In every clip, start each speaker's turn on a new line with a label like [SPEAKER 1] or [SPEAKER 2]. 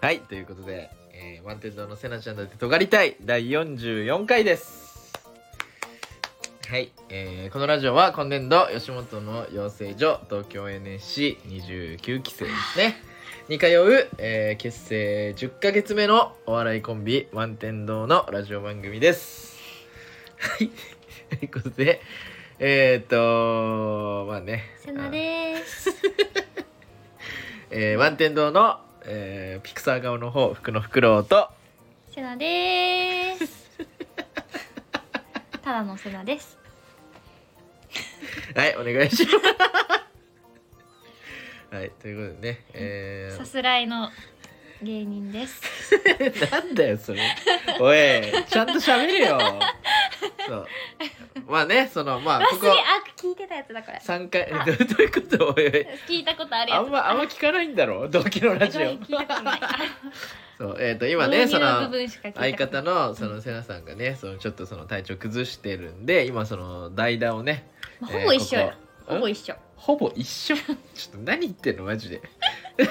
[SPEAKER 1] はいということで、えー、満天堂のせなちゃんだって尖りたい第44回ですはい、えーこのラジオは今年度吉本の養成所東京 NSC29 期生です ねに通う、えー結成10ヶ月目のお笑いコンビ満天堂のラジオ番組ですはい ということでえー、っとまあね
[SPEAKER 2] せなです。
[SPEAKER 1] えー、満天堂の、えーピクサー顔の方福のフクロウと
[SPEAKER 2] せなです。 ただのせなです。
[SPEAKER 1] はいお願いしますはいということでねえ
[SPEAKER 2] さすらいの芸人です。
[SPEAKER 1] ー、なんだよそれおいちゃんと喋れよそうまあねそのまあ
[SPEAKER 2] わ
[SPEAKER 1] こ
[SPEAKER 2] すげ
[SPEAKER 1] こ
[SPEAKER 2] えあ聞いてたやつだこれ。
[SPEAKER 1] 3回どういうことおいおい
[SPEAKER 2] 聞いたことあるやつ。
[SPEAKER 1] あんまあんま聞かないんだろ同期のラジ
[SPEAKER 2] 聞
[SPEAKER 1] オ
[SPEAKER 2] いたことない。
[SPEAKER 1] そうえっ、と今ね
[SPEAKER 2] 導
[SPEAKER 1] そ
[SPEAKER 2] 入
[SPEAKER 1] の
[SPEAKER 2] 部分しか聞いた
[SPEAKER 1] 相
[SPEAKER 2] ことない
[SPEAKER 1] 方のそのセナさんがねそのちょっとその体調崩してるんで今その代打をね、
[SPEAKER 2] まあほぼ一緒
[SPEAKER 1] えー
[SPEAKER 2] や
[SPEAKER 1] こ。こ
[SPEAKER 2] ほぼ一緒。
[SPEAKER 1] ほぼ一緒 ちょっと何言ってんのマジで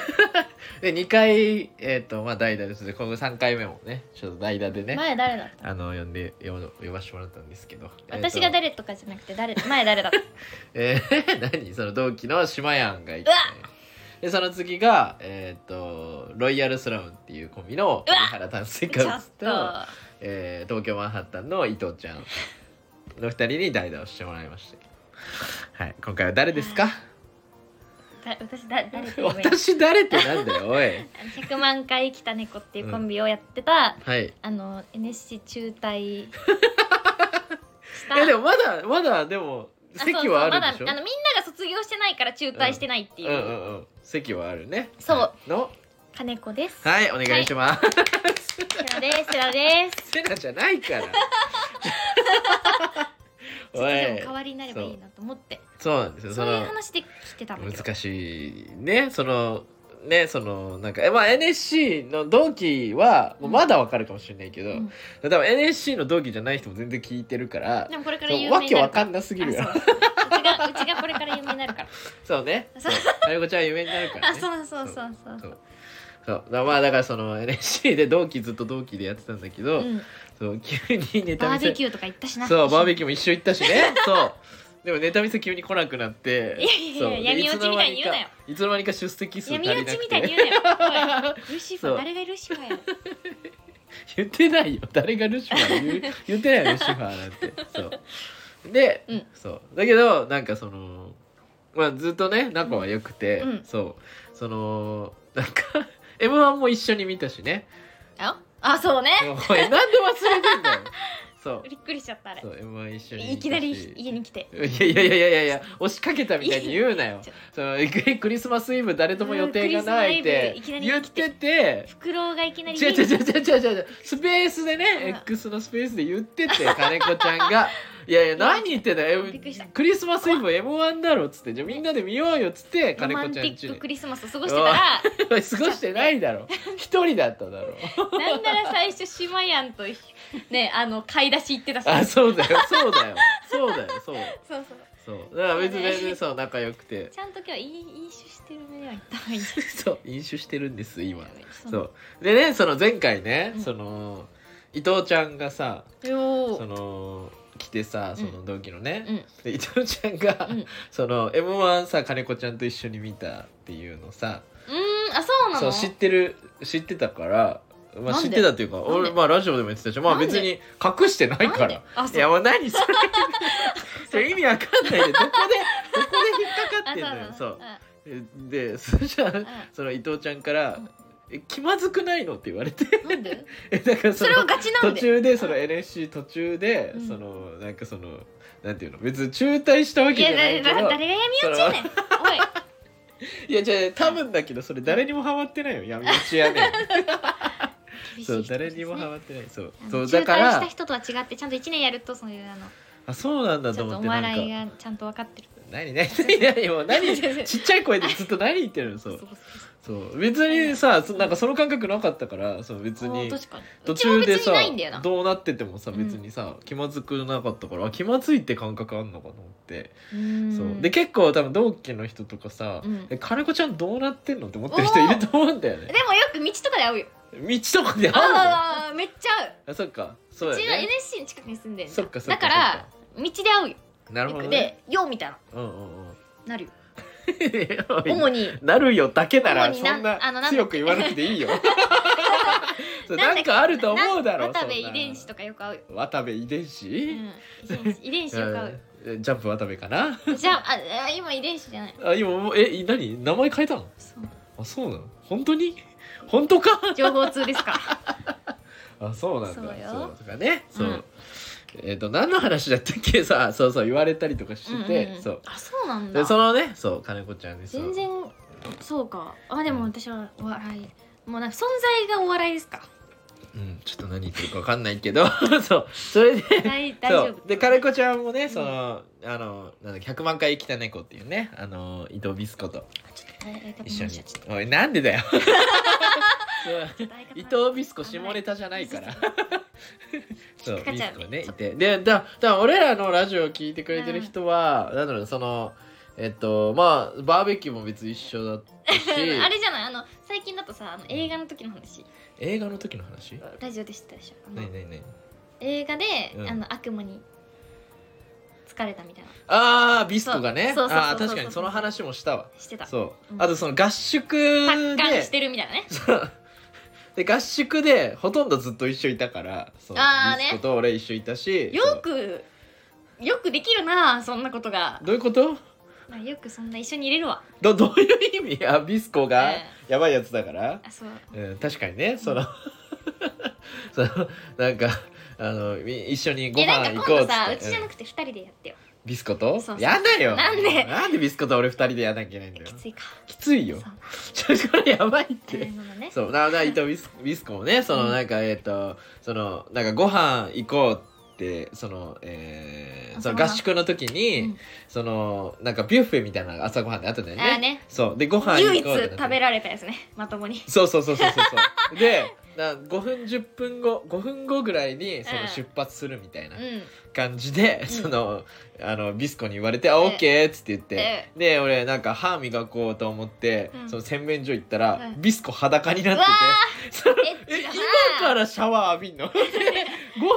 [SPEAKER 1] で2回えっ、とまあ代打ですで今後3回目もねちょっと代打でね
[SPEAKER 2] 前誰だった？
[SPEAKER 1] あの呼んで呼ば呼ばしてもらったんですけど
[SPEAKER 2] 私が誰とかじゃなくて誰前誰だった？
[SPEAKER 1] えーとえー 何その同期の島やんがいてでその次がえっ、とロイヤルスラムっていうコンビの
[SPEAKER 2] うわ
[SPEAKER 1] 栗原達成
[SPEAKER 2] ちょ
[SPEAKER 1] カ
[SPEAKER 2] っ
[SPEAKER 1] ツ
[SPEAKER 2] と
[SPEAKER 1] とえー東京マンハッタンの伊藤ちゃんの2人に代打をしてもらいましたはい今回は誰ですか
[SPEAKER 2] だ私だ誰と言えばいいの？
[SPEAKER 1] 私誰ってなんだよおい
[SPEAKER 2] 百万回生きた猫っていうコンビをやってた
[SPEAKER 1] はい。
[SPEAKER 2] あの NSC 中退し
[SPEAKER 1] い
[SPEAKER 2] た
[SPEAKER 1] やでもまだまだでも
[SPEAKER 2] あそう
[SPEAKER 1] 席はある
[SPEAKER 2] そう
[SPEAKER 1] でしょ。
[SPEAKER 2] まだあのみんなが卒業してないから中退してないっていう、
[SPEAKER 1] うんうんうん。席はあるね。
[SPEAKER 2] そう
[SPEAKER 1] はいの
[SPEAKER 2] 金子です、
[SPEAKER 1] はいお願いします。
[SPEAKER 2] セラですセラです
[SPEAKER 1] セナじゃない から。
[SPEAKER 2] ちょっ
[SPEAKER 1] お
[SPEAKER 2] と
[SPEAKER 1] い
[SPEAKER 2] でも代わりになればいいなと思って
[SPEAKER 1] そうなんです
[SPEAKER 2] そ
[SPEAKER 1] よ。そ
[SPEAKER 2] ういう
[SPEAKER 1] の
[SPEAKER 2] 話で聞てたんだけど
[SPEAKER 1] 難しいねその。ね、そのなんかえまあ NSC の同期はもうまだわかるかもしれないけど、
[SPEAKER 2] うん
[SPEAKER 1] 多分 NSC の同期じゃない人も全然聞いてるから
[SPEAKER 2] でもこれから
[SPEAKER 1] そ
[SPEAKER 2] 有
[SPEAKER 1] う
[SPEAKER 2] 名
[SPEAKER 1] わ
[SPEAKER 2] に
[SPEAKER 1] け
[SPEAKER 2] な
[SPEAKER 1] わ
[SPEAKER 2] るか
[SPEAKER 1] からんなすぎるよ
[SPEAKER 2] あそううちがうちがこれから有名になるから
[SPEAKER 1] そうね
[SPEAKER 2] そう
[SPEAKER 1] あゆこちゃんは有名になるから、ね、
[SPEAKER 2] あそうそうそうそう
[SPEAKER 1] そ
[SPEAKER 2] そうう
[SPEAKER 1] そうだまあだからその NSC で同期ずっと同期でやってたんだけど、
[SPEAKER 2] うん、
[SPEAKER 1] そう急にネタ
[SPEAKER 2] バ
[SPEAKER 1] 見
[SPEAKER 2] ーベ
[SPEAKER 1] せ
[SPEAKER 2] キューとか行ったしな
[SPEAKER 1] そうバーベ
[SPEAKER 2] キ
[SPEAKER 1] キューも一緒行ったしねそうでもネタ見せ急に来なくなって
[SPEAKER 2] いやいやいや
[SPEAKER 1] そう
[SPEAKER 2] 闇落ちみたいに言うなよ
[SPEAKER 1] でいつの間にかいつの間にか出席数足り
[SPEAKER 2] 闇
[SPEAKER 1] なくて
[SPEAKER 2] 落ちみたいに言うなよおいルシファ
[SPEAKER 1] そ
[SPEAKER 2] ー
[SPEAKER 1] う
[SPEAKER 2] 誰がルシファーや
[SPEAKER 1] 言ってないよ誰がルシファー言う言ってないよルシファーなんてそうで、
[SPEAKER 2] うん
[SPEAKER 1] そうだけどなんかそのまあずっとね仲は良くて、
[SPEAKER 2] うん
[SPEAKER 1] そうそのなんか m 1も一緒に見たしね
[SPEAKER 2] ああそうね
[SPEAKER 1] おいなんで忘れてんだよそう
[SPEAKER 2] びっくりしちゃったあれ
[SPEAKER 1] そう m 1一緒に
[SPEAKER 2] いきなり
[SPEAKER 1] 行ったし
[SPEAKER 2] 家に来て
[SPEAKER 1] いやいやいやいやいやいや押しかけたみたいに言うなよ
[SPEAKER 2] ちょ
[SPEAKER 1] その ククリスマスイブ誰とも予定がないって
[SPEAKER 2] うんクリスマスイブいきなり
[SPEAKER 1] 言っ
[SPEAKER 2] 来て
[SPEAKER 1] てて
[SPEAKER 2] フクロウがいきなり
[SPEAKER 1] 違う違う違う違う違う違うスペースでね
[SPEAKER 2] うん
[SPEAKER 1] X のスペースで言ってて金子ちゃん が「いやいや何言ってんだよ
[SPEAKER 2] びっくりした
[SPEAKER 1] クリスマスイブ m 1だろ」っつって「じゃあみんなで見ようよ」っつって
[SPEAKER 2] ロ
[SPEAKER 1] 金
[SPEAKER 2] マ
[SPEAKER 1] 子
[SPEAKER 2] ン
[SPEAKER 1] ち
[SPEAKER 2] テ
[SPEAKER 1] ゃん
[SPEAKER 2] ィ
[SPEAKER 1] ち
[SPEAKER 2] ック
[SPEAKER 1] に
[SPEAKER 2] クリスマス過ごしてたら
[SPEAKER 1] 過ごしてないだろ一人だっただろ
[SPEAKER 2] なんなら最初島やんと ねあの買い出し行ってたし
[SPEAKER 1] あそうだよそうだよそうだよそうだよ
[SPEAKER 2] そうそう
[SPEAKER 1] そうだから別に
[SPEAKER 2] そうね
[SPEAKER 1] 全然そう仲良く て
[SPEAKER 2] ちゃんと今日いい飲酒してる目は行った方がいいんじゃ
[SPEAKER 1] そう飲酒してるんです今
[SPEAKER 2] ない
[SPEAKER 1] そうでねその前回ね、
[SPEAKER 2] うん
[SPEAKER 1] その伊藤ちゃんがさ
[SPEAKER 2] うよ
[SPEAKER 1] そ
[SPEAKER 2] ー
[SPEAKER 1] の来てさその同期のね、
[SPEAKER 2] うん
[SPEAKER 1] で伊藤ちゃんが、
[SPEAKER 2] うん
[SPEAKER 1] その m 1さ金子ちゃんと一緒に見たっていうのさ
[SPEAKER 2] うーんあそうな
[SPEAKER 1] そう
[SPEAKER 2] の
[SPEAKER 1] 知ってる知ってたから、まあ、
[SPEAKER 2] なん
[SPEAKER 1] 知
[SPEAKER 2] で
[SPEAKER 1] ってたっていうか
[SPEAKER 2] なん
[SPEAKER 1] 俺
[SPEAKER 2] で
[SPEAKER 1] まあラジオでも言ってたしまあ
[SPEAKER 2] なんで
[SPEAKER 1] 別に隠してないか
[SPEAKER 2] なんで
[SPEAKER 1] ら。
[SPEAKER 2] あそ
[SPEAKER 1] いうやもう何 それそれ意味わかんないでどこでどこで引っかかっ
[SPEAKER 2] あ
[SPEAKER 1] てん
[SPEAKER 2] そう
[SPEAKER 1] の
[SPEAKER 2] な
[SPEAKER 1] よ
[SPEAKER 2] の
[SPEAKER 1] そう
[SPEAKER 2] あ
[SPEAKER 1] でそしたら
[SPEAKER 2] ん
[SPEAKER 1] その伊藤ちゃんから
[SPEAKER 2] うん
[SPEAKER 1] 「え気まずくないの?」って言われて
[SPEAKER 2] なんで
[SPEAKER 1] えだからそ
[SPEAKER 2] そ
[SPEAKER 1] の
[SPEAKER 2] れはガチな
[SPEAKER 1] 途
[SPEAKER 2] んで
[SPEAKER 1] 中でその NSC 途中で、
[SPEAKER 2] うん
[SPEAKER 1] そのなんかそのなんていうの別に中退したわけ
[SPEAKER 2] い
[SPEAKER 1] じゃ
[SPEAKER 2] や
[SPEAKER 1] ないけ
[SPEAKER 2] 誰
[SPEAKER 1] ど
[SPEAKER 2] が誰が闇落ちやねんおい
[SPEAKER 1] いやじゃあ多分だけどそれ誰にもハマってないよ闇落 ちやねん
[SPEAKER 2] 厳し
[SPEAKER 1] そう
[SPEAKER 2] い人
[SPEAKER 1] 誰
[SPEAKER 2] です
[SPEAKER 1] に
[SPEAKER 2] ね
[SPEAKER 1] もハマってないそう
[SPEAKER 2] あの
[SPEAKER 1] そう
[SPEAKER 2] 中
[SPEAKER 1] だ
[SPEAKER 2] 退
[SPEAKER 1] か
[SPEAKER 2] した
[SPEAKER 1] ら
[SPEAKER 2] 人とは違ってちゃんと一年やるとそういうあの
[SPEAKER 1] あそうなんだ
[SPEAKER 2] ち
[SPEAKER 1] と
[SPEAKER 2] ょっ
[SPEAKER 1] 思
[SPEAKER 2] と
[SPEAKER 1] っ
[SPEAKER 2] お
[SPEAKER 1] てなん
[SPEAKER 2] 笑い
[SPEAKER 1] か
[SPEAKER 2] がちゃんと分かってる
[SPEAKER 1] 何何何何もう何
[SPEAKER 2] 違う違う
[SPEAKER 1] ちっちゃい声でずっと何言ってるのそ
[SPEAKER 2] そう
[SPEAKER 1] う
[SPEAKER 2] そうそう
[SPEAKER 1] そう別にさそなんかその感覚なかったからそう別
[SPEAKER 2] あー
[SPEAKER 1] に
[SPEAKER 2] 確かに
[SPEAKER 1] 途中で
[SPEAKER 2] うちも別に
[SPEAKER 1] さ
[SPEAKER 2] ないんだよな
[SPEAKER 1] どうなっててもさ
[SPEAKER 2] うん
[SPEAKER 1] 別にさ、気まずくなかったからあ気まずいって感覚あんのかと思って、
[SPEAKER 2] そ
[SPEAKER 1] そうで結構多分同期の人とかさ
[SPEAKER 2] う
[SPEAKER 1] 「
[SPEAKER 2] ん
[SPEAKER 1] え金子ちゃんどうなってんの?」って思ってる人いると思うんだよ
[SPEAKER 2] で
[SPEAKER 1] ね
[SPEAKER 2] もよく道とかで会うよ
[SPEAKER 1] 道とかで会うのあ
[SPEAKER 2] ああめっちゃ会う
[SPEAKER 1] そっかそう
[SPEAKER 2] う
[SPEAKER 1] だ
[SPEAKER 2] ち
[SPEAKER 1] よ
[SPEAKER 2] は
[SPEAKER 1] ね
[SPEAKER 2] NSC の近くに住んでんじゃ
[SPEAKER 1] そ
[SPEAKER 2] ん
[SPEAKER 1] っかそっか
[SPEAKER 2] だから道で会うよ
[SPEAKER 1] なるほどね
[SPEAKER 2] で「よ」みたいな
[SPEAKER 1] うんうんうん
[SPEAKER 2] なるよ
[SPEAKER 1] おい
[SPEAKER 2] 主に
[SPEAKER 1] なるよだけなら
[SPEAKER 2] 主
[SPEAKER 1] そ
[SPEAKER 2] になんあのなん
[SPEAKER 1] な
[SPEAKER 2] だ
[SPEAKER 1] 強く言わなくて いいよそう
[SPEAKER 2] な
[SPEAKER 1] なん
[SPEAKER 2] だっけ
[SPEAKER 1] んかあると思うだろ
[SPEAKER 2] な渡部
[SPEAKER 1] そんな
[SPEAKER 2] 遺伝子とかよく会うよ
[SPEAKER 1] 渡部遺伝子、
[SPEAKER 2] うん遺伝子遺伝子よく会う
[SPEAKER 1] うんジャンプ渡部かな
[SPEAKER 2] よじゃああ今遺伝子じゃない
[SPEAKER 1] あ今もうえ何名前変えたの
[SPEAKER 2] そう
[SPEAKER 1] あそうなの本当に本当か
[SPEAKER 2] 情報通で すか
[SPEAKER 1] あそうなんだ
[SPEAKER 2] そうよ
[SPEAKER 1] とかねそう、
[SPEAKER 2] うん
[SPEAKER 1] えっ、と何の話だったっけさそうそう言われたりとかしてて、
[SPEAKER 2] んんん
[SPEAKER 1] そう
[SPEAKER 2] あそうなん
[SPEAKER 1] で
[SPEAKER 2] だ
[SPEAKER 1] そのねそう金子ちゃんです
[SPEAKER 2] 全然そうかあでも
[SPEAKER 1] うん
[SPEAKER 2] 私はお笑いもうなんか存在がお笑いです か
[SPEAKER 1] うんちょっと何言ってるか分かんないけど そうそれで
[SPEAKER 2] 大大丈
[SPEAKER 1] そう
[SPEAKER 2] 夫
[SPEAKER 1] で金子ちゃんもねその、あのなんだ100万回生きた猫っていうねあの伊藤ビスコと
[SPEAKER 2] えー
[SPEAKER 1] 一緒に
[SPEAKER 2] ちょっ
[SPEAKER 1] おいなんでだ よ そう
[SPEAKER 2] と相方
[SPEAKER 1] 伊藤ビスコ下ネタじゃないから。 そう
[SPEAKER 2] 引っかかっ
[SPEAKER 1] ビ
[SPEAKER 2] ちゃ
[SPEAKER 1] ス
[SPEAKER 2] う
[SPEAKER 1] コねい
[SPEAKER 2] そう
[SPEAKER 1] てでだだ俺らのラジオを聞いてくれてる人は、なんだろうそのえっとまあバーベキューも別に一緒だったし
[SPEAKER 2] あれじゃないあの最近だとさあの映画の時の話
[SPEAKER 1] 映画の時の話
[SPEAKER 2] ラジオで知ったでしょあの
[SPEAKER 1] 何何何
[SPEAKER 2] 映画で、
[SPEAKER 1] うん
[SPEAKER 2] あの悪魔に疲れたみたいな
[SPEAKER 1] あービスコがね
[SPEAKER 2] そうそうそうそう
[SPEAKER 1] あー確かにその話もしたわ
[SPEAKER 2] してたパ
[SPEAKER 1] そう、
[SPEAKER 2] うん
[SPEAKER 1] あとその合宿
[SPEAKER 2] ッカン
[SPEAKER 1] で
[SPEAKER 2] してるみたいなね
[SPEAKER 1] そうで合宿でほとんどずっと一緒いたからそう
[SPEAKER 2] あーね
[SPEAKER 1] ビスコと俺一緒いたし
[SPEAKER 2] よ
[SPEAKER 1] そう
[SPEAKER 2] くよくできるなそんなことが
[SPEAKER 1] どういうこと
[SPEAKER 2] まあよくそんな一緒にいれるわ
[SPEAKER 1] どどういう意味あビスコが
[SPEAKER 2] え
[SPEAKER 1] やばいやつだから、
[SPEAKER 2] あそう
[SPEAKER 1] うん、確かにねその そのなんかあのみ一緒にご
[SPEAKER 2] えなん
[SPEAKER 1] 飯
[SPEAKER 2] か
[SPEAKER 1] 行こうっ
[SPEAKER 2] 今
[SPEAKER 1] つ
[SPEAKER 2] 度
[SPEAKER 1] っ
[SPEAKER 2] さう
[SPEAKER 1] て
[SPEAKER 2] ちじゃ
[SPEAKER 1] う
[SPEAKER 2] なんくて二人でやってよ
[SPEAKER 1] ビスコと
[SPEAKER 2] そうそう
[SPEAKER 1] やだよ
[SPEAKER 2] なんで
[SPEAKER 1] なんでビスコと俺二人でやんなきゃいけないんだよ
[SPEAKER 2] きついか
[SPEAKER 1] きつい
[SPEAKER 2] い
[SPEAKER 1] よちょこれやばいって、
[SPEAKER 2] なるほどね
[SPEAKER 1] そうなな伊藤ビスビスコもねその
[SPEAKER 2] うん
[SPEAKER 1] なんか、えっ、とそのなんかご飯行こうってそのえー
[SPEAKER 2] 朝
[SPEAKER 1] その
[SPEAKER 2] ごは
[SPEAKER 1] 合
[SPEAKER 2] ん
[SPEAKER 1] 宿の時に、
[SPEAKER 2] うん
[SPEAKER 1] そのなんかビュッフェみたいな朝ごはんであったんだよ
[SPEAKER 2] ああ
[SPEAKER 1] ね
[SPEAKER 2] ね
[SPEAKER 1] そうでご飯
[SPEAKER 2] 唯
[SPEAKER 1] 行
[SPEAKER 2] 一
[SPEAKER 1] こうってなって
[SPEAKER 2] 食べられたやつねまともに
[SPEAKER 1] そうそうそうそうそうそう でな5分10分後5分後ぐらいにそ
[SPEAKER 2] うん
[SPEAKER 1] の出発するみたいう なん感じで、
[SPEAKER 2] ん
[SPEAKER 1] そのあのビスコに言われて「あオッケー」っつって言って、で俺なんか歯磨こうと思って、
[SPEAKER 2] うん
[SPEAKER 1] その洗面所行ったら、
[SPEAKER 2] うん
[SPEAKER 1] ビスコ裸になって
[SPEAKER 2] うわ
[SPEAKER 1] てその
[SPEAKER 2] エッ
[SPEAKER 1] え
[SPEAKER 2] チだ
[SPEAKER 1] 今
[SPEAKER 2] な
[SPEAKER 1] からシャワー浴び んの5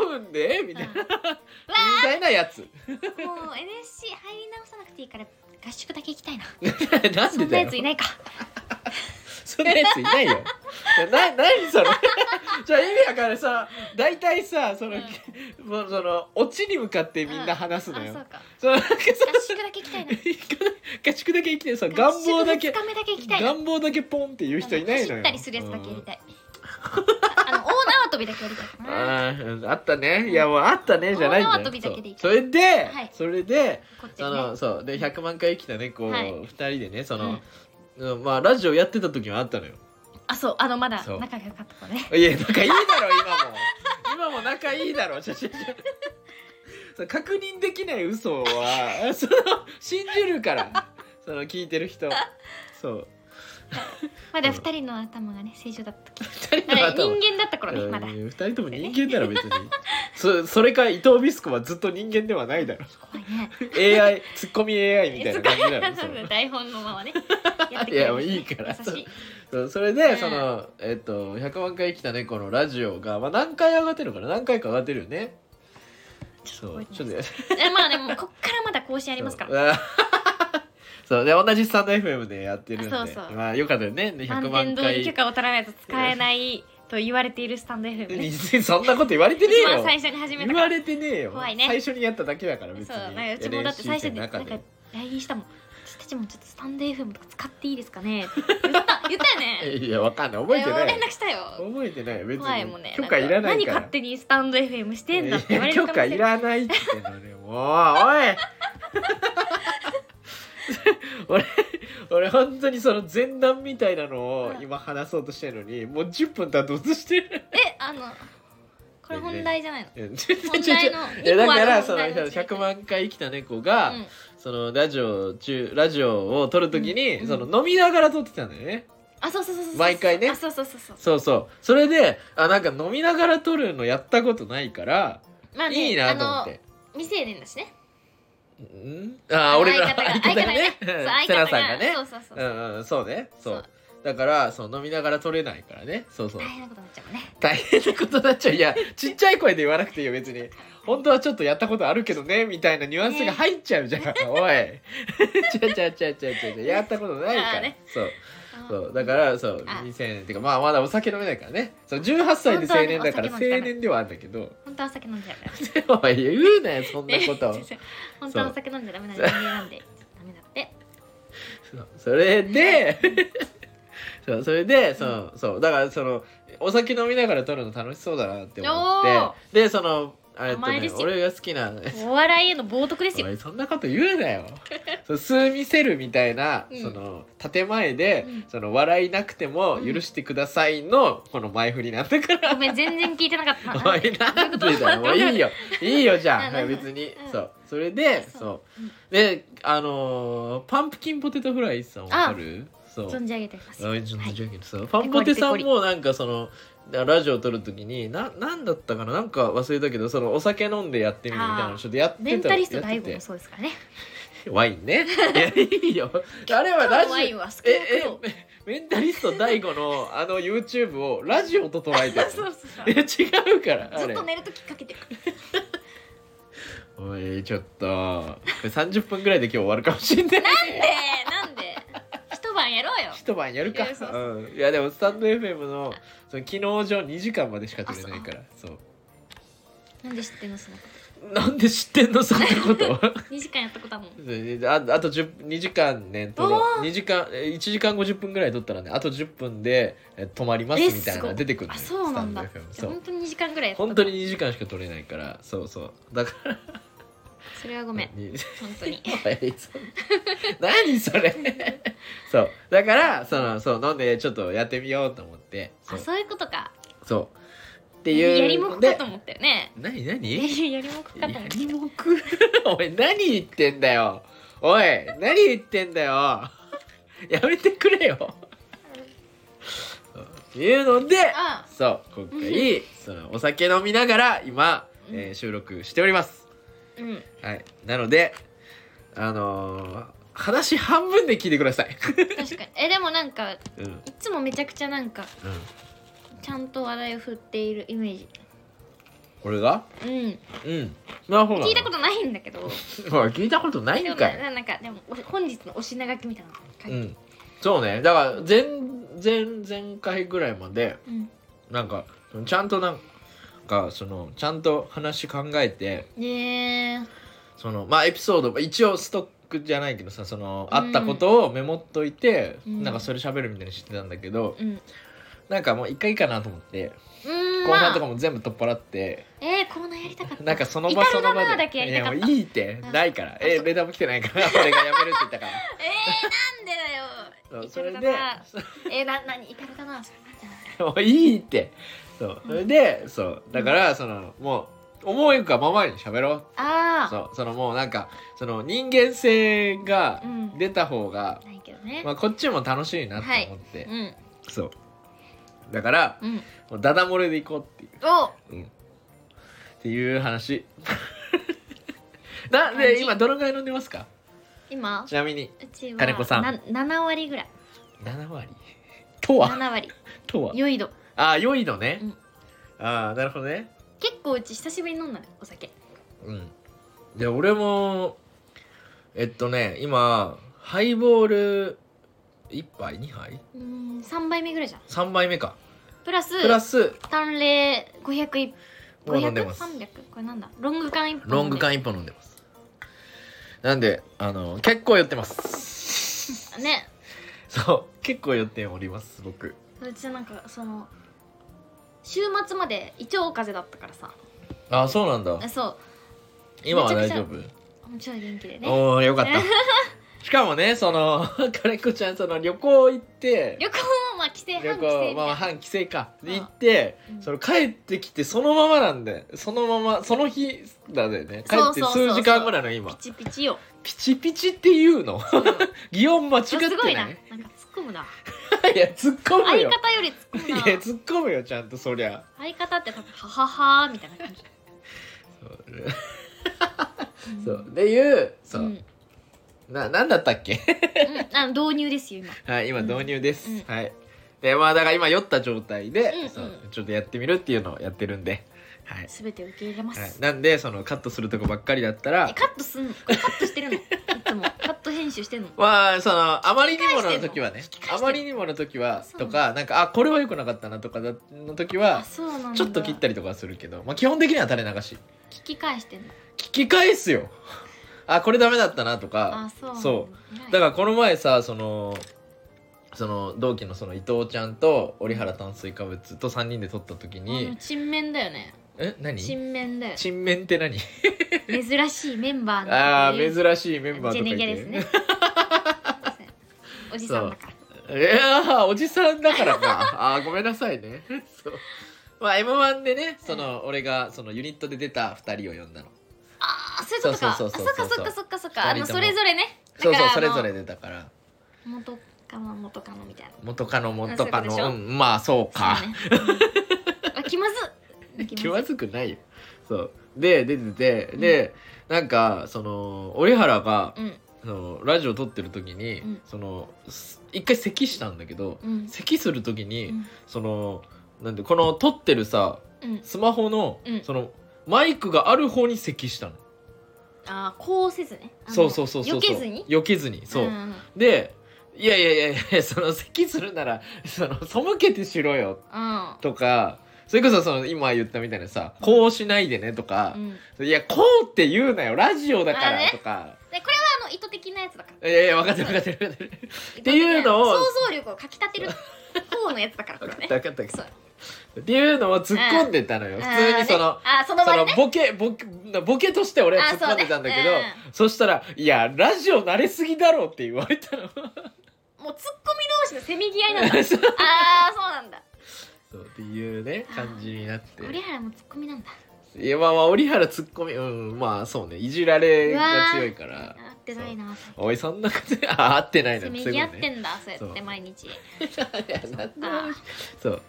[SPEAKER 1] 分でみたいな、
[SPEAKER 2] うん
[SPEAKER 1] みたいなやつ
[SPEAKER 2] もう NSC 入り直さなくていいから合宿だけ行きたいな
[SPEAKER 1] なん
[SPEAKER 2] そ
[SPEAKER 1] で
[SPEAKER 2] んな
[SPEAKER 1] だ
[SPEAKER 2] や
[SPEAKER 1] よ
[SPEAKER 2] ついないか
[SPEAKER 1] そんなやついないよ。な、なにそれ。じゃあ意味わかるさ、大体さ、その、もうその、オチに向かってみんな話すのよ。
[SPEAKER 2] あそうか
[SPEAKER 1] そのなんかさ、
[SPEAKER 2] 合宿だけ行きたいな
[SPEAKER 1] 合宿だけ生きてさ、願望だけ
[SPEAKER 2] 2、日目だけ行きたいな
[SPEAKER 1] 願望だけポンって言う人いないの
[SPEAKER 2] 走
[SPEAKER 1] よ。
[SPEAKER 2] ったりするやつだけやり
[SPEAKER 1] い。
[SPEAKER 2] たいあの大縄跳びだけやりたいかな
[SPEAKER 1] あーあったねいやもうあったねじゃないんだ
[SPEAKER 2] 大縄跳びだけでい
[SPEAKER 1] よ
[SPEAKER 2] い
[SPEAKER 1] そうそれで、
[SPEAKER 2] はい
[SPEAKER 1] それで
[SPEAKER 2] こっち
[SPEAKER 1] そ
[SPEAKER 2] ね
[SPEAKER 1] のそうで100万回生きたねこう、
[SPEAKER 2] はい
[SPEAKER 1] 2人でねその、うんまあラジオやってた時もあったのよ
[SPEAKER 2] あそうあのまだ
[SPEAKER 1] そう
[SPEAKER 2] 仲が良かった子ね
[SPEAKER 1] いや仲いいだろ今も今も仲いいだろちょちょちょそう確認できない嘘は その信じるからその聞いてる人そう
[SPEAKER 2] まだ二人の頭がね正常だった時
[SPEAKER 1] 二人
[SPEAKER 2] ま
[SPEAKER 1] の
[SPEAKER 2] だ
[SPEAKER 1] 頭
[SPEAKER 2] 人間だった頃ねまだ
[SPEAKER 1] うん二人とも人間なら別にそそれか伊藤ビスコはずっと人間ではないだろ
[SPEAKER 2] 怖いね
[SPEAKER 1] AI ツッコミ AI みたいな感じ だろそ
[SPEAKER 2] そう
[SPEAKER 1] う
[SPEAKER 2] そう台本のままねやってくれる
[SPEAKER 1] いやもういいから
[SPEAKER 2] 優しい
[SPEAKER 1] そうそれ
[SPEAKER 2] う
[SPEAKER 1] で
[SPEAKER 2] ん
[SPEAKER 1] その、えっと100万回生きた猫のラジオが、まあ、何回上がってるのかな何回か上がってるよねそうち
[SPEAKER 2] ち
[SPEAKER 1] ょ
[SPEAKER 2] ょ
[SPEAKER 1] っ
[SPEAKER 2] っ
[SPEAKER 1] と
[SPEAKER 2] とえまあでもこっからまだ更新ありますから
[SPEAKER 1] ら。 そうで同じスタンド FM でやってるんで
[SPEAKER 2] そうそう
[SPEAKER 1] まあよかったよねで100
[SPEAKER 2] 満
[SPEAKER 1] 万
[SPEAKER 2] 点通り
[SPEAKER 1] 回
[SPEAKER 2] 許可を取らないと使えないと言われているスタンド FM ね
[SPEAKER 1] 別に そんなこと言われてね
[SPEAKER 2] 一
[SPEAKER 1] え
[SPEAKER 2] 番
[SPEAKER 1] よ
[SPEAKER 2] 最初に始めた
[SPEAKER 1] 言
[SPEAKER 2] か
[SPEAKER 1] わ
[SPEAKER 2] ら
[SPEAKER 1] れてねえよ
[SPEAKER 2] 怖いね
[SPEAKER 1] 最初にやっただけだから別
[SPEAKER 2] そ
[SPEAKER 1] に
[SPEAKER 2] うなんかうちもだって最初になんか LINE したもん私たちもちょっとスタンド FM とか使っていいですかねって言った言ったよ ね
[SPEAKER 1] いやわかんない覚えてない
[SPEAKER 2] や連絡したよ
[SPEAKER 1] 覚えてない別
[SPEAKER 2] 怖いもんね
[SPEAKER 1] に許可いらない
[SPEAKER 2] 何
[SPEAKER 1] から
[SPEAKER 2] 勝手にスタンド FM してんだって言われ
[SPEAKER 1] いや
[SPEAKER 2] る
[SPEAKER 1] 許
[SPEAKER 2] か
[SPEAKER 1] 可
[SPEAKER 2] もし
[SPEAKER 1] い
[SPEAKER 2] れない
[SPEAKER 1] らないって言ってんのねもうおい 俺俺本当にその前段みたいなのを今話そうとしてるのにもう10分経とうとしてる
[SPEAKER 2] えあのこれ本題じゃないの
[SPEAKER 1] いやちょちょ
[SPEAKER 2] 本
[SPEAKER 1] ちょ
[SPEAKER 2] 題
[SPEAKER 1] ちょ
[SPEAKER 2] の
[SPEAKER 1] いやだから
[SPEAKER 2] 一
[SPEAKER 1] そ
[SPEAKER 2] 個
[SPEAKER 1] の
[SPEAKER 2] ある本題の
[SPEAKER 1] 100万回生きた猫が、
[SPEAKER 2] うん
[SPEAKER 1] そのラジオ中ラジオを撮るときに、
[SPEAKER 2] うん
[SPEAKER 1] その飲みながら撮ってたんだよね。
[SPEAKER 2] あそうそうそうそう
[SPEAKER 1] 毎回ね
[SPEAKER 2] あそうそうそうそう
[SPEAKER 1] そうそうそれであなんか飲みながら撮るのやったことないから
[SPEAKER 2] まあね
[SPEAKER 1] いいなと思って。
[SPEAKER 2] あの未成年だしね
[SPEAKER 1] んあー俺ら
[SPEAKER 2] 相方が
[SPEAKER 1] 相方ね
[SPEAKER 2] 相方が
[SPEAKER 1] セナさんがね
[SPEAKER 2] そうそうそう
[SPEAKER 1] う
[SPEAKER 2] そうん
[SPEAKER 1] うんそうねそう
[SPEAKER 2] そう
[SPEAKER 1] だからそう飲みながら撮れないからねそうそう
[SPEAKER 2] 大変なことになっちゃうもんね
[SPEAKER 1] 大変なことになっちゃういやちっちゃい声で言わなくていいよ別に本当はちょっとやったことあるけどねみたいなニュアンスが入っちゃう じゃん、おいちゃちゃちゃちゃちゃちゃやったことないか
[SPEAKER 2] あ
[SPEAKER 1] ら、
[SPEAKER 2] ーね
[SPEAKER 1] そう
[SPEAKER 2] あ
[SPEAKER 1] そうだからそう
[SPEAKER 2] あ
[SPEAKER 1] 未成年っていうかまあまだお酒飲めないからねそう18歳で青年だから青
[SPEAKER 2] 本当はねお酒も飲めない
[SPEAKER 1] 年ではあるんだけど
[SPEAKER 2] 本当はお酒飲んじゃダメ
[SPEAKER 1] おい言うなよそんな
[SPEAKER 2] ね
[SPEAKER 1] こと
[SPEAKER 2] 先生本当はお酒飲んじゃダメな人間なんでダメだって
[SPEAKER 1] そうそれ でそうそれでそうそうだからそのお酒飲みながら撮るの楽しそうだなって思
[SPEAKER 2] おー
[SPEAKER 1] ってでそのあえっと
[SPEAKER 2] 甘え
[SPEAKER 1] ね
[SPEAKER 2] ですよ
[SPEAKER 1] 俺が好きな
[SPEAKER 2] お笑いへの冒涜ですよ
[SPEAKER 1] おいそんなこと言うな よそう数見せるみたいな、
[SPEAKER 2] うん
[SPEAKER 1] その建前で、
[SPEAKER 2] うん
[SPEAKER 1] その笑いなくても許してくださいの、この前振りなんだから
[SPEAKER 2] ごめん全然聞いてなかった
[SPEAKER 1] おいなんでだよもういいよいいよじゃあ、
[SPEAKER 2] うんうん
[SPEAKER 1] 別に、
[SPEAKER 2] うん
[SPEAKER 1] そうそれで
[SPEAKER 2] そ
[SPEAKER 1] そうう
[SPEAKER 2] うん
[SPEAKER 1] であのーパンプキンポテトフライさんわかるそう
[SPEAKER 2] 存じ上げています
[SPEAKER 1] あ
[SPEAKER 2] はい
[SPEAKER 1] いつもじゃけどさファンポテさんもなんかそのラジオ撮るときにななんだったかななんか忘れたけどそのお酒飲んでやってみるみたいなのちょっとやってた
[SPEAKER 2] メンタリスト
[SPEAKER 1] やってて
[SPEAKER 2] 大悟もそうですからね
[SPEAKER 1] ワインねいやいいよあれはラジオ
[SPEAKER 2] ワインは少
[SPEAKER 1] え
[SPEAKER 2] なく
[SPEAKER 1] え
[SPEAKER 2] とも
[SPEAKER 1] メメンタリスト大悟のあの YouTube をラジオと捉えてる
[SPEAKER 2] そうそうそう
[SPEAKER 1] いや違うからあ
[SPEAKER 2] ずっ
[SPEAKER 1] れ
[SPEAKER 2] と寝るとき かけてる
[SPEAKER 1] おいちょっとこれ30分ぐらいで今日終わるかもしれない
[SPEAKER 2] なんでなんで一晩やろうよ
[SPEAKER 1] 一晩やるか
[SPEAKER 2] いやそうそ
[SPEAKER 1] うん、いやでもスタンド FM のその機能上2時間までしか撮れないからそう
[SPEAKER 2] なんで知ってんのそのこ
[SPEAKER 1] なんで知ってんのそんなこと
[SPEAKER 2] と2時間やったことだもん
[SPEAKER 1] ああと10 2時間ね撮ろ
[SPEAKER 2] お
[SPEAKER 1] う2時間え1時間50分ぐらい撮ったらねあと10分でえ止まります
[SPEAKER 2] え
[SPEAKER 1] みたいなの
[SPEAKER 2] すご
[SPEAKER 1] が
[SPEAKER 2] い
[SPEAKER 1] 出てくるの
[SPEAKER 2] あ
[SPEAKER 1] よ
[SPEAKER 2] そうなんだ
[SPEAKER 1] スタンド FM
[SPEAKER 2] じゃ
[SPEAKER 1] そ
[SPEAKER 2] あ本
[SPEAKER 1] う
[SPEAKER 2] 当に2時間ぐらいやった
[SPEAKER 1] 本当に2時間しか撮れないからそうそうだから
[SPEAKER 2] それはごめ ん
[SPEAKER 1] に
[SPEAKER 2] 本当に
[SPEAKER 1] はいそ何それ そうだからそのそう飲んでちょっとやってみようと思ってそう
[SPEAKER 2] あそういうことか
[SPEAKER 1] そうっていう
[SPEAKER 2] やりもくかと思ったよね
[SPEAKER 1] なにな
[SPEAKER 2] や
[SPEAKER 1] に
[SPEAKER 2] りやりもくかと思っ
[SPEAKER 1] や
[SPEAKER 2] た
[SPEAKER 1] りもく おい何言ってんだよおい何言ってんだよやめてくれよそういうので
[SPEAKER 2] あ
[SPEAKER 1] そう今回そのお酒飲みながら今、えー収録しております
[SPEAKER 2] うん
[SPEAKER 1] はいなのであのー話半分で聞いてください
[SPEAKER 2] 確かにえでもなんかい
[SPEAKER 1] うんうん
[SPEAKER 2] つもめちゃくちゃなんかちゃんと話題を振っているイメージ
[SPEAKER 1] これが
[SPEAKER 2] うん
[SPEAKER 1] うんなるほど
[SPEAKER 2] 聞いたことないんだけど
[SPEAKER 1] とおい聞いたことない
[SPEAKER 2] で
[SPEAKER 1] ん
[SPEAKER 2] も
[SPEAKER 1] か
[SPEAKER 2] ないなんかでもお本日のお品書きみたいなの書
[SPEAKER 1] う
[SPEAKER 2] いて
[SPEAKER 1] んそうねだから前前前回ぐらいまで
[SPEAKER 2] うん
[SPEAKER 1] なんかちゃんとなんかそのちゃんと話考えて
[SPEAKER 2] ねえ
[SPEAKER 1] そのまあエピソード一応ストックじゃないけどさそのあったことをメモっといて、
[SPEAKER 2] うん
[SPEAKER 1] なんかそれ喋るみたいにしてたんだけど、
[SPEAKER 2] うん
[SPEAKER 1] なんかもう一回いいかなと思って、
[SPEAKER 2] うーん
[SPEAKER 1] 後半とか
[SPEAKER 2] まあ
[SPEAKER 1] も全部取っ払って
[SPEAKER 2] えー、コーナーやりたかった
[SPEAKER 1] なんかその場
[SPEAKER 2] 至
[SPEAKER 1] そ
[SPEAKER 2] るだ
[SPEAKER 1] の
[SPEAKER 2] な
[SPEAKER 1] 場で
[SPEAKER 2] だけやりたかった
[SPEAKER 1] いやもういいって
[SPEAKER 2] うん
[SPEAKER 1] ないから、えレーダーも来てないから 俺がやめるって言ったから
[SPEAKER 2] えー、
[SPEAKER 1] そ
[SPEAKER 2] なんでだよ
[SPEAKER 1] うそれ
[SPEAKER 2] イ
[SPEAKER 1] で
[SPEAKER 2] カルだなえー、な何イカルだな
[SPEAKER 1] もういいってそう
[SPEAKER 2] うん
[SPEAKER 1] それでそうだからそのもう思い浮かぶままに喋ろう
[SPEAKER 2] ああ
[SPEAKER 1] そうそのもうなんかその人間性が
[SPEAKER 2] うん
[SPEAKER 1] 出た方が、
[SPEAKER 2] ないけどね、
[SPEAKER 1] まあ、こっちも楽しいなと思って、
[SPEAKER 2] うん
[SPEAKER 1] そうだから
[SPEAKER 2] うん
[SPEAKER 1] もうダダ漏れでいこうっていう
[SPEAKER 2] お
[SPEAKER 1] っていう 話なで今どのぐらい飲んでますか
[SPEAKER 2] 今
[SPEAKER 1] ちなみに
[SPEAKER 2] うちは
[SPEAKER 1] 金子さん
[SPEAKER 2] な7割ぐらい
[SPEAKER 1] 7割とは
[SPEAKER 2] 7割
[SPEAKER 1] とは
[SPEAKER 2] 酔い度
[SPEAKER 1] ああ良いのね、
[SPEAKER 2] うん
[SPEAKER 1] ああなるほどね
[SPEAKER 2] 結構うち久しぶりに飲んだのお酒
[SPEAKER 1] うんで俺もえっとね今ハイボール1杯2杯
[SPEAKER 2] うーん3杯目ぐらいじゃん
[SPEAKER 1] 3杯目か
[SPEAKER 2] プラス
[SPEAKER 1] プラス
[SPEAKER 2] 単麗500
[SPEAKER 1] もう飲んでます
[SPEAKER 2] 500これなんだロング缶一本
[SPEAKER 1] ロング缶1本飲んでますなんであの結構酔ってます
[SPEAKER 2] ね
[SPEAKER 1] そう結構酔っております僕
[SPEAKER 2] うちなんかその週末まで胃腸風邪だったからさ
[SPEAKER 1] あそうなんだ
[SPEAKER 2] あそ
[SPEAKER 1] 今は大丈夫、
[SPEAKER 2] うもちろん元気でね
[SPEAKER 1] おおよかったしかもねその 金子ちゃんその旅行行って
[SPEAKER 2] 旅行もまあ帰省
[SPEAKER 1] 旅
[SPEAKER 2] 半帰省み
[SPEAKER 1] 行
[SPEAKER 2] た
[SPEAKER 1] ま
[SPEAKER 2] い
[SPEAKER 1] あ
[SPEAKER 2] な
[SPEAKER 1] 半帰省か
[SPEAKER 2] うん
[SPEAKER 1] 行って
[SPEAKER 2] うん
[SPEAKER 1] その帰ってきてそのままなんでそのままその日なんだよね帰
[SPEAKER 2] そう
[SPEAKER 1] っ
[SPEAKER 2] そう
[SPEAKER 1] て
[SPEAKER 2] そうそう
[SPEAKER 1] 数時間後なの今
[SPEAKER 2] ピチピ チよ
[SPEAKER 1] ピチピチっていうの
[SPEAKER 2] そうよ
[SPEAKER 1] 擬音間違っ
[SPEAKER 2] すご
[SPEAKER 1] て
[SPEAKER 2] い
[SPEAKER 1] な
[SPEAKER 2] ないなんか突っ込むな
[SPEAKER 1] いや突っ込む
[SPEAKER 2] 相
[SPEAKER 1] よ
[SPEAKER 2] 方より突っ
[SPEAKER 1] い
[SPEAKER 2] 込
[SPEAKER 1] や
[SPEAKER 2] むな
[SPEAKER 1] 突っ込むよちゃんとそりゃ
[SPEAKER 2] 相方って多分はははみたいな感じ
[SPEAKER 1] そうっていう
[SPEAKER 2] う
[SPEAKER 1] そう、
[SPEAKER 2] ん、うん
[SPEAKER 1] ななんだったっけ
[SPEAKER 2] あの導入ですよ今
[SPEAKER 1] はい今導入です、
[SPEAKER 2] うん
[SPEAKER 1] はいでまあだから今酔った状態で、
[SPEAKER 2] うんうん
[SPEAKER 1] そうちょっとやってみるっていうのをやってるんではい、
[SPEAKER 2] すべて受け入れま
[SPEAKER 1] はい
[SPEAKER 2] す、、
[SPEAKER 1] なんでそのカットするとこばっかりだったら
[SPEAKER 2] えカットすんのこれカットしてるのいつもカット編集してるの
[SPEAKER 1] まあそのあまりにもの時はね
[SPEAKER 2] き返してん
[SPEAKER 1] あ
[SPEAKER 2] の
[SPEAKER 1] まりにもの時は
[SPEAKER 2] そう
[SPEAKER 1] とかなんかあこれは良くなかったなとかだの時は
[SPEAKER 2] あそうなんだ
[SPEAKER 1] ちょっと切ったりとかはするけど、まあ、基本的には垂れ流し
[SPEAKER 2] 聞き返してんの
[SPEAKER 1] 聞き返すよあこれダメだったなとか
[SPEAKER 2] あそう
[SPEAKER 1] そだか
[SPEAKER 2] だか
[SPEAKER 1] らこの前さそのその同期のその伊藤ちゃんと折原炭水化物と3人で撮った時
[SPEAKER 2] らあの
[SPEAKER 1] に
[SPEAKER 2] 珍面だよね
[SPEAKER 1] え何
[SPEAKER 2] 珍面だよ
[SPEAKER 1] 珍面って何
[SPEAKER 2] 珍しいメンバーの
[SPEAKER 1] ああ
[SPEAKER 2] こういう
[SPEAKER 1] 珍しいメンバー
[SPEAKER 2] ジ
[SPEAKER 1] と
[SPEAKER 2] ェ
[SPEAKER 1] かい
[SPEAKER 2] ネギ
[SPEAKER 1] て
[SPEAKER 2] ャですねおじさんだから
[SPEAKER 1] いやーおじさんだから かあーごめんなさいねそうまあ m 1でねその俺がそのユニットで出た2人を呼んだの
[SPEAKER 2] ああそういうことか
[SPEAKER 1] そ
[SPEAKER 2] そうっ
[SPEAKER 1] そ
[SPEAKER 2] か
[SPEAKER 1] うそうそう
[SPEAKER 2] そっかそっかそっかあ
[SPEAKER 1] 二
[SPEAKER 2] の
[SPEAKER 1] 人とも
[SPEAKER 2] それぞれね
[SPEAKER 1] そうそう
[SPEAKER 2] だ
[SPEAKER 1] そ
[SPEAKER 2] から
[SPEAKER 1] れ
[SPEAKER 2] あの
[SPEAKER 1] ぞれ出たから
[SPEAKER 2] 元カノ元カノみたいな
[SPEAKER 1] 元カノ元カ
[SPEAKER 2] あそういうことでし
[SPEAKER 1] ノ
[SPEAKER 2] ょ
[SPEAKER 1] うんまあそうか
[SPEAKER 2] そうねうんあ気まずっ
[SPEAKER 1] 気まずくないよそうで出ててで、なんかその折原が
[SPEAKER 2] うん
[SPEAKER 1] そのラジオ撮ってる時に、
[SPEAKER 2] うん
[SPEAKER 1] そのす一回咳したんだけど、
[SPEAKER 2] うん
[SPEAKER 1] 咳する時に、
[SPEAKER 2] うん
[SPEAKER 1] そのなんでこの撮ってるさ
[SPEAKER 2] うん
[SPEAKER 1] スマホの、
[SPEAKER 2] うん
[SPEAKER 1] そのマイクがある方に咳したの。
[SPEAKER 2] あーこうせずねあの
[SPEAKER 1] そうそうそうそう
[SPEAKER 2] 避けずに
[SPEAKER 1] 避けずにそう、
[SPEAKER 2] ん
[SPEAKER 1] でいやいやいやいや その咳するならその背けてしろよ
[SPEAKER 2] うん
[SPEAKER 1] とかそれこそその今言ったみたいなさこうしないでねとか
[SPEAKER 2] う、ん
[SPEAKER 1] いや、こうって言うなよ、ラジオだか
[SPEAKER 2] あ
[SPEAKER 1] ら
[SPEAKER 2] ね
[SPEAKER 1] とか。
[SPEAKER 2] でこれはあの意図的なやつだから
[SPEAKER 1] いやいや、分かってる分かってる分かってる。
[SPEAKER 2] って
[SPEAKER 1] いうのを
[SPEAKER 2] 想像力をかきたてる方のやつだからこ
[SPEAKER 1] 分か
[SPEAKER 2] れ
[SPEAKER 1] っ
[SPEAKER 2] ね
[SPEAKER 1] た分かった分か
[SPEAKER 2] そう
[SPEAKER 1] った。っていうのを突っ込んでたのよ。普通にその、
[SPEAKER 2] あーねあーその
[SPEAKER 1] そ
[SPEAKER 2] 場で
[SPEAKER 1] の
[SPEAKER 2] ね
[SPEAKER 1] ボケ、ボケ、ボケとして俺は突っ込んでたんだけど、そ
[SPEAKER 2] あそうね
[SPEAKER 1] したら、いや、ラジオ慣れすぎだろうって言われたの。
[SPEAKER 2] もうツッコミ同士のせめぎ合いなん だ
[SPEAKER 1] そう
[SPEAKER 2] ああそうなんだ
[SPEAKER 1] そうっていうね、感じになって。
[SPEAKER 2] 折原もツッコミなんだ
[SPEAKER 1] いや、まあまあ、折原突っ込み、うん、まあそうね、いじられが強いから。
[SPEAKER 2] 合ってないな
[SPEAKER 1] おい、そんなこと、あ、合ってないの
[SPEAKER 2] せめ
[SPEAKER 1] そうい
[SPEAKER 2] ぎ合
[SPEAKER 1] う
[SPEAKER 2] っ
[SPEAKER 1] こと
[SPEAKER 2] て
[SPEAKER 1] ね
[SPEAKER 2] んだそうやっ
[SPEAKER 1] そ
[SPEAKER 2] て
[SPEAKER 1] う
[SPEAKER 2] 毎日
[SPEAKER 1] いやなんで
[SPEAKER 2] あー
[SPEAKER 1] そう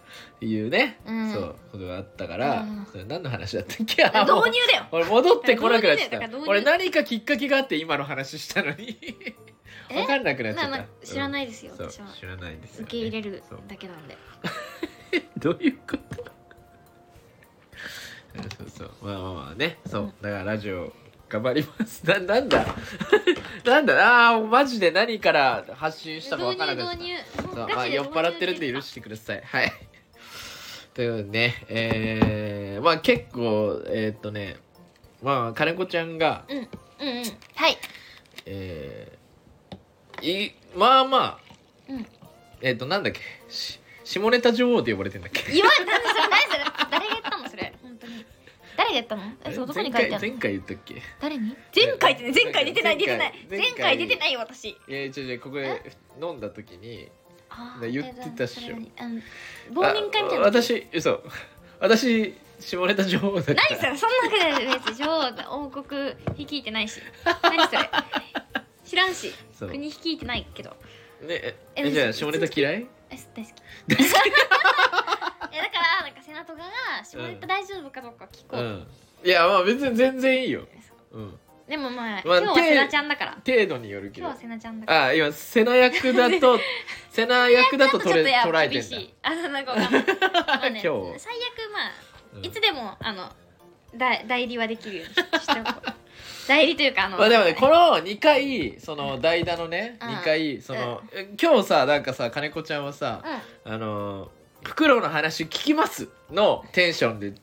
[SPEAKER 1] いうね、
[SPEAKER 2] うん
[SPEAKER 1] そうことがあったから、
[SPEAKER 2] うん
[SPEAKER 1] それ何の話だったっけあ
[SPEAKER 2] 導
[SPEAKER 1] もう
[SPEAKER 2] 入だよ
[SPEAKER 1] 俺戻ってこなくなっちゃっ
[SPEAKER 2] 導入だよだから
[SPEAKER 1] た
[SPEAKER 2] 導入
[SPEAKER 1] 俺何かきっかけがあって今の話したのに
[SPEAKER 2] え
[SPEAKER 1] 分かんなくなっち
[SPEAKER 2] ま
[SPEAKER 1] ゃ
[SPEAKER 2] あ
[SPEAKER 1] っ
[SPEAKER 2] ま
[SPEAKER 1] た、
[SPEAKER 2] あ知ら
[SPEAKER 1] い
[SPEAKER 2] ないですよ、
[SPEAKER 1] そう
[SPEAKER 2] 私は
[SPEAKER 1] 知らないですよね、
[SPEAKER 2] 受け入れる
[SPEAKER 1] そう
[SPEAKER 2] だけなんで
[SPEAKER 1] どういうこと そうそうまあまあまあねそうだからラジオ頑張りますななんだ なんだあーマジで何から発信したか分
[SPEAKER 2] 導
[SPEAKER 1] から
[SPEAKER 2] 入
[SPEAKER 1] なかった
[SPEAKER 2] 導入
[SPEAKER 1] そう
[SPEAKER 2] もう
[SPEAKER 1] ま
[SPEAKER 2] ガ
[SPEAKER 1] あ
[SPEAKER 2] チで
[SPEAKER 1] 酔っ払ってるんで許してください。はい。 ということでね、えー、まあ結構、えーっとね、まあ、金子ちゃんが、
[SPEAKER 2] うんうんうんはい
[SPEAKER 1] えー、いまあまあ、
[SPEAKER 2] うん
[SPEAKER 1] えーっと、なんだっけ、し下ネタ女王って呼ばれてんだっけ。
[SPEAKER 2] 言わん何それ何それ誰が言ったのそれ本当に誰が言ったのえそうどこ
[SPEAKER 1] 前
[SPEAKER 2] に書い
[SPEAKER 1] 回
[SPEAKER 2] てある
[SPEAKER 1] 前
[SPEAKER 2] の
[SPEAKER 1] 回言ったっけ
[SPEAKER 2] 誰に前回ってね前回出てない出てない
[SPEAKER 1] 前
[SPEAKER 2] 前
[SPEAKER 1] 回
[SPEAKER 2] 回出てないよ私
[SPEAKER 1] いや、違う違う、ここで飲んだ時に、
[SPEAKER 2] あ
[SPEAKER 1] ね
[SPEAKER 2] ー
[SPEAKER 1] 言ってたっしょ
[SPEAKER 2] えーとあの忘年会みたい
[SPEAKER 1] あ
[SPEAKER 2] な
[SPEAKER 1] 私、嘘。私、下ネタ女王だった。
[SPEAKER 2] 何それそんなわけ別に女王王国率いてないし何それ知らんし
[SPEAKER 1] そう
[SPEAKER 2] 国率いてないけど
[SPEAKER 1] ねえ、
[SPEAKER 2] え
[SPEAKER 1] えじゃあ、
[SPEAKER 2] 嘘
[SPEAKER 1] 下ネタ嫌い
[SPEAKER 2] え大好きいやだからなんかセナトガが下ネタ大丈夫かどうか聞
[SPEAKER 1] う
[SPEAKER 2] こう、
[SPEAKER 1] ん。いや、まあ別に全然いいよ。うん。
[SPEAKER 2] でもまあ、
[SPEAKER 1] まあ
[SPEAKER 2] 今日は
[SPEAKER 1] 手
[SPEAKER 2] セナちゃんだから
[SPEAKER 1] 程度によるけ
[SPEAKER 2] 今
[SPEAKER 1] ど
[SPEAKER 2] 日はセナちゃんだから
[SPEAKER 1] あ今セナ役だ とセナ役だと
[SPEAKER 2] ちょっ
[SPEAKER 1] 捉
[SPEAKER 2] と
[SPEAKER 1] れ
[SPEAKER 2] や
[SPEAKER 1] 捉え
[SPEAKER 2] 厳
[SPEAKER 1] て
[SPEAKER 2] し
[SPEAKER 1] ん
[SPEAKER 2] いあなんかわ かんない、まあね、最悪
[SPEAKER 1] 今日
[SPEAKER 2] ま
[SPEAKER 1] だ、うん
[SPEAKER 2] あいつでもあの代代理はできるようにして おこう代理というかあの
[SPEAKER 1] まあでもねこの2回その代打のね
[SPEAKER 2] うん
[SPEAKER 1] 2回その今日さなんかさ金子ちゃんはさ
[SPEAKER 2] う
[SPEAKER 1] 「
[SPEAKER 2] ん
[SPEAKER 1] あのーフクロウの話聞きます」のテンションで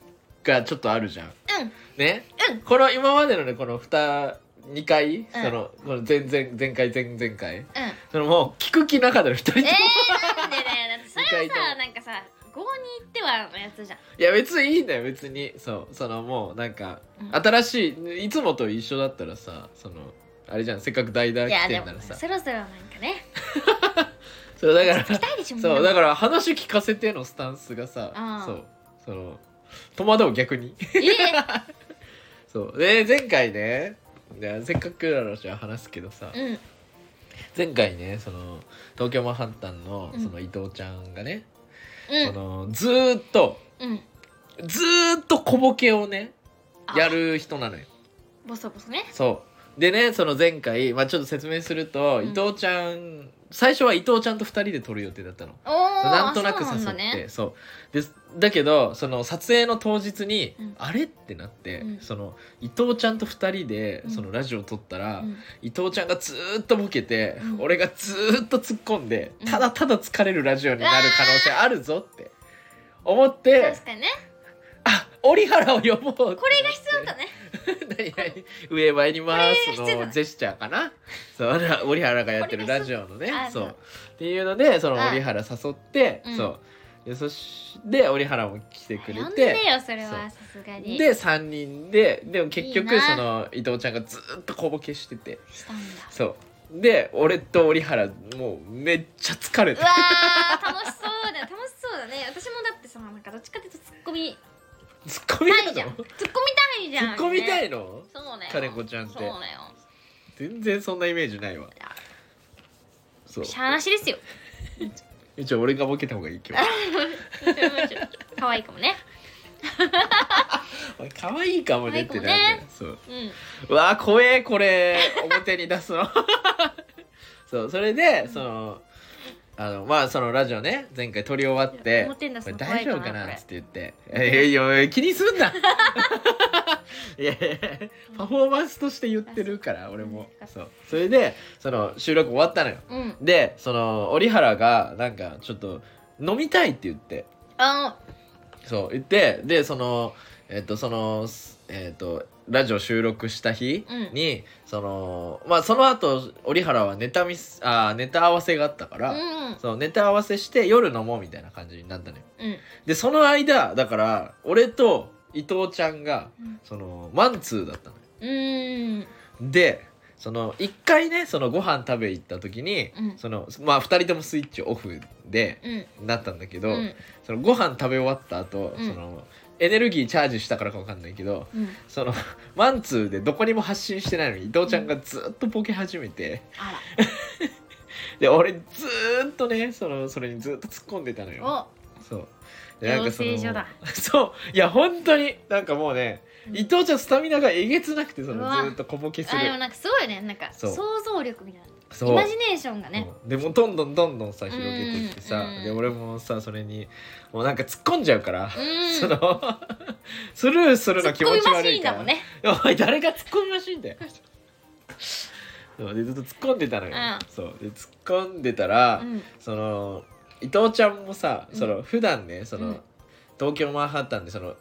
[SPEAKER 1] がちょっとあるじゃん
[SPEAKER 2] うん
[SPEAKER 1] ね
[SPEAKER 2] うん
[SPEAKER 1] この今までのねこの2 2回
[SPEAKER 2] うん
[SPEAKER 1] そのこの前前前回前々回
[SPEAKER 2] うん
[SPEAKER 1] そのもう聞く気なかったの2人と
[SPEAKER 2] え
[SPEAKER 1] も
[SPEAKER 2] ー、なんでだよだってそ
[SPEAKER 1] 意
[SPEAKER 2] れは
[SPEAKER 1] 外
[SPEAKER 2] さ
[SPEAKER 1] と
[SPEAKER 2] なんかさ合に行ってはのやつじゃん
[SPEAKER 1] いや別にいいんだよ別にそうそのもうなんか、
[SPEAKER 2] うん
[SPEAKER 1] 新しいいつもと一緒だったらさそのあれじゃんせっかく代打
[SPEAKER 2] い
[SPEAKER 1] 来
[SPEAKER 2] や
[SPEAKER 1] て
[SPEAKER 2] で
[SPEAKER 1] ん
[SPEAKER 2] も
[SPEAKER 1] ならさ
[SPEAKER 2] そろそろなんかね
[SPEAKER 1] そうだか
[SPEAKER 2] 聞 き
[SPEAKER 1] ら
[SPEAKER 2] たいでしょみんな
[SPEAKER 1] そうだから話聞かせてのスタンスがさ、
[SPEAKER 2] うん
[SPEAKER 1] そうその戸惑う逆に
[SPEAKER 2] え
[SPEAKER 1] そうで前回ねいやせっかくならじゃあ話すけどさ、
[SPEAKER 2] ーうん
[SPEAKER 1] 前回ねその東京マンハッタンの
[SPEAKER 2] うん
[SPEAKER 1] その伊藤ちゃんがね、
[SPEAKER 2] う
[SPEAKER 1] そ
[SPEAKER 2] ん
[SPEAKER 1] のずーっと
[SPEAKER 2] うん
[SPEAKER 1] ずーっと小ボケをね
[SPEAKER 2] あ
[SPEAKER 1] やる人なのよ
[SPEAKER 2] ボソボソね
[SPEAKER 1] そうでねその前回、まあ、ちょっと説明すると、
[SPEAKER 2] うん
[SPEAKER 1] 伊藤ちゃん最初は伊藤ちゃんと2人で撮る予定だったの
[SPEAKER 2] おー
[SPEAKER 1] なんとなく
[SPEAKER 2] あ
[SPEAKER 1] 誘
[SPEAKER 2] そう
[SPEAKER 1] ってそ
[SPEAKER 2] な
[SPEAKER 1] うん
[SPEAKER 2] だね
[SPEAKER 1] でだけどその撮影の当日に、
[SPEAKER 2] うん
[SPEAKER 1] あれってなって、
[SPEAKER 2] うん
[SPEAKER 1] その伊藤ちゃんと2人で
[SPEAKER 2] うん
[SPEAKER 1] そのラジオを撮ったら、
[SPEAKER 2] うん
[SPEAKER 1] 伊藤ちゃんがずーっとボケて、
[SPEAKER 2] うん
[SPEAKER 1] 俺がずーっと突っ込んで、
[SPEAKER 2] うん
[SPEAKER 1] ただただ疲れるラジオになる可能性あるぞって思って
[SPEAKER 2] 確かにね
[SPEAKER 1] あ折原を呼ぼうこれ
[SPEAKER 2] これが必要だね
[SPEAKER 1] 何何上参ります
[SPEAKER 2] これ必要だ
[SPEAKER 1] の
[SPEAKER 2] ね
[SPEAKER 1] ジェスチャーかなそうな折原がやってるラジオのね
[SPEAKER 2] これが必
[SPEAKER 1] そ
[SPEAKER 2] 要
[SPEAKER 1] うっていうのでその
[SPEAKER 2] あ
[SPEAKER 1] 折原誘って
[SPEAKER 2] うん
[SPEAKER 1] そうでそして折原も来てくれ
[SPEAKER 2] 呼んで
[SPEAKER 1] て
[SPEAKER 2] よそれはさすがに
[SPEAKER 1] で3人ででも結
[SPEAKER 2] いい
[SPEAKER 1] 局
[SPEAKER 2] な
[SPEAKER 1] その伊藤ちゃんがずっと小ボケしてて
[SPEAKER 2] したんだ
[SPEAKER 1] そうで俺と折原もうめっちゃ疲れ
[SPEAKER 2] う
[SPEAKER 1] て
[SPEAKER 2] わー楽しそうだ楽しそうだね私もだってさなんかどっちかっていうとツッコミ
[SPEAKER 1] ツッコミ
[SPEAKER 2] たいじ
[SPEAKER 1] た
[SPEAKER 2] ゃん
[SPEAKER 1] の
[SPEAKER 2] ツッ
[SPEAKER 1] ツ
[SPEAKER 2] コみたいじゃん
[SPEAKER 1] ッコみた
[SPEAKER 2] ね
[SPEAKER 1] いの
[SPEAKER 2] そうだよ
[SPEAKER 1] カレンコちゃんって
[SPEAKER 2] そうだよ
[SPEAKER 1] 全然そんなイメージないわ
[SPEAKER 2] いや
[SPEAKER 1] そう
[SPEAKER 2] しゃーなしですよ
[SPEAKER 1] 一応俺がボケた方がいい今日
[SPEAKER 2] 可愛いかもね
[SPEAKER 1] おい可愛いかもねってなんだよ
[SPEAKER 2] 可愛いかも
[SPEAKER 1] そう
[SPEAKER 2] うん
[SPEAKER 1] うわー怖えこれ表に出すの そうそれでそのあのまあそのラジオね前回撮り終わって
[SPEAKER 2] 思ってんだ
[SPEAKER 1] こ
[SPEAKER 2] そ
[SPEAKER 1] れ
[SPEAKER 2] の怖
[SPEAKER 1] 大
[SPEAKER 2] い
[SPEAKER 1] 丈
[SPEAKER 2] か
[SPEAKER 1] 夫か
[SPEAKER 2] な
[SPEAKER 1] な
[SPEAKER 2] こ
[SPEAKER 1] っ
[SPEAKER 2] れ
[SPEAKER 1] つって言って「えいやいや気にす んな! 」いやいやパフォーマンスとして言ってるから俺もそうそれでその収録終わったのよ
[SPEAKER 2] うん
[SPEAKER 1] でその折原がなんかちょっと飲みたいって言って
[SPEAKER 2] あ
[SPEAKER 1] そう言ってでそのえっとそのすえっとラジオ収録した日に、そのまあその後折原はネタミスあーネタ合わせがあったから、
[SPEAKER 2] のうん
[SPEAKER 1] そうネタ合わせして夜飲もうみたいな感じになったのよ
[SPEAKER 2] うん
[SPEAKER 1] でその間だから俺と伊藤ちゃんが
[SPEAKER 2] うん
[SPEAKER 1] そのマンツーだったのよ
[SPEAKER 2] うん
[SPEAKER 1] でその一回ねそのご飯食べ行った時に、
[SPEAKER 2] うん
[SPEAKER 1] そのまあ2人ともスイッチオフで
[SPEAKER 2] うん
[SPEAKER 1] なったんだけど、
[SPEAKER 2] うん
[SPEAKER 1] そのご飯食べ終わった後、
[SPEAKER 2] うん
[SPEAKER 1] そのエネルギーチャージしたからかわかんないけど
[SPEAKER 2] うん
[SPEAKER 1] その マンツーでどこにも発信してないのに伊藤ちゃんがずっとボケ始めて
[SPEAKER 2] あら
[SPEAKER 1] で俺ずーっとねそのそれにずっと突っ込んでたのよ。
[SPEAKER 2] お
[SPEAKER 1] そうでなんかその
[SPEAKER 2] 養成所だ
[SPEAKER 1] そういや本当になんかもうね、
[SPEAKER 2] うん
[SPEAKER 1] 伊藤ちゃんスタミナがえげつなくてその
[SPEAKER 2] う
[SPEAKER 1] ず
[SPEAKER 2] わ
[SPEAKER 1] ーっと小ボケす
[SPEAKER 2] あでも
[SPEAKER 1] る
[SPEAKER 2] なんかすごいねなんか
[SPEAKER 1] そう
[SPEAKER 2] 想像力みたいな
[SPEAKER 1] そう
[SPEAKER 2] イマジネーションがね
[SPEAKER 1] うんでもうどんどんどんどんさ広げてってさ、
[SPEAKER 2] うん
[SPEAKER 1] で俺もさそれにもうなんか突っ込んじゃうから、
[SPEAKER 2] うん
[SPEAKER 1] その スルーする
[SPEAKER 2] ツ
[SPEAKER 1] の
[SPEAKER 2] ッ
[SPEAKER 1] 気
[SPEAKER 2] コ
[SPEAKER 1] 持
[SPEAKER 2] ミ
[SPEAKER 1] ち
[SPEAKER 2] マ
[SPEAKER 1] 悪
[SPEAKER 2] シー
[SPEAKER 1] い
[SPEAKER 2] ン
[SPEAKER 1] か
[SPEAKER 2] だ
[SPEAKER 1] ら
[SPEAKER 2] もんね
[SPEAKER 1] お前誰が突っ込みマシーンだよ そうでずっと突っ込んでたのよ、
[SPEAKER 2] うん
[SPEAKER 1] そうで突っ込んでたら、
[SPEAKER 2] うん
[SPEAKER 1] その伊藤ちゃんもさその普段ねその、
[SPEAKER 2] うん
[SPEAKER 1] 東京マンハッタンでその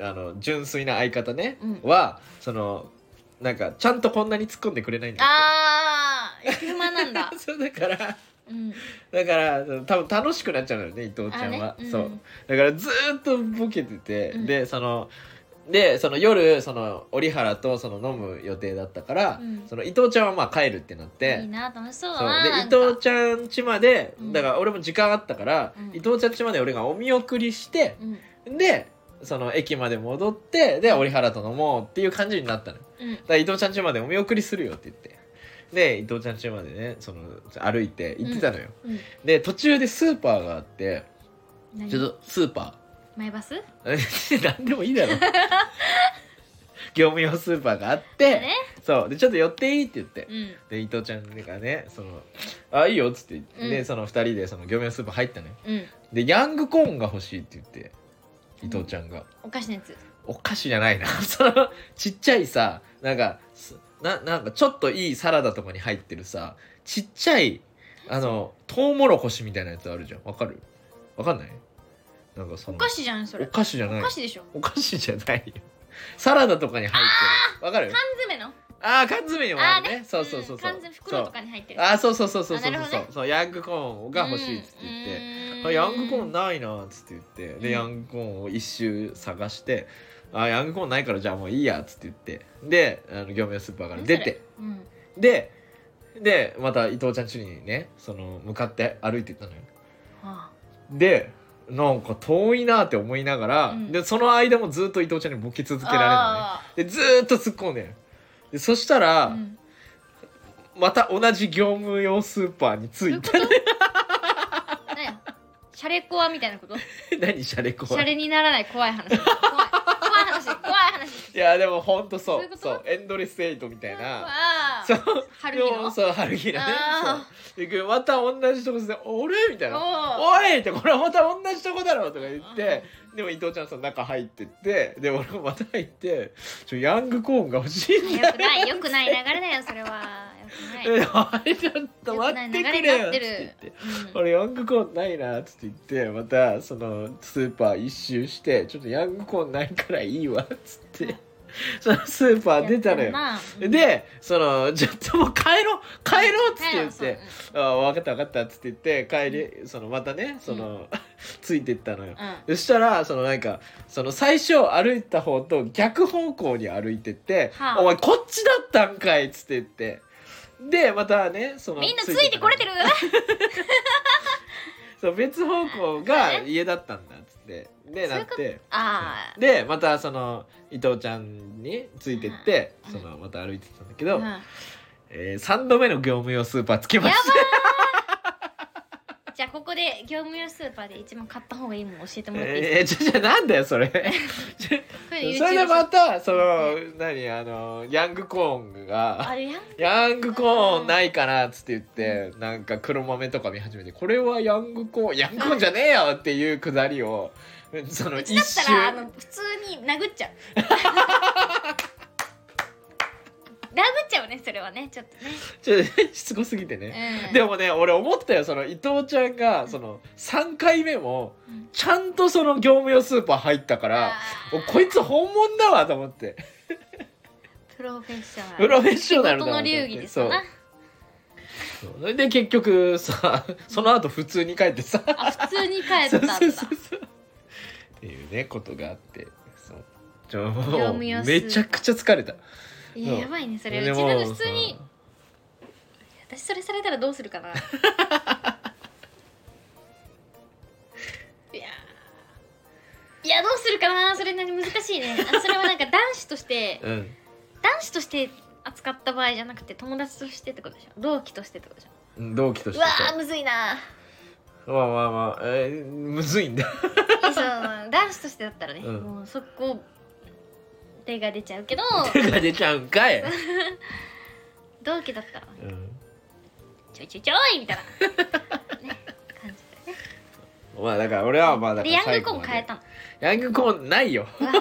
[SPEAKER 1] あの純粋な相方ね、
[SPEAKER 2] うん
[SPEAKER 1] はそのなんかちゃんとこんなに突っ込んでくれないんだって
[SPEAKER 2] ああ不満な んだ
[SPEAKER 1] そうだから
[SPEAKER 2] うん
[SPEAKER 1] だからその多分楽しくなっちゃうのよね伊藤ちゃんは、
[SPEAKER 2] あねうん
[SPEAKER 1] そうだからずーっとボケてて、
[SPEAKER 2] うん
[SPEAKER 1] でそのでその夜その折原とその飲む予定だったから、
[SPEAKER 2] うん
[SPEAKER 1] その伊藤ちゃんはまあ帰るってなって
[SPEAKER 2] いいな楽しそうだ
[SPEAKER 1] そう
[SPEAKER 2] ななんか
[SPEAKER 1] で伊藤ちゃん家まで
[SPEAKER 2] うん
[SPEAKER 1] だから俺も時間あったから、
[SPEAKER 2] うん
[SPEAKER 1] 伊藤ちゃん家まで俺がお見送りして
[SPEAKER 2] うん
[SPEAKER 1] でその駅まで戻ってで折原と飲もうっていう感じになったのよ
[SPEAKER 2] うん
[SPEAKER 1] だから伊藤ちゃん家までお見送りするよって言ってで伊藤ちゃん家までねその歩いて行ってたのよ、
[SPEAKER 2] うん
[SPEAKER 1] で途中でスーパーがあって
[SPEAKER 2] 何
[SPEAKER 1] ちょっとスーパ
[SPEAKER 2] マイバス
[SPEAKER 1] ー 何でもいいだろ 業務用スーパーがあって、
[SPEAKER 2] ね
[SPEAKER 1] そうでちょっと寄っていいって言って
[SPEAKER 2] うん
[SPEAKER 1] で伊藤ちゃんがねその「あいいよ」っつって、
[SPEAKER 2] うん
[SPEAKER 1] でその2人でその業務用スーパー入ったのよ
[SPEAKER 2] うん
[SPEAKER 1] でヤングコーンが欲しいって言って伊藤ちゃんが、
[SPEAKER 2] お菓子のやつ
[SPEAKER 1] お菓子じゃない なそのちっちゃいさなんかすななんかちょっといいサラダとかに入ってるさちっちゃいあのトウモロコシみたいなやつあるじゃんわかるわかんないなんかそ
[SPEAKER 2] お
[SPEAKER 1] の
[SPEAKER 2] 菓子じゃんそ
[SPEAKER 1] お
[SPEAKER 2] れ
[SPEAKER 1] 菓子じゃな
[SPEAKER 2] お
[SPEAKER 1] い
[SPEAKER 2] 菓子でしょ
[SPEAKER 1] お菓子じゃないよサラダとかに入ってるわかる
[SPEAKER 2] 缶詰の
[SPEAKER 1] ああ缶詰にもあるねそうそうそうそ
[SPEAKER 2] ん
[SPEAKER 1] う
[SPEAKER 2] 缶詰袋とかに入ってる
[SPEAKER 1] ああそうそうそうそうそう
[SPEAKER 2] あな
[SPEAKER 1] そ
[SPEAKER 2] る
[SPEAKER 1] う
[SPEAKER 2] ほどね
[SPEAKER 1] そうヤングコーンが欲しいっつって言って、
[SPEAKER 2] て
[SPEAKER 1] あヤングコーン
[SPEAKER 2] な
[SPEAKER 1] ないなっつって言って
[SPEAKER 2] うん
[SPEAKER 1] でヤングコーンを一周探してあヤングコーンないからじゃあもういいやっつって言ってであの業務用スーパーから出て
[SPEAKER 2] うん
[SPEAKER 1] ででまた伊藤ちゃん家にねその向かって歩いていったのよ
[SPEAKER 2] あ
[SPEAKER 1] でなんか遠いなって思いながら、
[SPEAKER 2] うん
[SPEAKER 1] でその間もずっと伊藤ちゃんにボケ続けられるのね
[SPEAKER 2] あ
[SPEAKER 1] でずーっと突っ込んでるでそしたら、
[SPEAKER 2] ーうん
[SPEAKER 1] また同じ業務用スーパーに
[SPEAKER 2] どう
[SPEAKER 1] 着
[SPEAKER 2] い
[SPEAKER 1] い
[SPEAKER 2] うこ
[SPEAKER 1] た
[SPEAKER 2] と何やシャレコアみたいなことシ
[SPEAKER 1] 何シャレコア
[SPEAKER 2] ャレにならない怖い話怖い怖い話怖い話
[SPEAKER 1] いやでもほんとそう
[SPEAKER 2] そういうこと
[SPEAKER 1] そうエンドレスエイトみたいな
[SPEAKER 2] あ
[SPEAKER 1] そう
[SPEAKER 2] 春日
[SPEAKER 1] でも
[SPEAKER 2] の
[SPEAKER 1] そう春日だね
[SPEAKER 2] あ
[SPEAKER 1] そうでまた同じとこで「俺?」みたいな「
[SPEAKER 2] おお
[SPEAKER 1] おい!」ってこれまた同じとこだろとか言ってでも伊藤ちゃんその中入ってってで俺もまた入ってちょヤングコーンが欲しいんだ
[SPEAKER 2] よくないよくない流れだよそれはよくない、
[SPEAKER 1] えあ れちょっと
[SPEAKER 2] よく
[SPEAKER 1] 待
[SPEAKER 2] ない
[SPEAKER 1] って
[SPEAKER 2] 流れ
[SPEAKER 1] く
[SPEAKER 2] に
[SPEAKER 1] れ
[SPEAKER 2] な
[SPEAKER 1] よ
[SPEAKER 2] っ
[SPEAKER 1] つってて
[SPEAKER 2] る
[SPEAKER 1] 言って
[SPEAKER 2] うん
[SPEAKER 1] 俺ヤングコーンないなっつって言ってまたそのスーパー一周してちょっとヤングコーンないからいいわっつってそのスーパー出たの
[SPEAKER 2] や
[SPEAKER 1] よ
[SPEAKER 2] っなうん
[SPEAKER 1] でそのちょっともう帰ろう帰ろうっつって言っ
[SPEAKER 2] 帰ろう
[SPEAKER 1] て「あ分かった分かった」っつって言って帰りそのまたねその、ついてったのよ
[SPEAKER 2] そううん
[SPEAKER 1] そしたらそのなんかその最初歩いた方と逆方向に歩いてって「
[SPEAKER 2] はあ
[SPEAKER 1] お前こっちだったんかい」っつって言ってでまたねその
[SPEAKER 2] みんなついてこれてる
[SPEAKER 1] そう別方向
[SPEAKER 2] そ
[SPEAKER 1] が
[SPEAKER 2] うね
[SPEAKER 1] 家だったんだっつってで
[SPEAKER 2] そう
[SPEAKER 1] な
[SPEAKER 2] いう
[SPEAKER 1] っ
[SPEAKER 2] こと
[SPEAKER 1] て
[SPEAKER 2] あ
[SPEAKER 1] でまたその伊藤ちゃんについてって
[SPEAKER 2] うん
[SPEAKER 1] そのまた歩いてたんだけ
[SPEAKER 2] あ、
[SPEAKER 1] ど、
[SPEAKER 2] うんや
[SPEAKER 1] え3度目の業務用スーパーつけ
[SPEAKER 2] ば
[SPEAKER 1] ま
[SPEAKER 2] ー
[SPEAKER 1] した
[SPEAKER 2] じゃあここで業務用スーパーで一番買った方がいいもん教えてもらっていいで
[SPEAKER 1] えー、ちょちょなんだよ それちょ
[SPEAKER 2] すか、
[SPEAKER 1] それでま
[SPEAKER 2] た
[SPEAKER 1] たその何あのヤングコーン
[SPEAKER 2] あ
[SPEAKER 1] が
[SPEAKER 2] れやん
[SPEAKER 1] ヤングコーンないかなっつって言って、なんか黒豆とか見始めてこれはヤングコーンヤングコーンじゃねえよっていうくだりをその
[SPEAKER 2] うち
[SPEAKER 1] 一
[SPEAKER 2] だ
[SPEAKER 1] 周
[SPEAKER 2] ったらあの普通に殴っちゃう 殴っちゃうねそれはねちょっと
[SPEAKER 1] ちょしつこすぎてね、
[SPEAKER 2] ね、う ん、
[SPEAKER 1] でもね俺思ったよその伊藤ちゃんがその3回目も
[SPEAKER 2] うん
[SPEAKER 1] ちゃんとその業務用スーパー入ったから、
[SPEAKER 2] あー
[SPEAKER 1] おこいつ本物だわと思って
[SPEAKER 2] プロフェッショナル
[SPEAKER 1] プロフェッショナルだわと
[SPEAKER 2] 仕事の
[SPEAKER 1] 思って
[SPEAKER 2] 流儀ですかな
[SPEAKER 1] そうそれで結局さ その後普通に帰ってさ
[SPEAKER 2] あ普通に帰った
[SPEAKER 1] そ
[SPEAKER 2] ん
[SPEAKER 1] う
[SPEAKER 2] だ
[SPEAKER 1] そうそうそうっていうねことがあってそうちょもう
[SPEAKER 2] 業務用スーパ
[SPEAKER 1] め
[SPEAKER 2] ー
[SPEAKER 1] ちゃくちゃ疲れた
[SPEAKER 2] いややばいねそれ
[SPEAKER 1] で
[SPEAKER 2] うち
[SPEAKER 1] も
[SPEAKER 2] なんか普通に
[SPEAKER 1] さ
[SPEAKER 2] 私それされたらどうする かないやーいやどうするかなそれなりに難しいねあそれはなんか男子として
[SPEAKER 1] うん
[SPEAKER 2] 男子として扱った場合じゃなくて友達としてってことでしょ同期としてってことでしょ
[SPEAKER 1] うん同期とし
[SPEAKER 2] う
[SPEAKER 1] て
[SPEAKER 2] わ
[SPEAKER 1] さ
[SPEAKER 2] ーむず いな
[SPEAKER 1] まあまあまあ、えーむずい んだ
[SPEAKER 2] いやそう男子としてだったらね、
[SPEAKER 1] うん
[SPEAKER 2] もう速攻手が出ちゃう けど
[SPEAKER 1] 手が出ちゃうんか い、
[SPEAKER 2] 同期だったら
[SPEAKER 1] うん
[SPEAKER 2] ちょいちょいちょいみたいな、ね、感じでね
[SPEAKER 1] まあだから俺はまあだか
[SPEAKER 2] で
[SPEAKER 1] ら
[SPEAKER 2] ヤングコーン変え
[SPEAKER 1] た
[SPEAKER 2] たの
[SPEAKER 1] ヤングコーンないよ
[SPEAKER 2] うわ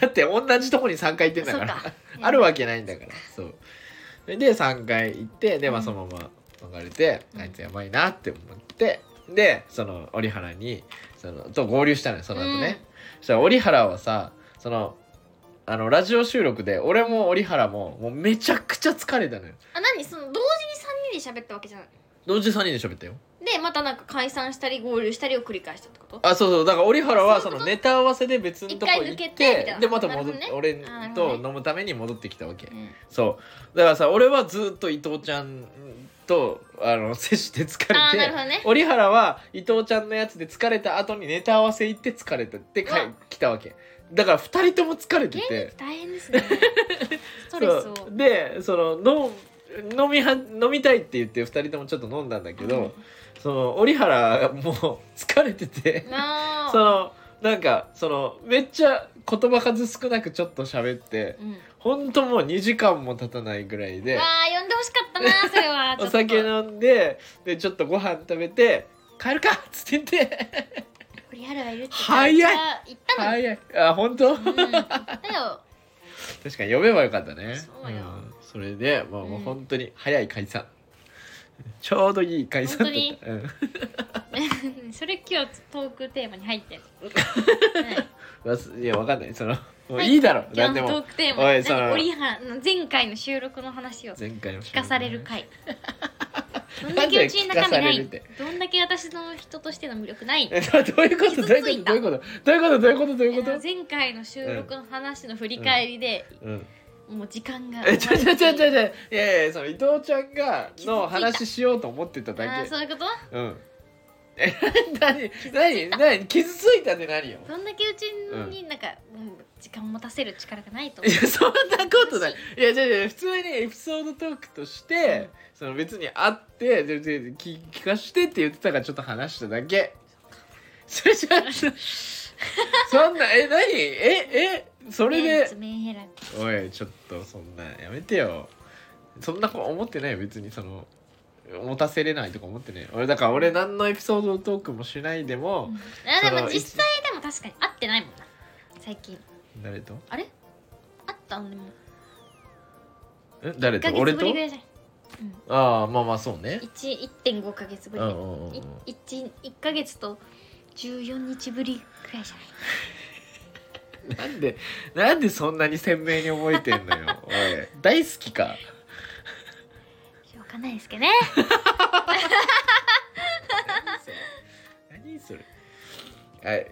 [SPEAKER 1] だって同じとこに3回行ってんだ
[SPEAKER 2] そ
[SPEAKER 1] か
[SPEAKER 2] う
[SPEAKER 1] ら
[SPEAKER 2] か
[SPEAKER 1] あるわけないんだからそうで3回行ってでまあそのまま別れて、
[SPEAKER 2] うん
[SPEAKER 1] あいつやばいなって思ってでその折原にそのと合流したのよその後ね、そしたら折原はさそのあのラジオ収録で俺も折原ももうめちゃくちゃ疲れたのよ
[SPEAKER 2] あ何その同時に3人で喋ったわけじゃない
[SPEAKER 1] 同時3人で喋ったよ
[SPEAKER 2] でまたなんか解散したり合流したりを繰り返したってこと
[SPEAKER 1] あそうそうだから折原はそ
[SPEAKER 2] そういうこ
[SPEAKER 1] の
[SPEAKER 2] と
[SPEAKER 1] ネタ合わせで別のとこ行っ
[SPEAKER 2] 一回抜
[SPEAKER 1] て
[SPEAKER 2] けてみたいな
[SPEAKER 1] でまた戻っ
[SPEAKER 2] なるほ
[SPEAKER 1] 俺
[SPEAKER 2] あなる
[SPEAKER 1] と
[SPEAKER 2] ほどね
[SPEAKER 1] 飲むために戻ってきたわけ、
[SPEAKER 2] うん
[SPEAKER 1] そうだからさ俺はずっと伊藤ちゃんとあの接して疲れ
[SPEAKER 2] あーなるほ
[SPEAKER 1] て
[SPEAKER 2] どね
[SPEAKER 1] 折原は伊藤ちゃんのやつで疲れた後にネタ合わせ行って疲れたってか
[SPEAKER 2] うわ
[SPEAKER 1] 来たわけだから2人とも疲れて
[SPEAKER 2] 芸人って
[SPEAKER 1] て
[SPEAKER 2] 大変ですね ストレスを
[SPEAKER 1] そうでそのの飲みは飲みたいって言って2人ともちょっと飲んだんだけど、その折原がもう疲れてて
[SPEAKER 2] うんなあ
[SPEAKER 1] そのなんかそのめっちゃ言葉数少なくちょっと喋って
[SPEAKER 2] うん
[SPEAKER 1] ほんともう2時間も経たないぐらいで
[SPEAKER 2] わあ呼んでほしかったなそれ は
[SPEAKER 1] お酒
[SPEAKER 2] の
[SPEAKER 1] 飲んででちょっとご飯食べて帰るかっつって言って
[SPEAKER 2] リアルはいるって
[SPEAKER 1] 早い
[SPEAKER 2] じゃあ行ったのに
[SPEAKER 1] 早いあ本当、
[SPEAKER 2] うんだよ
[SPEAKER 1] 確かに呼べばよかったね
[SPEAKER 2] そうよ
[SPEAKER 1] んそれで、まあ、もううん本当に早い解散ちょうどいい解散だった
[SPEAKER 2] 本
[SPEAKER 1] うん
[SPEAKER 2] それ今日トークテーマに入ってる
[SPEAKER 1] 忘いやわかんないそのもう
[SPEAKER 2] は い
[SPEAKER 1] いだろ、
[SPEAKER 2] 今
[SPEAKER 1] 何
[SPEAKER 2] 日
[SPEAKER 1] で
[SPEAKER 2] のトー
[SPEAKER 1] も
[SPEAKER 2] クテー
[SPEAKER 1] お
[SPEAKER 2] マ
[SPEAKER 1] いその
[SPEAKER 2] 何折原の前回の収録の話を
[SPEAKER 1] 前回の聞
[SPEAKER 2] 聞かされる 回どんだけうちに中身ない
[SPEAKER 1] なんで聞か
[SPEAKER 2] どんだけ私の人としての魅力ない
[SPEAKER 1] えどどういうこと
[SPEAKER 2] 傷
[SPEAKER 1] どう
[SPEAKER 2] つ
[SPEAKER 1] いう
[SPEAKER 2] い
[SPEAKER 1] ことどうい
[SPEAKER 2] た
[SPEAKER 1] うことどういうことどういうことどういうこと
[SPEAKER 2] 前回の収録の話の振り返りで、
[SPEAKER 1] うん
[SPEAKER 2] もう時間が
[SPEAKER 1] えちょちょちょちょちょ
[SPEAKER 2] ょ
[SPEAKER 1] いやいやその伊藤ちゃんが
[SPEAKER 2] 傷ついた
[SPEAKER 1] の話しようと思ってただけ
[SPEAKER 2] ああそういうこと
[SPEAKER 1] うん。え、何、何、何、傷ついたって何よ。
[SPEAKER 2] どんだけうちになんか、うん時間を持たせる力がないと
[SPEAKER 1] いやそんなことないいやじゃじゃ普通にエピソードトークとして、その別に会ってでで聞聞かしてって言ってたからちょっと話しただけそれじゃ そんなえ何ええそれ
[SPEAKER 2] メン
[SPEAKER 1] で
[SPEAKER 2] ツメンヘラ
[SPEAKER 1] おいちょっとそんなやめてよそんなこと思ってないよ別にその持たせれないとか思ってない俺だから俺何のエピソードトークもしないで
[SPEAKER 2] う
[SPEAKER 1] も
[SPEAKER 2] ん、あで
[SPEAKER 1] そ
[SPEAKER 2] も
[SPEAKER 1] の
[SPEAKER 2] 実際でも確かに会ってないもんな最近
[SPEAKER 1] 誰と
[SPEAKER 2] あれ会ったのでも
[SPEAKER 1] ん誰
[SPEAKER 2] 1
[SPEAKER 1] と
[SPEAKER 2] ヶ
[SPEAKER 1] 俺
[SPEAKER 2] 月ぶ
[SPEAKER 1] と
[SPEAKER 2] りぐらいじゃない
[SPEAKER 1] ああまあまあそうね
[SPEAKER 2] 1 1.5ヶ月ぶ
[SPEAKER 1] う
[SPEAKER 2] り
[SPEAKER 1] ん
[SPEAKER 2] ぐ
[SPEAKER 1] う
[SPEAKER 2] ら
[SPEAKER 1] ん
[SPEAKER 2] い
[SPEAKER 1] うんうん
[SPEAKER 2] い一一ヶ月と14日ぶりくらいじゃない
[SPEAKER 1] なんでなんでそんなに鮮明に覚えてんのよおい大好きか
[SPEAKER 2] しょうがないですけどね
[SPEAKER 1] 何それ何それはい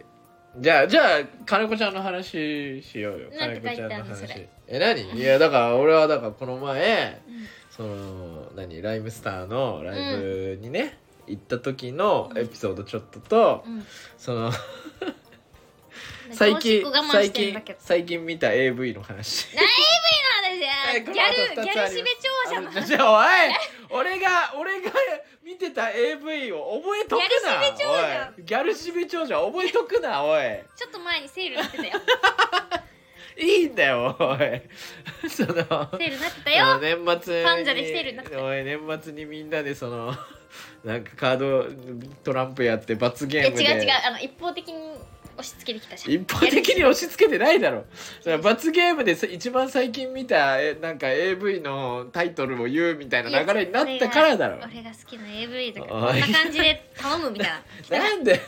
[SPEAKER 1] じゃあじゃあ金子ちゃんの話しようよ
[SPEAKER 2] なんて書いてあるの
[SPEAKER 1] 金子
[SPEAKER 2] それ
[SPEAKER 1] え何いやだから俺はだからこの前
[SPEAKER 2] うん
[SPEAKER 1] その何ライムスターのライブにね、行った時のエピソードちょっとと、
[SPEAKER 2] うん
[SPEAKER 1] その
[SPEAKER 2] 最
[SPEAKER 1] 最近
[SPEAKER 2] 近最
[SPEAKER 1] 最
[SPEAKER 2] 近
[SPEAKER 1] 近
[SPEAKER 2] だけど
[SPEAKER 1] 最近見た AV の話
[SPEAKER 2] な
[SPEAKER 1] え
[SPEAKER 2] ん
[SPEAKER 1] この
[SPEAKER 2] でギャ
[SPEAKER 1] 後二
[SPEAKER 2] ル
[SPEAKER 1] つあり
[SPEAKER 2] ギャル
[SPEAKER 1] ます
[SPEAKER 2] しべ長
[SPEAKER 1] あ
[SPEAKER 2] 者の
[SPEAKER 1] の
[SPEAKER 2] 話
[SPEAKER 1] じゃあおい俺が俺が見てた AV を覚えとくなおいギャルしべ長者覚えとくなおい
[SPEAKER 2] ちょっと前にセールなってたよ
[SPEAKER 1] いいんだよおい その
[SPEAKER 2] セールなってた
[SPEAKER 1] その
[SPEAKER 2] よ
[SPEAKER 1] 年末に
[SPEAKER 2] パンジャで来てるんだって
[SPEAKER 1] おい年末にみんなでその なんかカードトランプやって罰ゲ
[SPEAKER 2] え
[SPEAKER 1] ームで
[SPEAKER 2] 違う違うあの一方的に押し付けてきたじゃん
[SPEAKER 1] 一方的に押し付けてないだろそれ罰ゲームでさ一番最近見たえなんか AV のタイトルを言うみたいな流れになったからだろ
[SPEAKER 2] 俺が俺が好きな AV だから
[SPEAKER 1] お
[SPEAKER 2] こん
[SPEAKER 1] い
[SPEAKER 2] な感じで頼むみたいな
[SPEAKER 1] なんで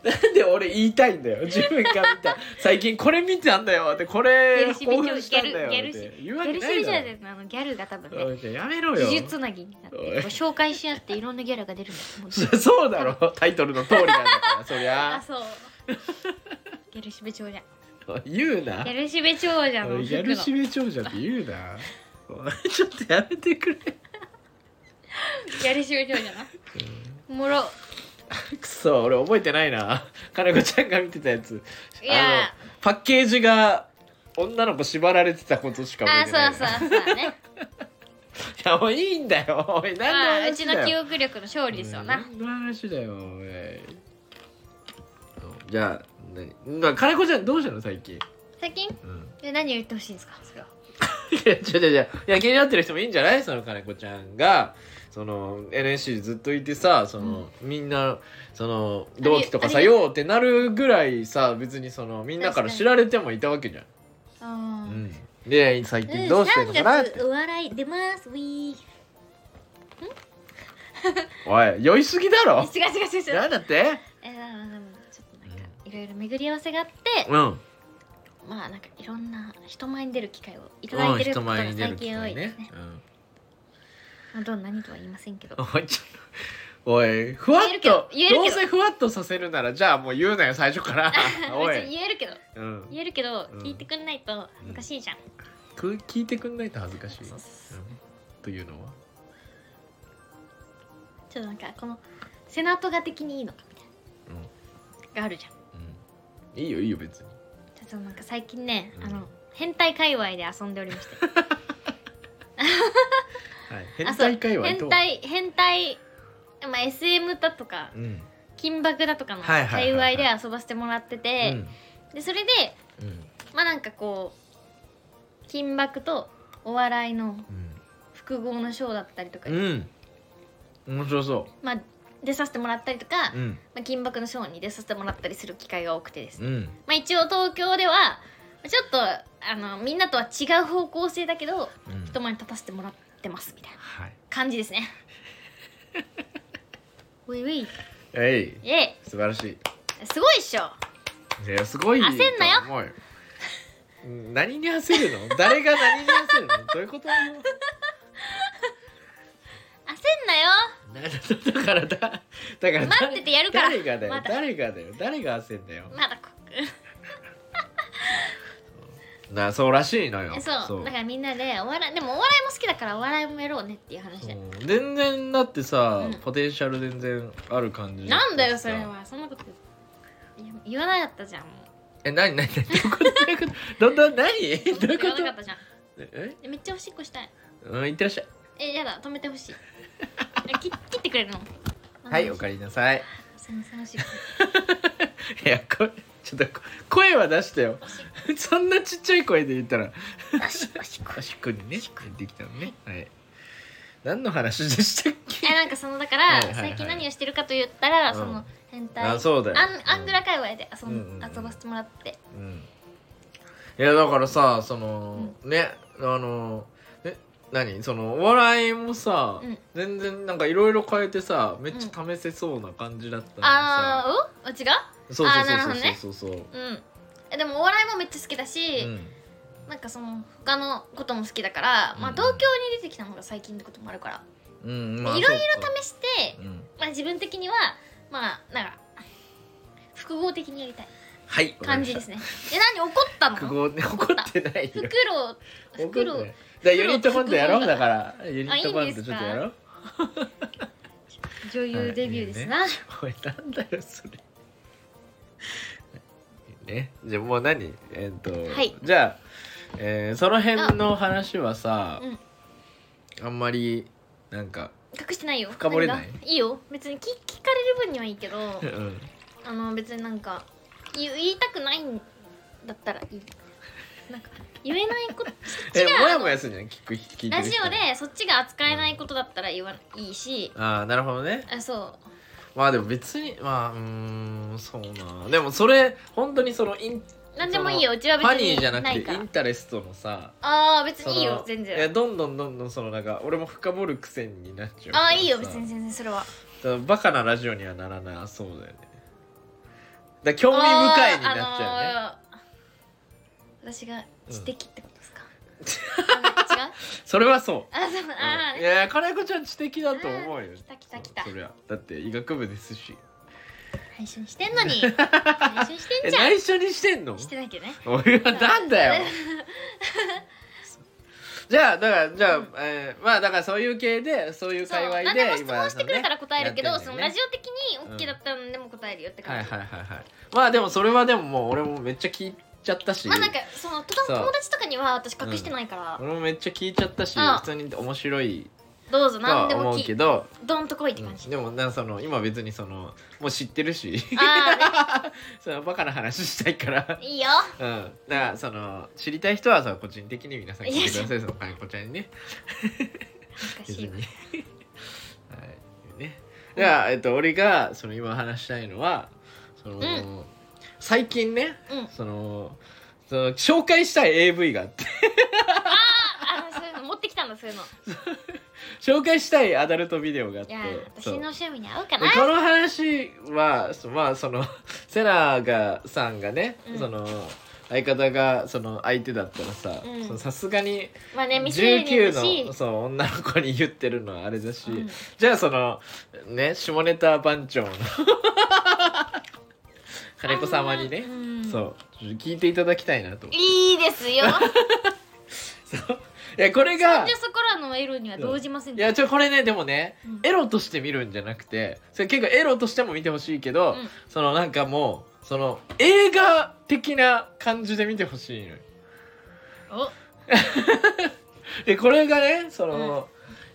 [SPEAKER 1] なんで俺言いたいんだよ自分が見 た最近これ見たんだよってこれ興奮したんだよ
[SPEAKER 2] ゲル
[SPEAKER 1] っ
[SPEAKER 2] シ
[SPEAKER 1] て
[SPEAKER 2] ギ
[SPEAKER 1] 言わ
[SPEAKER 2] ャ
[SPEAKER 1] れ
[SPEAKER 2] ル
[SPEAKER 1] な
[SPEAKER 2] シ
[SPEAKER 1] い
[SPEAKER 2] ベ長
[SPEAKER 1] だ
[SPEAKER 2] 者のあのギャルが多分
[SPEAKER 1] ろ
[SPEAKER 2] ね
[SPEAKER 1] おいじゃあやめろよ
[SPEAKER 2] 呪術つなぎになってこ
[SPEAKER 1] お
[SPEAKER 2] う
[SPEAKER 1] い
[SPEAKER 2] 紹介し合っていろんなギャルが出るんですもう
[SPEAKER 1] そ そうだろタイトルの通りなんだからそり
[SPEAKER 2] あ
[SPEAKER 1] ゃ
[SPEAKER 2] そうギャルシベ長者ギ
[SPEAKER 1] 言うな
[SPEAKER 2] ャルシベ長者の
[SPEAKER 1] おい
[SPEAKER 2] 服
[SPEAKER 1] ギャルシ
[SPEAKER 2] の
[SPEAKER 1] ベ長者って言うなおい ちょっとやめてくれ
[SPEAKER 2] ギャルシベ長者なおもろ
[SPEAKER 1] くそ俺覚えてないなかなこちゃんが見てたやつ
[SPEAKER 2] いや
[SPEAKER 1] あのパッケージが女の子縛られてたことしか覚え
[SPEAKER 2] あ
[SPEAKER 1] てない
[SPEAKER 2] そ
[SPEAKER 1] な
[SPEAKER 2] うそうそうね
[SPEAKER 1] いやもういいんだよおい何の
[SPEAKER 2] まあう
[SPEAKER 1] 話
[SPEAKER 2] ち
[SPEAKER 1] だよ
[SPEAKER 2] の記憶力の勝利ですよな
[SPEAKER 1] 何の話だよおいじゃあ何まあ金子ちゃんどうしたの最近、
[SPEAKER 2] 最近
[SPEAKER 1] うん、
[SPEAKER 2] で何を言ってほしいんですかそれはい
[SPEAKER 1] や違う違う違ういや気になってる人もいいんじゃないその金子ちゃんがその NSC ずっといてさその、みんなその同期とかさ
[SPEAKER 2] ありあ
[SPEAKER 1] ようってなるぐらいさ別にそのみんなから
[SPEAKER 2] 確かに
[SPEAKER 1] 知られてもいたわけじゃん、
[SPEAKER 2] あー
[SPEAKER 1] うん、で最近どうしてんのかなって
[SPEAKER 2] 3月お笑い出ますウィー
[SPEAKER 1] おい酔いすぎだ ろ
[SPEAKER 2] 違う違う違う違う
[SPEAKER 1] なんだって
[SPEAKER 2] えー、でもちょっとなんかいろいろ巡り合わせがあって、
[SPEAKER 1] うん
[SPEAKER 2] まあなんかいろんな人前に出る機会をいただいてることが最近多いですね,、まあ、どう何とは言いませんけど
[SPEAKER 1] うんおいちょおいふわっと
[SPEAKER 2] 言えるけど言える
[SPEAKER 1] ど
[SPEAKER 2] け
[SPEAKER 1] う
[SPEAKER 2] ど
[SPEAKER 1] せふわっとさせるならじゃあもう言うなよ最初から お
[SPEAKER 2] 別に
[SPEAKER 1] い、
[SPEAKER 2] 言えるけど
[SPEAKER 1] うん、
[SPEAKER 2] 言えるけど、
[SPEAKER 1] うん
[SPEAKER 2] 聞いてくんないと恥ずかしいじゃん、
[SPEAKER 1] く聞いてくんないと恥ずかしい、うん
[SPEAKER 2] そうそうそう、
[SPEAKER 1] というのは
[SPEAKER 2] ちょっとなんかこのセナトが的にいいのかみたいな、があるじゃん
[SPEAKER 1] うんいいよいいよ別に
[SPEAKER 2] ちょっとなんか最近ね、
[SPEAKER 1] うん
[SPEAKER 2] あの変態界隈で遊んでおりまして
[SPEAKER 1] はい
[SPEAKER 2] あ
[SPEAKER 1] 変
[SPEAKER 2] そう
[SPEAKER 1] 態会話と
[SPEAKER 2] 変態変態まあ SM だとか
[SPEAKER 1] うん
[SPEAKER 2] 金箔だとかの
[SPEAKER 1] はいはいはい
[SPEAKER 2] 界
[SPEAKER 1] はい
[SPEAKER 2] 隈で遊ばせてもらってて、でそれで
[SPEAKER 1] うんうん
[SPEAKER 2] まあなんかこう金箔とお笑いの複合のショーだったりとか、
[SPEAKER 1] うんうん面白そ
[SPEAKER 2] まあ出させてもらったりとか、
[SPEAKER 1] ううん
[SPEAKER 2] まあ、金箔のショーに出させてもらったりする機会が多くてですね、
[SPEAKER 1] うん
[SPEAKER 2] まあ一応東京ではちょっとあのみんなとは違う方向性だけど
[SPEAKER 1] うん
[SPEAKER 2] 人前に立たせてもらってますみたいな
[SPEAKER 1] はい
[SPEAKER 2] 感じで すねウィウィ
[SPEAKER 1] えい
[SPEAKER 2] イエ
[SPEAKER 1] 素晴らしい
[SPEAKER 2] イすごいっしょ
[SPEAKER 1] いやすごい
[SPEAKER 2] 焦んなよ
[SPEAKER 1] と思うようん何に焦るの誰が何に焦るのどういうことなの
[SPEAKER 2] 焦んなよ
[SPEAKER 1] だだからだだから
[SPEAKER 2] 待っててやるから
[SPEAKER 1] 誰がだよ、
[SPEAKER 2] まだ
[SPEAKER 1] 誰がだよ誰が焦んだよ
[SPEAKER 2] まだこ
[SPEAKER 1] なそうらしいのよ
[SPEAKER 2] えそうだからみんなでお笑いでもお笑いも好きだからお笑いもやろうねっていう話で
[SPEAKER 1] そう全然だってさ、
[SPEAKER 2] うん
[SPEAKER 1] ポテンシャル全然ある感じ
[SPEAKER 2] なんだよそれ
[SPEAKER 1] だっ
[SPEAKER 2] はそんなこと言ういや言わなかったじゃんもう
[SPEAKER 1] え、なになになにどういうことどういうことどん どんなに
[SPEAKER 2] 止め
[SPEAKER 1] どういう
[SPEAKER 2] て
[SPEAKER 1] こ
[SPEAKER 2] やばかっ
[SPEAKER 1] と
[SPEAKER 2] たじゃん
[SPEAKER 1] え
[SPEAKER 2] えめっちゃおしっこしたい
[SPEAKER 1] うん、いってらっしゃい。
[SPEAKER 2] えやだ止めてほしいえき切ってくれるの
[SPEAKER 1] はい、おかえりなさい。
[SPEAKER 2] すいませんおしっこ
[SPEAKER 1] いや、こちょっとこ声は出したよ。
[SPEAKER 2] おしっ
[SPEAKER 1] そんなちっちゃい声で言ったら、
[SPEAKER 2] こおし っこおしっこ
[SPEAKER 1] おしっこにね、できたのね。はい。何の話でしたっ
[SPEAKER 2] え
[SPEAKER 1] け
[SPEAKER 2] なんかそのだか
[SPEAKER 1] はいは
[SPEAKER 2] ら
[SPEAKER 1] いはい
[SPEAKER 2] 最近何をしてるかと言ったら
[SPEAKER 1] うん
[SPEAKER 2] その変態ア
[SPEAKER 1] あ、
[SPEAKER 2] ン
[SPEAKER 1] そうだよ。
[SPEAKER 2] アングラ界隈で遊
[SPEAKER 1] うんうん
[SPEAKER 2] ん
[SPEAKER 1] うん
[SPEAKER 2] 遊ばせてもらって
[SPEAKER 1] うんいやだからさその、ねあのえ何そのお笑いもさ、
[SPEAKER 2] うん
[SPEAKER 1] 全然なんかいろいろ変えてさめっちゃ試せそうな感じだったのに
[SPEAKER 2] あ
[SPEAKER 1] さ、
[SPEAKER 2] ーおあ違う
[SPEAKER 1] そう
[SPEAKER 2] あーなるほどね
[SPEAKER 1] そうそうそうそうそう、
[SPEAKER 2] うんえでもお笑いもめっちゃ好きだし、
[SPEAKER 1] うん、
[SPEAKER 2] なんかその他のことも好きだから、ま
[SPEAKER 1] う
[SPEAKER 2] あ
[SPEAKER 1] ん
[SPEAKER 2] 同居に出てきたのが最近ってこともあるから、
[SPEAKER 1] うん
[SPEAKER 2] いろい
[SPEAKER 1] ろ
[SPEAKER 2] 試して
[SPEAKER 1] 試、うん、
[SPEAKER 2] まあ、自分的にはまあなんか複合的にやりたい
[SPEAKER 1] はい
[SPEAKER 2] 感 じです
[SPEAKER 1] ね
[SPEAKER 2] ねえ何怒ったの
[SPEAKER 1] 複
[SPEAKER 2] フ
[SPEAKER 1] 合ね怒ってないよ
[SPEAKER 2] クロウフクロ
[SPEAKER 1] 怒っ
[SPEAKER 2] ウ
[SPEAKER 1] てないじゃあユニットバンドやろうだからユニットバンドちょっとやろう
[SPEAKER 2] 女優デビューですな、
[SPEAKER 1] おいなんだよそれねじゃあもう何えーっと、
[SPEAKER 2] はい
[SPEAKER 1] じゃあ、えーその辺の話はさ
[SPEAKER 2] うん
[SPEAKER 1] あ,、ん、まりなんか、
[SPEAKER 2] 隠してないよ
[SPEAKER 1] 深掘れない
[SPEAKER 2] 何がいいよ別に聞聞かれる分にはいいけど
[SPEAKER 1] うん、
[SPEAKER 2] あの別になんか言言いたくないんだったらいいなんか言えないこと
[SPEAKER 1] え
[SPEAKER 2] 違う
[SPEAKER 1] もやもやするんじゃない聞く聞いて
[SPEAKER 2] ラ
[SPEAKER 1] る
[SPEAKER 2] ジ
[SPEAKER 1] 人
[SPEAKER 2] オでそっちが扱えないことだったら言わいいし、
[SPEAKER 1] ああなるほどね
[SPEAKER 2] あそ
[SPEAKER 1] まあでも別にまあうーんそうなでもそれ本当にそのイン
[SPEAKER 2] うなんでもいいようちは
[SPEAKER 1] フ
[SPEAKER 2] 別
[SPEAKER 1] ァニー
[SPEAKER 2] に
[SPEAKER 1] じゃな
[SPEAKER 2] な
[SPEAKER 1] く
[SPEAKER 2] い
[SPEAKER 1] て
[SPEAKER 2] か
[SPEAKER 1] イ
[SPEAKER 2] ら
[SPEAKER 1] ンタレストのさ
[SPEAKER 2] ああ別にいい
[SPEAKER 1] そ
[SPEAKER 2] よ
[SPEAKER 1] の
[SPEAKER 2] 全
[SPEAKER 1] や
[SPEAKER 2] 然
[SPEAKER 1] どんどんどんどんそのなんか俺も深掘るくせになっちゃうから
[SPEAKER 2] あ
[SPEAKER 1] さ
[SPEAKER 2] あいいよ別に全然それは
[SPEAKER 1] だからバカなラジオにはならなそうだよねだから興味深いになっちゃうね、
[SPEAKER 2] あのー私が知的ってことですか、あ違う
[SPEAKER 1] それはそう、
[SPEAKER 2] あそうあ
[SPEAKER 1] う
[SPEAKER 2] ー
[SPEAKER 1] んい
[SPEAKER 2] ね
[SPEAKER 1] や金子ちゃん知的だと思うよ
[SPEAKER 2] 来た来た来た
[SPEAKER 1] そそりゃだって医学部ですし
[SPEAKER 2] 配信してん のに配信して
[SPEAKER 1] え
[SPEAKER 2] んじゃん
[SPEAKER 1] 内緒にしてんの
[SPEAKER 2] してないけどね
[SPEAKER 1] 俺は なんだよじゃあだからじゃあ、
[SPEAKER 2] うん
[SPEAKER 1] えーまあだからそういう系でそういう
[SPEAKER 2] そう
[SPEAKER 1] 界隈
[SPEAKER 2] 何
[SPEAKER 1] で
[SPEAKER 2] でも質問してくれたら答えるけど、
[SPEAKER 1] やってんだ
[SPEAKER 2] そ
[SPEAKER 1] よ
[SPEAKER 2] の
[SPEAKER 1] ね
[SPEAKER 2] ラジオ的
[SPEAKER 1] うん
[SPEAKER 2] に OK だったら何でも答えるよって
[SPEAKER 1] はい
[SPEAKER 2] 感じ、
[SPEAKER 1] はいはいはいまあでもそれはでももう俺もめっちゃ聞いちゃったし、
[SPEAKER 2] まあなんかそのと
[SPEAKER 1] そう
[SPEAKER 2] 友達とかには私隠してないから、
[SPEAKER 1] 俺もめっちゃ聞いちゃったし
[SPEAKER 2] あ
[SPEAKER 1] 普通に面白い
[SPEAKER 2] どうぞ
[SPEAKER 1] とは
[SPEAKER 2] 何でも
[SPEAKER 1] 思う
[SPEAKER 2] 聞
[SPEAKER 1] け
[SPEAKER 2] い
[SPEAKER 1] ど
[SPEAKER 2] どんとこいって感
[SPEAKER 1] うん
[SPEAKER 2] じ、
[SPEAKER 1] でもなその今別にそのもう知ってるし
[SPEAKER 2] あ
[SPEAKER 1] そのバカな話したいから
[SPEAKER 2] あいいよ
[SPEAKER 1] うんだからその知りたい人はさ個人的に皆さん聞いてくださいその金子ちゃんにね
[SPEAKER 2] 難
[SPEAKER 1] 別
[SPEAKER 2] し
[SPEAKER 1] に
[SPEAKER 2] い
[SPEAKER 1] は
[SPEAKER 2] わ
[SPEAKER 1] いねじゃあ、えっと、俺がその今話したいのはその、
[SPEAKER 2] ん
[SPEAKER 1] 最近ね
[SPEAKER 2] うん
[SPEAKER 1] そのその紹介したい AV があって
[SPEAKER 2] あのそういうの持ってきたんだそういうの
[SPEAKER 1] 紹介したいアダルトビデオがあっ
[SPEAKER 2] い
[SPEAKER 1] て
[SPEAKER 2] や
[SPEAKER 1] そう
[SPEAKER 2] 私の趣味に合うか
[SPEAKER 1] で
[SPEAKER 2] な
[SPEAKER 1] この話はそまあその セナがさんがね、
[SPEAKER 2] うん
[SPEAKER 1] その相方がその相手だったらさ
[SPEAKER 2] うん
[SPEAKER 1] そのさすがに
[SPEAKER 2] まあね未成年だ
[SPEAKER 1] 19
[SPEAKER 2] し
[SPEAKER 1] のそう女の子に言ってるのはあれだし、
[SPEAKER 2] うん
[SPEAKER 1] じゃあそのね下ネタ番長 の金子様にね
[SPEAKER 2] あ、んま
[SPEAKER 1] そうちょっと聞いていただきたいなと思って
[SPEAKER 2] いいですよ
[SPEAKER 1] そういやこれが
[SPEAKER 2] じゃそこらのエロには動じません
[SPEAKER 1] いやちょこれねでもね
[SPEAKER 2] うん
[SPEAKER 1] エロとして見るんじゃなくてそれ結構エロとしても見てほしいけど、
[SPEAKER 2] うん
[SPEAKER 1] そのなんかもうその映画的な感じで見てほしいのよ
[SPEAKER 2] お
[SPEAKER 1] でこれがねその、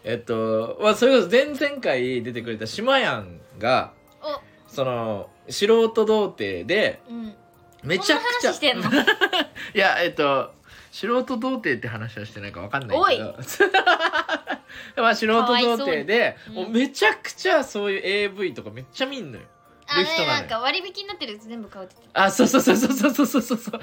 [SPEAKER 1] えっと、まあ、それこそ前々回出てくれた島やんが
[SPEAKER 2] お
[SPEAKER 1] その素人童貞で
[SPEAKER 2] うん
[SPEAKER 1] めちゃくちゃ
[SPEAKER 2] こんな話してんの
[SPEAKER 1] いやえっと素人童貞って話はしてないかわかんないけど まあ素人童貞で
[SPEAKER 2] かわいそ
[SPEAKER 1] もう
[SPEAKER 2] うにうん
[SPEAKER 1] めちゃくちゃそういう AV とかめっちゃ見んのよ
[SPEAKER 2] あ
[SPEAKER 1] できた
[SPEAKER 2] れ
[SPEAKER 1] なのよ
[SPEAKER 2] なんか割引になってるやつ全部買うって言って
[SPEAKER 1] あ、そうそうそうそうそうそうそうそうそう。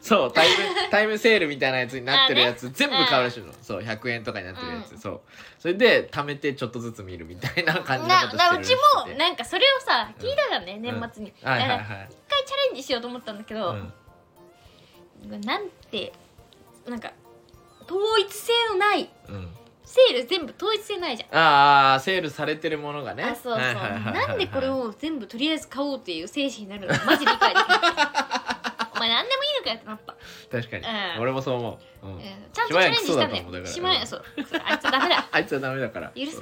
[SPEAKER 1] そう、 タイム、タイムセールみたいなやつになってるやつ、全部買うらしいの。そう、100円とかになってるやつ。
[SPEAKER 2] う
[SPEAKER 1] そう。それで、貯めてちょっとずつ見るみたいな感じのことしてる
[SPEAKER 2] なな
[SPEAKER 1] ら
[SPEAKER 2] う
[SPEAKER 1] し
[SPEAKER 2] ち
[SPEAKER 1] くて
[SPEAKER 2] もなんかそれをさ聞いたじゃんね、年末に、
[SPEAKER 1] はいはい
[SPEAKER 2] だ
[SPEAKER 1] はい
[SPEAKER 2] から。一回チャレンジしようと思ったんだけど、
[SPEAKER 1] うん
[SPEAKER 2] なんてなんか統一性のない
[SPEAKER 1] うん、
[SPEAKER 2] セール全部統一性ないじゃん
[SPEAKER 1] ああセールされてるものがね
[SPEAKER 2] あそうそう、
[SPEAKER 1] はいはいはいはい
[SPEAKER 2] なんでこれを全部とりあえず買おうっていう精神になるのマジ 理解できないお前何でもいいのかよってなった、
[SPEAKER 1] 確かに、
[SPEAKER 2] うん
[SPEAKER 1] 俺もそう思う、うん
[SPEAKER 2] うんちゃんとチャレンジしたんだ
[SPEAKER 1] しまやんクソだと思うだから
[SPEAKER 2] よしまやんそうそうあいつはダメだ
[SPEAKER 1] あいつはダメだから
[SPEAKER 2] 許せん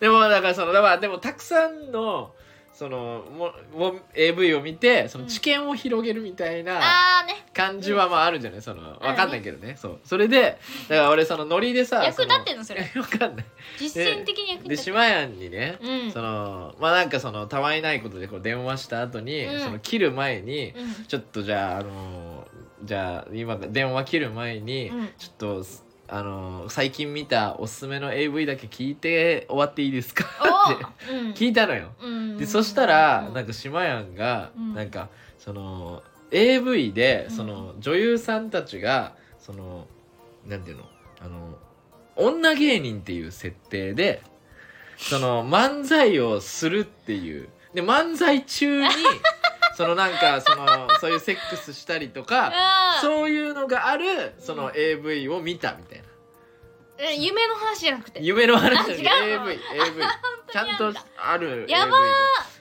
[SPEAKER 1] でもだからそのだからでもたくさんのそのもも AV を見てそうの
[SPEAKER 2] ん
[SPEAKER 1] 知見を広げるみたいな
[SPEAKER 2] あーね
[SPEAKER 1] 感じはまああるじゃないその
[SPEAKER 2] あるね
[SPEAKER 1] わかんないけどねそうそれでだから俺そのノリでさ
[SPEAKER 2] 役立って
[SPEAKER 1] ん
[SPEAKER 2] んのそれ
[SPEAKER 1] わかんない
[SPEAKER 2] 実践的に役
[SPEAKER 1] で
[SPEAKER 2] 立って
[SPEAKER 1] 島屋にね
[SPEAKER 2] るうん
[SPEAKER 1] そのまあなんかそのたわいないことでこう電話した後に、
[SPEAKER 2] うん
[SPEAKER 1] その切る前に、
[SPEAKER 2] うん
[SPEAKER 1] ちょっとじゃあ、あのーじゃあ今電話切る前に、
[SPEAKER 2] うん
[SPEAKER 1] ちょっと、すあのー最近見たおすすめの AV だけ聞いて終わっていいですかって
[SPEAKER 2] おうん
[SPEAKER 1] 聞いたのよ。
[SPEAKER 2] うん
[SPEAKER 1] でそしたらなん
[SPEAKER 2] か
[SPEAKER 1] か島やんが、
[SPEAKER 2] うん
[SPEAKER 1] なんかその AV で
[SPEAKER 2] うん
[SPEAKER 1] その女優さんたちがそのなんていうのあの女芸人っていう設定でその漫才をするっていうで漫才中 にそのなんかそのそういうセックスしたりとか
[SPEAKER 2] う
[SPEAKER 1] そういうのがあるそうの
[SPEAKER 2] ん
[SPEAKER 1] AV を見たみたいな
[SPEAKER 2] え夢の話じゃなくて
[SPEAKER 1] 夢の話
[SPEAKER 2] あ違
[SPEAKER 1] で
[SPEAKER 2] う
[SPEAKER 1] AV
[SPEAKER 2] の
[SPEAKER 1] AV ちゃんとある AV
[SPEAKER 2] やば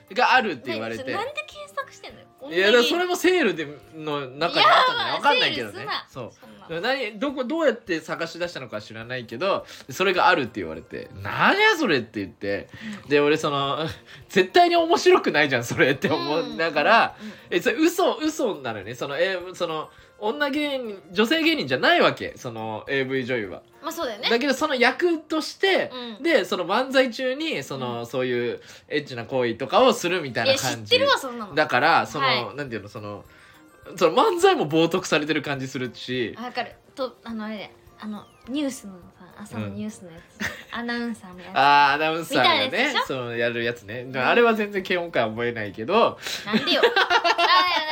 [SPEAKER 1] でがあるって言われ
[SPEAKER 2] 何そ
[SPEAKER 1] て
[SPEAKER 2] れ。なんで検索してんの
[SPEAKER 1] いやだからそれもセールでの中にあったんだよわかんないけどねそう
[SPEAKER 2] そんな
[SPEAKER 1] だから何どこどうやって探し出したのか知らないけどそれがあるって言われて「何やそれ」って言ってで俺その 「絶対に面白くないじゃんそれ」って思いながら、
[SPEAKER 2] うんうん
[SPEAKER 1] えそれ嘘嘘なのよねその,、えその女芸人女性芸人じゃないわけその AV 女優は。
[SPEAKER 2] まあそうだよね
[SPEAKER 1] だけどその役として、
[SPEAKER 2] うん
[SPEAKER 1] でその漫才中にその、そういうエッチな行為とかをするみたい
[SPEAKER 2] い
[SPEAKER 1] な
[SPEAKER 2] や知
[SPEAKER 1] 感じ
[SPEAKER 2] ってるわそんなの
[SPEAKER 1] だからその、
[SPEAKER 2] は
[SPEAKER 1] なんていうのそのその漫才も冒涜されてる感じするし
[SPEAKER 2] あわかるとあのあれだよあのニュースのさ朝のニュースのや つアナウンサーのやつ
[SPEAKER 1] あーアナウンサー
[SPEAKER 2] み
[SPEAKER 1] が
[SPEAKER 2] たいなや
[SPEAKER 1] ね
[SPEAKER 2] つでしょ
[SPEAKER 1] そのやるやつね、あれは全然嫌悪感覚えないけど
[SPEAKER 2] なんでよ。だか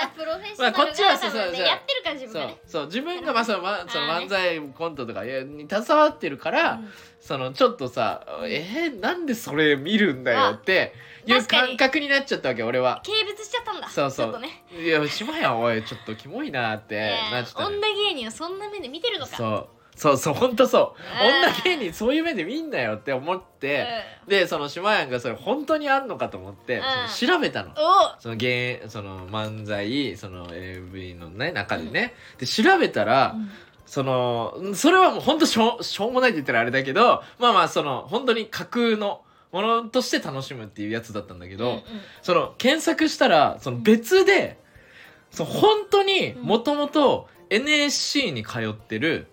[SPEAKER 2] らプロフェッショナル
[SPEAKER 1] まあこっちは
[SPEAKER 2] が多分
[SPEAKER 1] そうそう
[SPEAKER 2] ね
[SPEAKER 1] そう
[SPEAKER 2] やってるから自分
[SPEAKER 1] そ
[SPEAKER 2] が
[SPEAKER 1] う
[SPEAKER 2] ね。
[SPEAKER 1] そう自分がまあその,、ま、その
[SPEAKER 2] あーね
[SPEAKER 1] 漫才コントとかに携わってるから、そのちょっとさ「えー、なんでそれ見るんだよ」っていう
[SPEAKER 2] 確か
[SPEAKER 1] 感
[SPEAKER 2] に
[SPEAKER 1] 覚になっちゃったわけ俺は。
[SPEAKER 2] 軽蔑しちゃったんだ。
[SPEAKER 1] そうそう
[SPEAKER 2] ちょっとね。
[SPEAKER 1] いや島やんおいちょっとキモいなーって
[SPEAKER 2] いや
[SPEAKER 1] なっちゃったのよ
[SPEAKER 2] 女芸人をそんな目で見てるのか。
[SPEAKER 1] そうそうそうほんとそう
[SPEAKER 2] うん
[SPEAKER 1] 女芸人そういう目で見んなよって思って。
[SPEAKER 2] う
[SPEAKER 1] でその島やんがそれ本当にあんのかと思って、
[SPEAKER 2] うん
[SPEAKER 1] その調べたの
[SPEAKER 2] ん。おう。
[SPEAKER 1] その芸その漫才その AV のね中でね、で調べたら、
[SPEAKER 2] うん
[SPEAKER 1] そのんそれはもう本当しょうしょうもないって言ったらあれだけどまあまあその本当に架空のものとして楽しむっていうやつだったんだけど、
[SPEAKER 2] うんうん
[SPEAKER 1] その検索したらその別で、その本当にもともと NSC に通ってる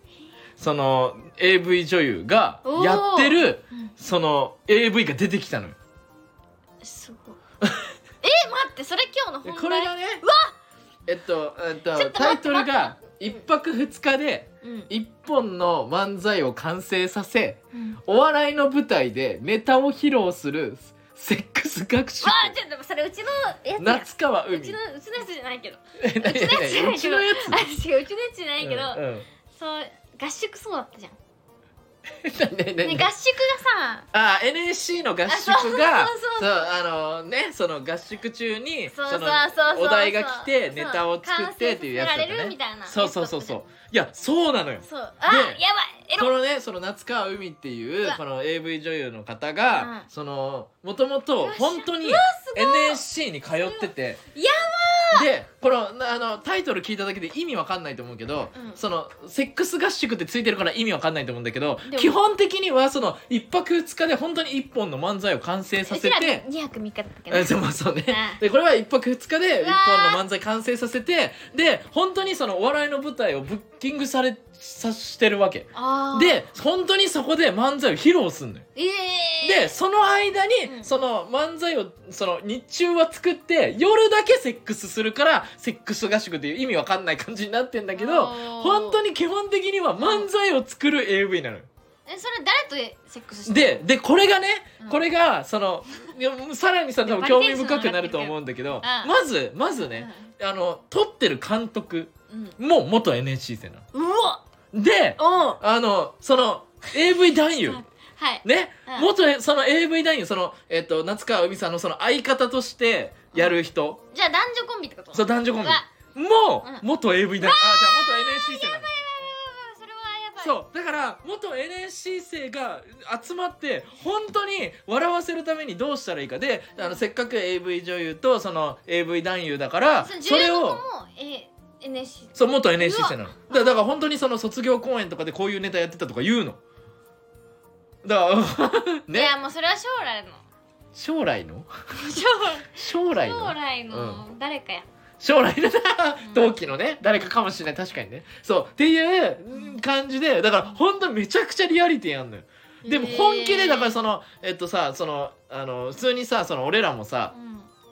[SPEAKER 1] その AV 女優がやってる、
[SPEAKER 2] うん
[SPEAKER 1] その AV が出てきたのよ
[SPEAKER 2] す ごい。え待ってそれ今日の
[SPEAKER 1] こ
[SPEAKER 2] 本
[SPEAKER 1] れ
[SPEAKER 2] 題。
[SPEAKER 1] がねえっと,、えっ
[SPEAKER 2] ちょ
[SPEAKER 1] と、
[SPEAKER 2] っと待
[SPEAKER 1] タ
[SPEAKER 2] って
[SPEAKER 1] イトルが「
[SPEAKER 2] 待っ
[SPEAKER 1] 一
[SPEAKER 2] て
[SPEAKER 1] 泊二日で
[SPEAKER 2] うん
[SPEAKER 1] 一本の漫才を完成させ
[SPEAKER 2] うん。わ
[SPEAKER 1] お笑いの舞台でネタを披露するセックス学習
[SPEAKER 2] あちょっとそれうちのやつや。
[SPEAKER 1] 夏川海
[SPEAKER 2] うちのうちのやつじゃないけど。
[SPEAKER 1] え何
[SPEAKER 2] うちのやつじゃ
[SPEAKER 1] 何
[SPEAKER 2] ないうけ
[SPEAKER 1] ち
[SPEAKER 2] ど。
[SPEAKER 1] のや
[SPEAKER 2] あ違ううちのやつじゃないけど、
[SPEAKER 1] つうんうん
[SPEAKER 2] そう合宿そうだったじゃん。
[SPEAKER 1] 何何
[SPEAKER 2] ね合宿
[SPEAKER 1] 何
[SPEAKER 2] がさ。
[SPEAKER 1] あ NSC の合宿が
[SPEAKER 2] あそうそうそう
[SPEAKER 1] そうあのねその合宿中に
[SPEAKER 2] そうそう
[SPEAKER 1] の
[SPEAKER 2] そうそう
[SPEAKER 1] お題が来てネタを作ってっていうやつだ
[SPEAKER 2] 完
[SPEAKER 1] っ
[SPEAKER 2] 成させられ
[SPEAKER 1] た
[SPEAKER 2] る
[SPEAKER 1] ね
[SPEAKER 2] みたいな
[SPEAKER 1] そうそうそうそういやそうなのよ
[SPEAKER 2] そうあ
[SPEAKER 1] で
[SPEAKER 2] やばいエ
[SPEAKER 1] こ
[SPEAKER 2] ロ
[SPEAKER 1] のねその夏川海っていうう
[SPEAKER 2] わ
[SPEAKER 1] この AV 女優の方が、
[SPEAKER 2] うん
[SPEAKER 1] そのもともと本当に
[SPEAKER 2] うわすごい
[SPEAKER 1] NSC に通ってて
[SPEAKER 2] うんや
[SPEAKER 1] でこのなあのタイトル聞いただけで意味わかんないと思うけど、
[SPEAKER 2] うん
[SPEAKER 1] そのセックス合宿ってついてるから意味わかんないと思うんだけど
[SPEAKER 2] でも
[SPEAKER 1] 基本的にはその一泊二日で本当に一本の漫才を完成さ
[SPEAKER 2] う
[SPEAKER 1] せ
[SPEAKER 2] ちら
[SPEAKER 1] て
[SPEAKER 2] ね。2泊3日だったけど
[SPEAKER 1] うんそうそうね
[SPEAKER 2] うん
[SPEAKER 1] でこれは一泊二日で
[SPEAKER 2] う
[SPEAKER 1] 一
[SPEAKER 2] わー
[SPEAKER 1] 本の漫才完成させてで本当にそのお笑いの舞台をブッキングされさしてるわけ
[SPEAKER 2] あー
[SPEAKER 1] で本当にそこで漫才を披露すんのよ
[SPEAKER 2] ええ
[SPEAKER 1] でその間に、
[SPEAKER 2] うん
[SPEAKER 1] その漫才をその日中は作って夜だけセックスするからセックス合宿っていう意味わかんない感じになってんだけど本当
[SPEAKER 2] に
[SPEAKER 1] に基本的には漫才を作る AV なのよ
[SPEAKER 2] えそれ誰とセックスしたの
[SPEAKER 1] ででこれがね、
[SPEAKER 2] うん
[SPEAKER 1] これがそ のいやさらにさ多分興味深くなると思うんだけど
[SPEAKER 2] ああ
[SPEAKER 1] まずまずね、あの撮ってる監督
[SPEAKER 2] うん
[SPEAKER 1] も元 NHC 生な
[SPEAKER 2] うんうわ
[SPEAKER 1] の。で
[SPEAKER 2] おう
[SPEAKER 1] あのその AV 男優
[SPEAKER 2] はい
[SPEAKER 1] ね、
[SPEAKER 2] うん
[SPEAKER 1] 元その AV 男優その、えっと夏川海さんのその相方としてやる人、
[SPEAKER 2] じゃあ男女コンビってこと
[SPEAKER 1] そう男女コンビ
[SPEAKER 2] うわ
[SPEAKER 1] も
[SPEAKER 2] うん
[SPEAKER 1] 元 AV 男優、あじゃあ元 NSC 生なの
[SPEAKER 2] それはやばい
[SPEAKER 1] そうだから元 NSC 生が集まって本当に笑わせるためめにどうしたらいいかであのせっかく AV 女優とその AV 男優だから
[SPEAKER 2] その
[SPEAKER 1] それ
[SPEAKER 2] 16個
[SPEAKER 1] を
[SPEAKER 2] も。え NSC
[SPEAKER 1] そう元 NSC 生なのだだから本当にその卒業公演とかでこういうネタやってたとか言うのだから
[SPEAKER 2] い
[SPEAKER 1] ね
[SPEAKER 2] やもうそれは将来の
[SPEAKER 1] 将来の
[SPEAKER 2] 将
[SPEAKER 1] 将来の
[SPEAKER 2] 将来の誰かや、
[SPEAKER 1] 将来の
[SPEAKER 2] うん
[SPEAKER 1] 同期のね誰かかもしれない確かにねそうっていううん感じでだからほんとめちゃくちゃリアリティあんのよでも本気でだからそのえっとさそのあの普通にさその俺らもさ
[SPEAKER 2] うん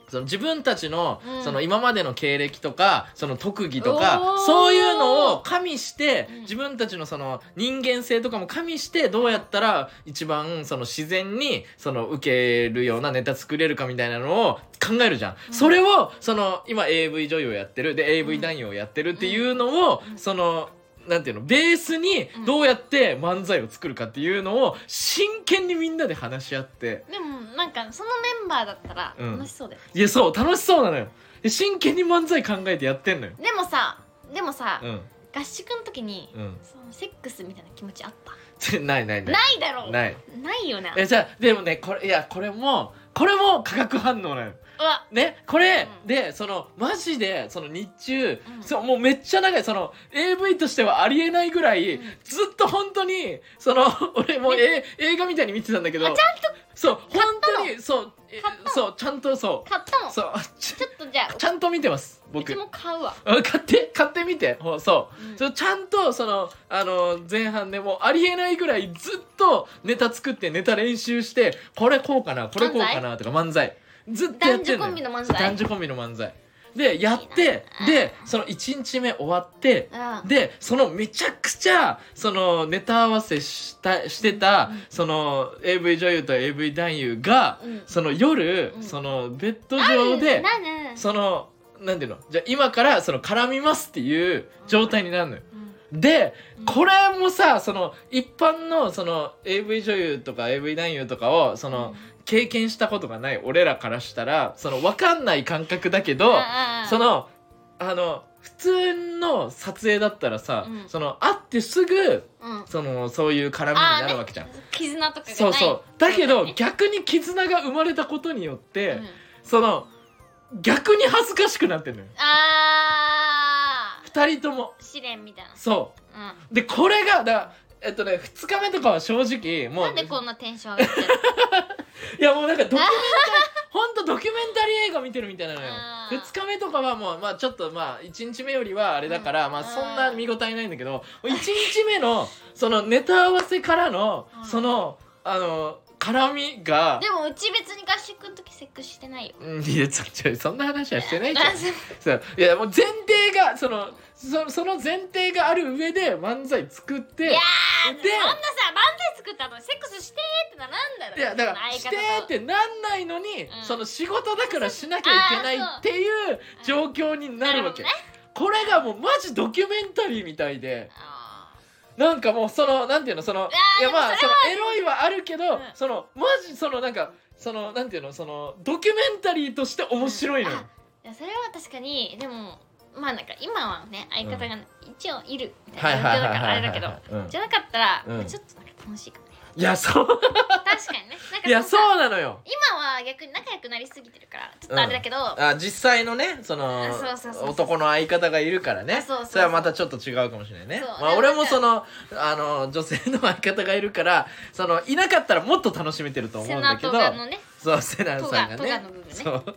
[SPEAKER 1] その自分たちの
[SPEAKER 2] うん
[SPEAKER 1] その今までの経歴とかその特技とか
[SPEAKER 2] おー
[SPEAKER 1] そういうのを加味して
[SPEAKER 2] うん
[SPEAKER 1] 自分たちのその人間性とかも加味してどうやったら一番その自然にその受けるようなネタ作れるかみたいなのを考えるじゃん、
[SPEAKER 2] うん
[SPEAKER 1] それをその今 AV 女優をやってるで AV 男優をやってるっていうのを
[SPEAKER 2] うん
[SPEAKER 1] そのなんていうのベースに
[SPEAKER 2] うん
[SPEAKER 1] どうやって漫才を作るかっていうのを真剣にみんなで話し合って。
[SPEAKER 2] でもなんかそのメンバーだったら
[SPEAKER 1] うん
[SPEAKER 2] 楽しそうだよ、
[SPEAKER 1] いやそう楽しそうなのよで真剣に漫才考えてやってんのよ
[SPEAKER 2] でもさでもさ、
[SPEAKER 1] うん
[SPEAKER 2] 合宿の時に、
[SPEAKER 1] うん
[SPEAKER 2] そのセックスみたいな気持ちあった
[SPEAKER 1] つ ないないない
[SPEAKER 2] ないだろう
[SPEAKER 1] ない
[SPEAKER 2] ないよな
[SPEAKER 1] えじゃあでもねこれいやこれもこれも化学反応なのよ
[SPEAKER 2] うわ
[SPEAKER 1] ねこれ、
[SPEAKER 2] うん
[SPEAKER 1] でそのマジでその日中、
[SPEAKER 2] うん
[SPEAKER 1] そうもうめっちゃ長いその AV としてはありえないぐらい、
[SPEAKER 2] うん
[SPEAKER 1] ずっと本当にその 俺もう、え映画みたいに見てたんだけど
[SPEAKER 2] あちゃん
[SPEAKER 1] そう本
[SPEAKER 2] の
[SPEAKER 1] 当にそうえ
[SPEAKER 2] 買ったの
[SPEAKER 1] そうちゃんとそう
[SPEAKER 2] 買ったもんち
[SPEAKER 1] そうあち
[SPEAKER 2] ょっとじゃ あ
[SPEAKER 1] ちゃんと見てます
[SPEAKER 2] う
[SPEAKER 1] 僕
[SPEAKER 2] ちも買うわ、
[SPEAKER 1] うん買って買ってみてほそう
[SPEAKER 2] うん
[SPEAKER 1] それちゃんとそのあの前半でもうありえないぐらいずっとネタ作ってネタ練習してこれこうかなこれこうかなとか漫才ずっとやっ
[SPEAKER 2] 男
[SPEAKER 1] て
[SPEAKER 2] 女
[SPEAKER 1] んの
[SPEAKER 2] コ
[SPEAKER 1] よ
[SPEAKER 2] ンビの漫才
[SPEAKER 1] 男女コンビの漫才でやっ
[SPEAKER 2] いい
[SPEAKER 1] て
[SPEAKER 2] な
[SPEAKER 1] でその1日目終わって
[SPEAKER 2] ああ
[SPEAKER 1] でそのめちゃくちゃそのネタ合わせしたしてた
[SPEAKER 2] うん
[SPEAKER 1] その AV 女優と AV 男優が
[SPEAKER 2] うん
[SPEAKER 1] その夜
[SPEAKER 2] うん
[SPEAKER 1] そのベッド上で
[SPEAKER 2] なね
[SPEAKER 1] そのなんていうのじゃあ今からその絡みますっていう状態になるのよ
[SPEAKER 2] うん
[SPEAKER 1] で
[SPEAKER 2] うん
[SPEAKER 1] これもさその一般のその AV 女優とか AV 男優とかをその経験したことがない俺らからしたらその分かんない感覚だけど
[SPEAKER 2] ああ
[SPEAKER 1] そのあの普通の撮影だったらさ、
[SPEAKER 2] うん
[SPEAKER 1] その会ってすぐ
[SPEAKER 2] うん
[SPEAKER 1] そのそういう絡みに
[SPEAKER 2] ああ
[SPEAKER 1] な
[SPEAKER 2] ね
[SPEAKER 1] るわけじゃん。
[SPEAKER 2] 絆とかがない
[SPEAKER 1] そうそうだけど
[SPEAKER 2] ね
[SPEAKER 1] 逆に絆が生まれたことによって、
[SPEAKER 2] うん
[SPEAKER 1] その逆に恥ずかしくなってるのよ
[SPEAKER 2] あー
[SPEAKER 1] 2人とも
[SPEAKER 2] 試練みたい
[SPEAKER 1] そう
[SPEAKER 2] な、
[SPEAKER 1] でこれがだからえっとね2日目とかは正直
[SPEAKER 2] うん、
[SPEAKER 1] もう
[SPEAKER 2] なんでこんなテンション上がってる
[SPEAKER 1] いやもうなんかドキュメンタリーほんとドキュメンタリー映画見てるみたいなのよ
[SPEAKER 2] あー
[SPEAKER 1] 2日目とかはもうまあちょっとまあ1日目よりはあれだから、
[SPEAKER 2] うん
[SPEAKER 1] まあそんな見応えないんだけど1日目のそのネタ合わせからの
[SPEAKER 2] うん
[SPEAKER 1] そのあの絡みが
[SPEAKER 2] でもうち別に合宿の時セックスしてないよ
[SPEAKER 1] うんいやちょちょそんな話はしてないじゃん
[SPEAKER 2] あそう
[SPEAKER 1] そういやもう前提がそのそその前提がある上で漫才作って
[SPEAKER 2] いや
[SPEAKER 1] で
[SPEAKER 2] そんなさ漫才作った後にセックスしてーってななんだろ
[SPEAKER 1] いやだからし
[SPEAKER 2] 相
[SPEAKER 1] て
[SPEAKER 2] 方と
[SPEAKER 1] ーってなんないのに、
[SPEAKER 2] うん
[SPEAKER 1] その仕事だからしなきゃいけないっていう
[SPEAKER 2] そう
[SPEAKER 1] 状況になるわけ、
[SPEAKER 2] なる
[SPEAKER 1] これがもうマジドキュメンタリーみたいで
[SPEAKER 2] あ
[SPEAKER 1] なんかもうそのなんていうのそのいやまあそのエロいはあるけど、
[SPEAKER 2] うん
[SPEAKER 1] そのマジそのなんかそのなんていうのそのドキュメンタリーとして面白いのよ、
[SPEAKER 2] うんあーいやそれは確かにでもまあなんか今はね相方が一応いるみたいな状況だからあれだけど
[SPEAKER 1] うん
[SPEAKER 2] じゃなかったら、
[SPEAKER 1] うん
[SPEAKER 2] ちょっとなんか楽しいかもね
[SPEAKER 1] いやそう
[SPEAKER 2] 確かに ねなんか
[SPEAKER 1] いや
[SPEAKER 2] そ
[SPEAKER 1] そ
[SPEAKER 2] のさ
[SPEAKER 1] うなのよ
[SPEAKER 2] 今は逆に仲良くなりすぎてるからちょっとあれだけど、
[SPEAKER 1] あ実際のねその
[SPEAKER 2] あそうそうそうそう
[SPEAKER 1] 男の相方がいるからね
[SPEAKER 2] そうそうそう
[SPEAKER 1] れはまたちょっと違うかもしれないね
[SPEAKER 2] そう
[SPEAKER 1] まあ、俺も
[SPEAKER 2] で
[SPEAKER 1] そ
[SPEAKER 2] も
[SPEAKER 1] のあの女性の相方がいるからそのいなかったらもっと楽しめてると思
[SPEAKER 2] セ
[SPEAKER 1] うんだ
[SPEAKER 2] ナ
[SPEAKER 1] けど
[SPEAKER 2] とかのね
[SPEAKER 1] そうセナ
[SPEAKER 2] ト
[SPEAKER 1] さ
[SPEAKER 2] ガ
[SPEAKER 1] んが
[SPEAKER 2] トガ
[SPEAKER 1] ね
[SPEAKER 2] の部分ね
[SPEAKER 1] そう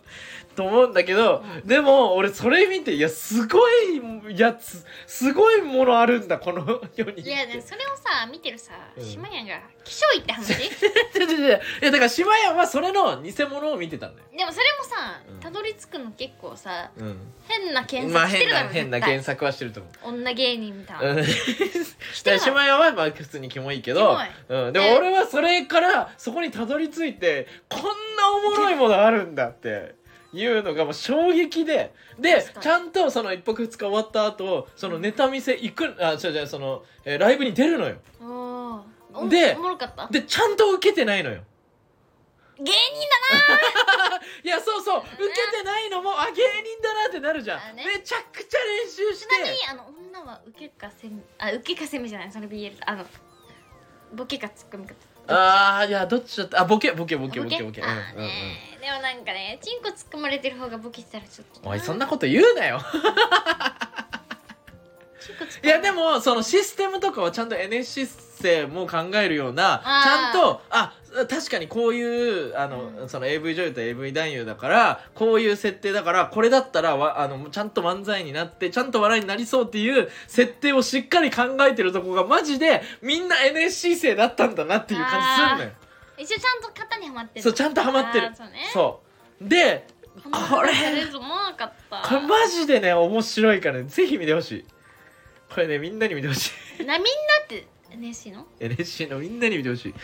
[SPEAKER 1] と思うんだけど、でも俺それ見ていやすごいやつすごいものあるんだこの世に
[SPEAKER 2] いやねそれをさ見てるさ
[SPEAKER 1] うん
[SPEAKER 2] 島屋が気性いいって 話で
[SPEAKER 1] 違う違う違ういやだから島屋はそれの偽物を見てたんだよ、
[SPEAKER 2] もそれもさ
[SPEAKER 1] うん
[SPEAKER 2] たどり着くの結構さ
[SPEAKER 1] う
[SPEAKER 2] 変な検
[SPEAKER 1] ん、まあ
[SPEAKER 2] 索して
[SPEAKER 1] 変
[SPEAKER 2] るだ
[SPEAKER 1] な
[SPEAKER 2] ろ
[SPEAKER 1] 変な
[SPEAKER 2] 絶対
[SPEAKER 1] 検索はしてると思う
[SPEAKER 2] 女芸人みたいな、
[SPEAKER 1] うん
[SPEAKER 2] てない
[SPEAKER 1] しまやはまあ普通にキモいけどうん、でも
[SPEAKER 2] え
[SPEAKER 1] 俺はそれからそこにたどり着いてこんなおもろいものあるんだっていうのがもう衝撃でで
[SPEAKER 2] 確かに
[SPEAKER 1] ちゃんとその一泊二日終わった後そのネタ見せ行くあ違う違うその、えーライブに出るのよ
[SPEAKER 2] おーお
[SPEAKER 1] で
[SPEAKER 2] おもろかった
[SPEAKER 1] でちゃんと受けてないのよ
[SPEAKER 2] 芸人
[SPEAKER 1] いやそうそう受けてないのもあ芸人だなってなるじゃ
[SPEAKER 2] あ
[SPEAKER 1] ん、
[SPEAKER 2] ね
[SPEAKER 1] めちゃくちゃ練習し
[SPEAKER 2] ちなみに
[SPEAKER 1] て
[SPEAKER 2] あの女は受けか攻めあ受けか攻めじゃないそれ BL あのボケかツッコミか
[SPEAKER 1] あーいやどっちだったあボケボケボケボケボケ
[SPEAKER 2] あー
[SPEAKER 1] うんうんうん
[SPEAKER 2] ねでもなんかねチンコ突っ込まれてる方がボケてたらちょっと
[SPEAKER 1] おいそんな
[SPEAKER 2] チ
[SPEAKER 1] こと言うなよ
[SPEAKER 2] ンコ突っ込ま
[SPEAKER 1] い
[SPEAKER 2] れ
[SPEAKER 1] やでもそのシステムとかはちゃんと NSC 生も考えるようなち
[SPEAKER 2] あー
[SPEAKER 1] ゃんとあ確かにこういうあの、
[SPEAKER 2] うん
[SPEAKER 1] その AV 女優と AV 男優だからこういう設定だからこれだったらわあのちゃんと漫才になってちゃんと笑いになりそうっていう設定をしっかり考えてるとこがマジでみんな NSC 生だったんだなっていう感じするのよ。
[SPEAKER 2] 一応ちゃんと型にはまってる
[SPEAKER 1] そうちゃんとハマってる
[SPEAKER 2] あーそうね
[SPEAKER 1] そうで
[SPEAKER 2] こんな
[SPEAKER 1] これ
[SPEAKER 2] ことされると思わなかった
[SPEAKER 1] これマジでね面白いからねぜひ見てほしいこれねみんなに見てほしい
[SPEAKER 2] なみんなって熱しの
[SPEAKER 1] NSC のみんなに見てほしい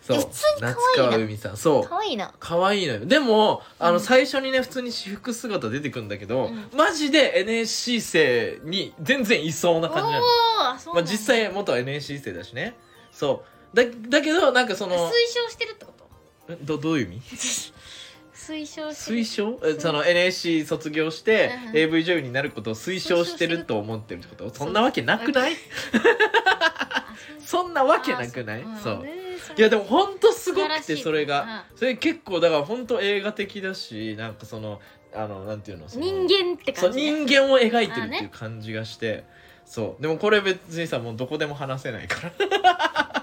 [SPEAKER 1] そう
[SPEAKER 2] え普通に可
[SPEAKER 1] 夏
[SPEAKER 2] 愛いな
[SPEAKER 1] 川海さんそう
[SPEAKER 2] 可愛いな
[SPEAKER 1] 可愛いのよでもあの、
[SPEAKER 2] うん
[SPEAKER 1] 最初にね普通に私服姿出てくんだけど、
[SPEAKER 2] うん
[SPEAKER 1] マジで NSC 生に全然いそうな
[SPEAKER 2] おお
[SPEAKER 1] 感じなの、
[SPEAKER 2] ーあそう
[SPEAKER 1] まあ、
[SPEAKER 2] なんだ
[SPEAKER 1] 実際元 NSC 生だしねそうだだけどなんかそ
[SPEAKER 2] 推
[SPEAKER 1] の
[SPEAKER 2] 奨してるってこと
[SPEAKER 1] んどどういう意味
[SPEAKER 2] 推奨してる
[SPEAKER 1] 推奨えその NSC 卒業して
[SPEAKER 2] うんうん
[SPEAKER 1] AV 女優になることを推奨してると思ってるってことそんなわけなくない
[SPEAKER 2] あそういう
[SPEAKER 1] そんなわけなくない
[SPEAKER 2] あ
[SPEAKER 1] そ
[SPEAKER 2] そううねそれ
[SPEAKER 1] いやでもほんとすごくて
[SPEAKER 2] 素晴らしい
[SPEAKER 1] それがそれ結構だからほんと映画的だしなんかそのあのなんていうのその
[SPEAKER 2] 人間って
[SPEAKER 1] そ
[SPEAKER 2] 感
[SPEAKER 1] う
[SPEAKER 2] じね
[SPEAKER 1] 人間を描いてるっ
[SPEAKER 2] あー
[SPEAKER 1] ていう
[SPEAKER 2] ね
[SPEAKER 1] 感じがして、そうでもこれ別にさもうどこでも話せないから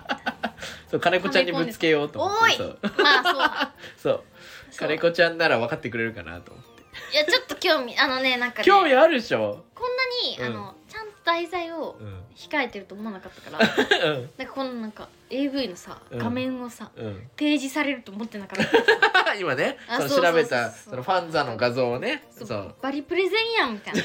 [SPEAKER 1] そう金子ちゃんにぶつけようと思って
[SPEAKER 2] はめ込んで
[SPEAKER 1] そう
[SPEAKER 2] まあそうだ
[SPEAKER 1] そう
[SPEAKER 2] そう
[SPEAKER 1] 金子ちゃんなら分かってくれるかなと思って
[SPEAKER 2] いやちょっと興味あのねなんかね
[SPEAKER 1] 興味あるでしょ、
[SPEAKER 2] こんなにあのちゃんと題材を
[SPEAKER 1] うん
[SPEAKER 2] 控えてると思わなかっ たからな
[SPEAKER 1] うん
[SPEAKER 2] んかこのなんか AV のさ
[SPEAKER 1] うん
[SPEAKER 2] 画面をさ
[SPEAKER 1] うん、
[SPEAKER 2] 提示されると思ってなかっ
[SPEAKER 1] 今ね
[SPEAKER 2] あ
[SPEAKER 1] その
[SPEAKER 2] そうそう
[SPEAKER 1] 調べた
[SPEAKER 2] そうそう
[SPEAKER 1] そのファンザの画像をね
[SPEAKER 2] た
[SPEAKER 1] そ
[SPEAKER 2] そう
[SPEAKER 1] う
[SPEAKER 2] バリプレゼンやんみたいな
[SPEAKER 1] い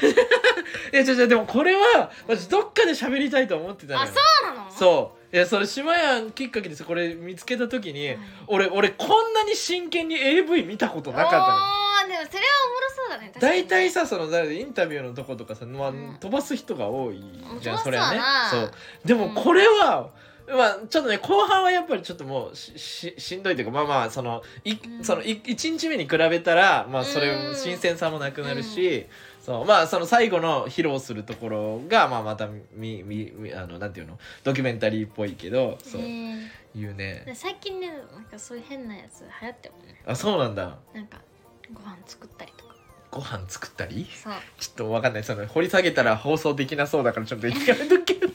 [SPEAKER 1] や違う違うでもこれは私どっかで喋りたいと思ってたのよ
[SPEAKER 2] あそうなのう
[SPEAKER 1] そういやそれ島やんきっかけですこれ見つけた時に、
[SPEAKER 2] はい
[SPEAKER 1] 俺俺こんなに真剣に AV 見たこと
[SPEAKER 2] お
[SPEAKER 1] なかったのよ
[SPEAKER 2] ーでもそれはおもろそうだね確かに
[SPEAKER 1] 大体さそのだからインタビューのとことかさ、まあ
[SPEAKER 2] うん
[SPEAKER 1] 飛ばす人が多いじゃん
[SPEAKER 2] 飛ばす
[SPEAKER 1] そ
[SPEAKER 2] わな
[SPEAKER 1] れはねそうでもこれは、まあちょっとね後半はやっぱりちょっともうしししんどいというかまあまあそのい、
[SPEAKER 2] うん
[SPEAKER 1] そのい1日目に比べたらまあそれ
[SPEAKER 2] うん
[SPEAKER 1] 新鮮さもなくなるし、そうまあその最後の披露するところがまあまたみみみあのなんていうのドキュメンタリーっぽいけどそう
[SPEAKER 2] へー
[SPEAKER 1] いうね
[SPEAKER 2] で最近ねなんかそういう変なやつ流行ってるもんね
[SPEAKER 1] あそうなんだ
[SPEAKER 2] なんかご飯作ったりとか
[SPEAKER 1] ご飯作ったり
[SPEAKER 2] そう
[SPEAKER 1] ちょっとわかんないその掘り下げたら放送できなそうだからちょっと一回やめとくけど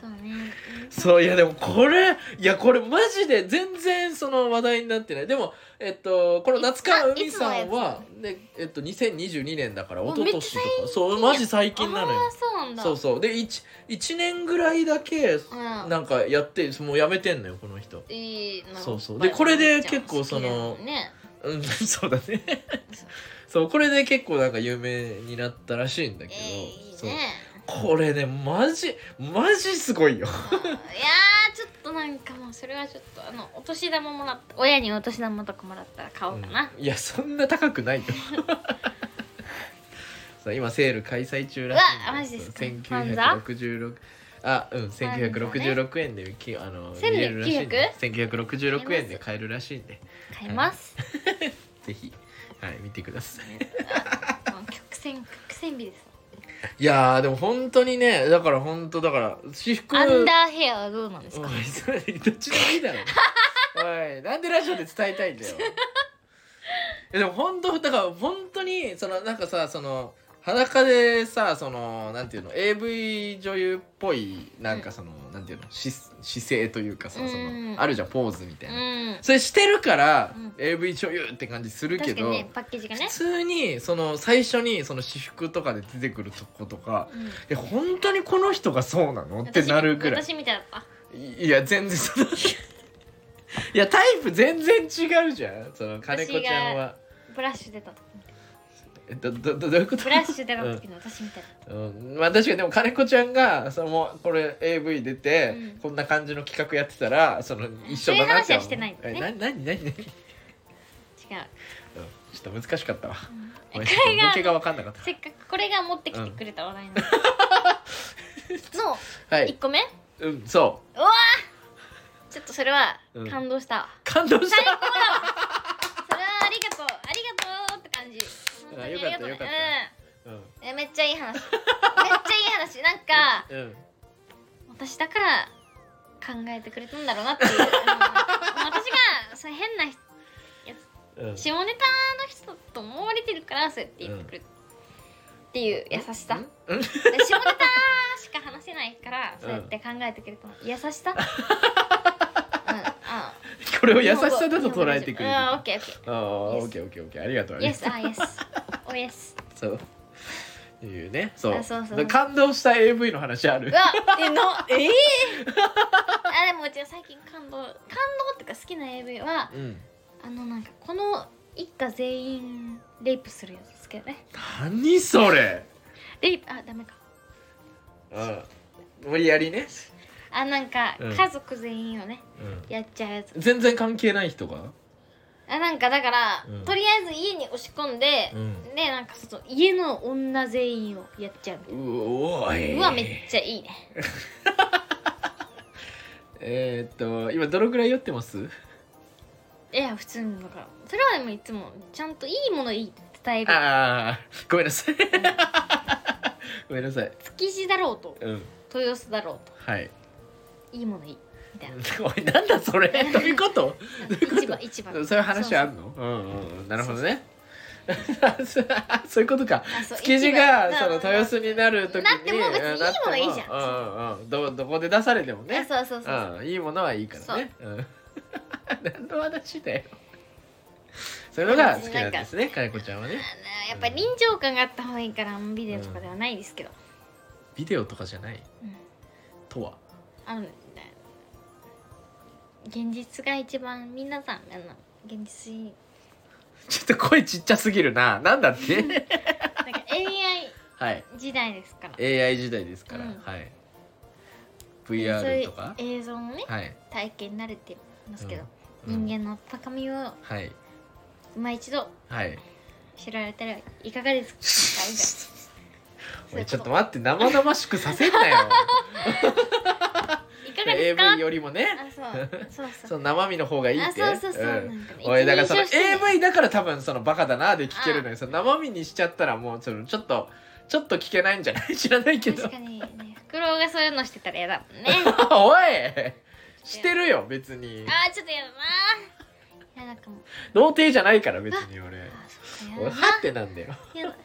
[SPEAKER 2] そうね
[SPEAKER 1] そういやでもこれいやこれマジで全然その話題になってないでもえっとこの夏川海さんはねえっと2022年だから
[SPEAKER 2] も
[SPEAKER 1] 一
[SPEAKER 2] う
[SPEAKER 1] 昨
[SPEAKER 2] めっちゃ
[SPEAKER 1] 年とかそうマジ最近なのよ
[SPEAKER 2] ああそうなんだ
[SPEAKER 1] そうそうで 1, 一年ぐらいだけ
[SPEAKER 2] うん
[SPEAKER 1] なんかやってもうやめてんのよこの人
[SPEAKER 2] いいなんか
[SPEAKER 1] そうそうでこれで結構その
[SPEAKER 2] 好きだもんね
[SPEAKER 1] うん そうだねそうこれで結構なんか有名になったらしいんだ
[SPEAKER 2] え
[SPEAKER 1] けど、
[SPEAKER 2] ー、い い
[SPEAKER 1] そう
[SPEAKER 2] ね
[SPEAKER 1] これねマジマジすごいよ
[SPEAKER 2] あーいやーちょっとなんかもうそれはちょっとあのお年玉もらった親にお年玉とかもらったら買おうかな、
[SPEAKER 1] うんいやそんな高く ないよそう今セール開催中ら
[SPEAKER 2] うわマ
[SPEAKER 1] しい
[SPEAKER 2] ジ
[SPEAKER 1] ん
[SPEAKER 2] ですか
[SPEAKER 1] 千九
[SPEAKER 2] ファンザ
[SPEAKER 1] 1966あうん1966円できあの見れるらしいんで1966円で買えるらしいんで
[SPEAKER 2] 買います、
[SPEAKER 1] ぜひはい見てください
[SPEAKER 2] あもう曲線曲線美です
[SPEAKER 1] いやーでも本当にねだから本当だから私服
[SPEAKER 2] アンダーヘアはどうなんですか
[SPEAKER 1] おいそれどっちでもいいだ ろおいなんでラジオで伝えたいんだよえでも本当だから本当にそのなんかさその裸でさそのなんていうの AV 女優っぽいなんかその、なんていうのし姿勢というかさ、そ
[SPEAKER 2] うん
[SPEAKER 1] のあるじゃんポーズみた
[SPEAKER 2] う
[SPEAKER 1] いな、
[SPEAKER 2] ん
[SPEAKER 1] それしてるから、
[SPEAKER 2] うん
[SPEAKER 1] AV 女優って感じするけ
[SPEAKER 2] 確かに
[SPEAKER 1] ど、
[SPEAKER 2] ねパッケージがね
[SPEAKER 1] 普、通にその最初にその私服とかで出てくるとことか
[SPEAKER 2] うん
[SPEAKER 1] え本当にこの人がそうなのってなるぐらい
[SPEAKER 2] 私みたいだった
[SPEAKER 1] いいや全然そのいやタイプ全然違うじゃんその金子ちゃんは
[SPEAKER 2] ブラッシュ出た時みたい
[SPEAKER 1] えどどどどういうこと
[SPEAKER 2] ブラッシュ出た時の私みたいだった
[SPEAKER 1] うん、まあ確かにでも金子ちゃんがそのこれ AV 出て、
[SPEAKER 2] うん
[SPEAKER 1] こんな感じの企画やってたらその一緒だなって
[SPEAKER 2] そういう話はしてないんだ
[SPEAKER 1] え
[SPEAKER 2] ね
[SPEAKER 1] な何何何、うん、ちょ
[SPEAKER 2] 違う、
[SPEAKER 1] っと難しかったわ
[SPEAKER 2] うん
[SPEAKER 1] ごめん
[SPEAKER 2] こ
[SPEAKER 1] ちょっと
[SPEAKER 2] れが
[SPEAKER 1] ボケが分かんなかっ
[SPEAKER 2] せっかくこれが持ってきてくれた話題なの、 の
[SPEAKER 1] たは
[SPEAKER 2] 1
[SPEAKER 1] い、
[SPEAKER 2] 個目
[SPEAKER 1] うん、そう
[SPEAKER 2] ちょっとそれは
[SPEAKER 1] うん
[SPEAKER 2] 感 動したわ、
[SPEAKER 1] 感動した
[SPEAKER 2] それはありがとうありがとうって感じ本当にありがとうね
[SPEAKER 1] よかったよかっうん
[SPEAKER 2] うんえめっちゃ いい話めっちゃいい話なんか
[SPEAKER 1] うん
[SPEAKER 2] 私だから考えてくれたんだろうな っていう、うん私がそう変な人
[SPEAKER 1] うん
[SPEAKER 2] 下ネタの人と思われてるからそうやって言ってくれた、っていう優しさ
[SPEAKER 1] ん
[SPEAKER 2] 下ネタしか話せないからそうやって考えてくれたの、優しさ、うん、あ
[SPEAKER 1] これを優しさだと捉えてくれる
[SPEAKER 2] うんオッ
[SPEAKER 1] あ
[SPEAKER 2] ケーオッケ
[SPEAKER 1] あ
[SPEAKER 2] ー
[SPEAKER 1] ーオッケーオッケーオッケーありがとうありがとう
[SPEAKER 2] Yes, ah, yes. Oh, yes.
[SPEAKER 1] そういうねそう
[SPEAKER 2] あそうそう
[SPEAKER 1] だから感動した AV の話あ
[SPEAKER 2] う
[SPEAKER 1] る
[SPEAKER 2] わ、え、の、 ええ あ、でも、うちは最近感動、感動っていうか、好きな A. V. は、
[SPEAKER 1] うん
[SPEAKER 2] あの、なんか、この一家全員。レイプするやつですけどね。
[SPEAKER 1] 何それ
[SPEAKER 2] レイプ、あ、ダメか。
[SPEAKER 1] うん無理やりね、
[SPEAKER 2] あ、なんか、
[SPEAKER 1] うん
[SPEAKER 2] 家族全員をね、
[SPEAKER 1] う
[SPEAKER 2] やっちゃうやつ
[SPEAKER 1] ん、。全然関係ない人が
[SPEAKER 2] あ、なんか、だから、
[SPEAKER 1] うん
[SPEAKER 2] とりあえず家に押し込んで。
[SPEAKER 1] うん
[SPEAKER 2] で、なんか、その家の女全員をやっちゃう。
[SPEAKER 1] うおーいう
[SPEAKER 2] わ、めっちゃいいね。
[SPEAKER 1] えー、っと今どのぐらい酔ってます
[SPEAKER 2] いや、普通に、だから、それはでも、いつも、ちゃんといいものいいって伝える。
[SPEAKER 1] ああごめんなさい ごめんなさい
[SPEAKER 2] 築地だろうと、
[SPEAKER 1] うん
[SPEAKER 2] 豊洲だろうと。
[SPEAKER 1] はい
[SPEAKER 2] いいものいいみたいな
[SPEAKER 1] おいなんだそれどういうこと
[SPEAKER 2] 市場市場
[SPEAKER 1] そういう話あんのうんうんうんなるほどね そういうことか築地がその豊洲になる時に
[SPEAKER 2] なっても別
[SPEAKER 1] う
[SPEAKER 2] にいいものいいじゃん
[SPEAKER 1] んうんうんどどこで出されても
[SPEAKER 2] ね
[SPEAKER 1] ね
[SPEAKER 2] そうそうそう
[SPEAKER 1] うんいいものはいいからねうん 何の話だよそういうのが好きなんですねかやこちゃんはね
[SPEAKER 2] やっぱり臨場感があった方がいいからビデオとかではないですけど、
[SPEAKER 1] ビデオとかじゃない
[SPEAKER 2] うん
[SPEAKER 1] とは
[SPEAKER 2] あのね現実が一番皆さんあの現実に
[SPEAKER 1] ちょっと声ちっちゃすぎるななんだって
[SPEAKER 2] なんか AI
[SPEAKER 1] はい
[SPEAKER 2] 時代ですから
[SPEAKER 1] AI 時代ですから、
[SPEAKER 2] うん
[SPEAKER 1] はい
[SPEAKER 2] そうい
[SPEAKER 1] VR
[SPEAKER 2] う
[SPEAKER 1] とか
[SPEAKER 2] 映像のね
[SPEAKER 1] はい
[SPEAKER 2] 体験に慣れてますけど、
[SPEAKER 1] うんうん
[SPEAKER 2] 人間の高みを
[SPEAKER 1] はい
[SPEAKER 2] 今一度
[SPEAKER 1] はい
[SPEAKER 2] 知られたらいかがです か
[SPEAKER 1] おいちょっと待って生々しくさせんなよ
[SPEAKER 2] いかがですか
[SPEAKER 1] AV よりもね
[SPEAKER 2] あそうそうそう
[SPEAKER 1] その生身の方がいいって
[SPEAKER 2] あそうそうそう、
[SPEAKER 1] ん
[SPEAKER 2] なんかね
[SPEAKER 1] おいだからその
[SPEAKER 2] 一人称してね
[SPEAKER 1] AV だから多分そのバカだなで聞けるのにその生身にしちゃったらもうそのちょっとちょっと聞けないんじゃない知らないけど
[SPEAKER 2] 確かにねフクロウがそういうのしてたら嫌だもんね
[SPEAKER 1] おいしてるよ別に
[SPEAKER 2] あーちょっと嫌だな嫌だかも
[SPEAKER 1] 童貞じゃないから別に俺
[SPEAKER 2] あそっか
[SPEAKER 1] おい
[SPEAKER 2] 嫌だな
[SPEAKER 1] はってなんだよ
[SPEAKER 2] 嫌だ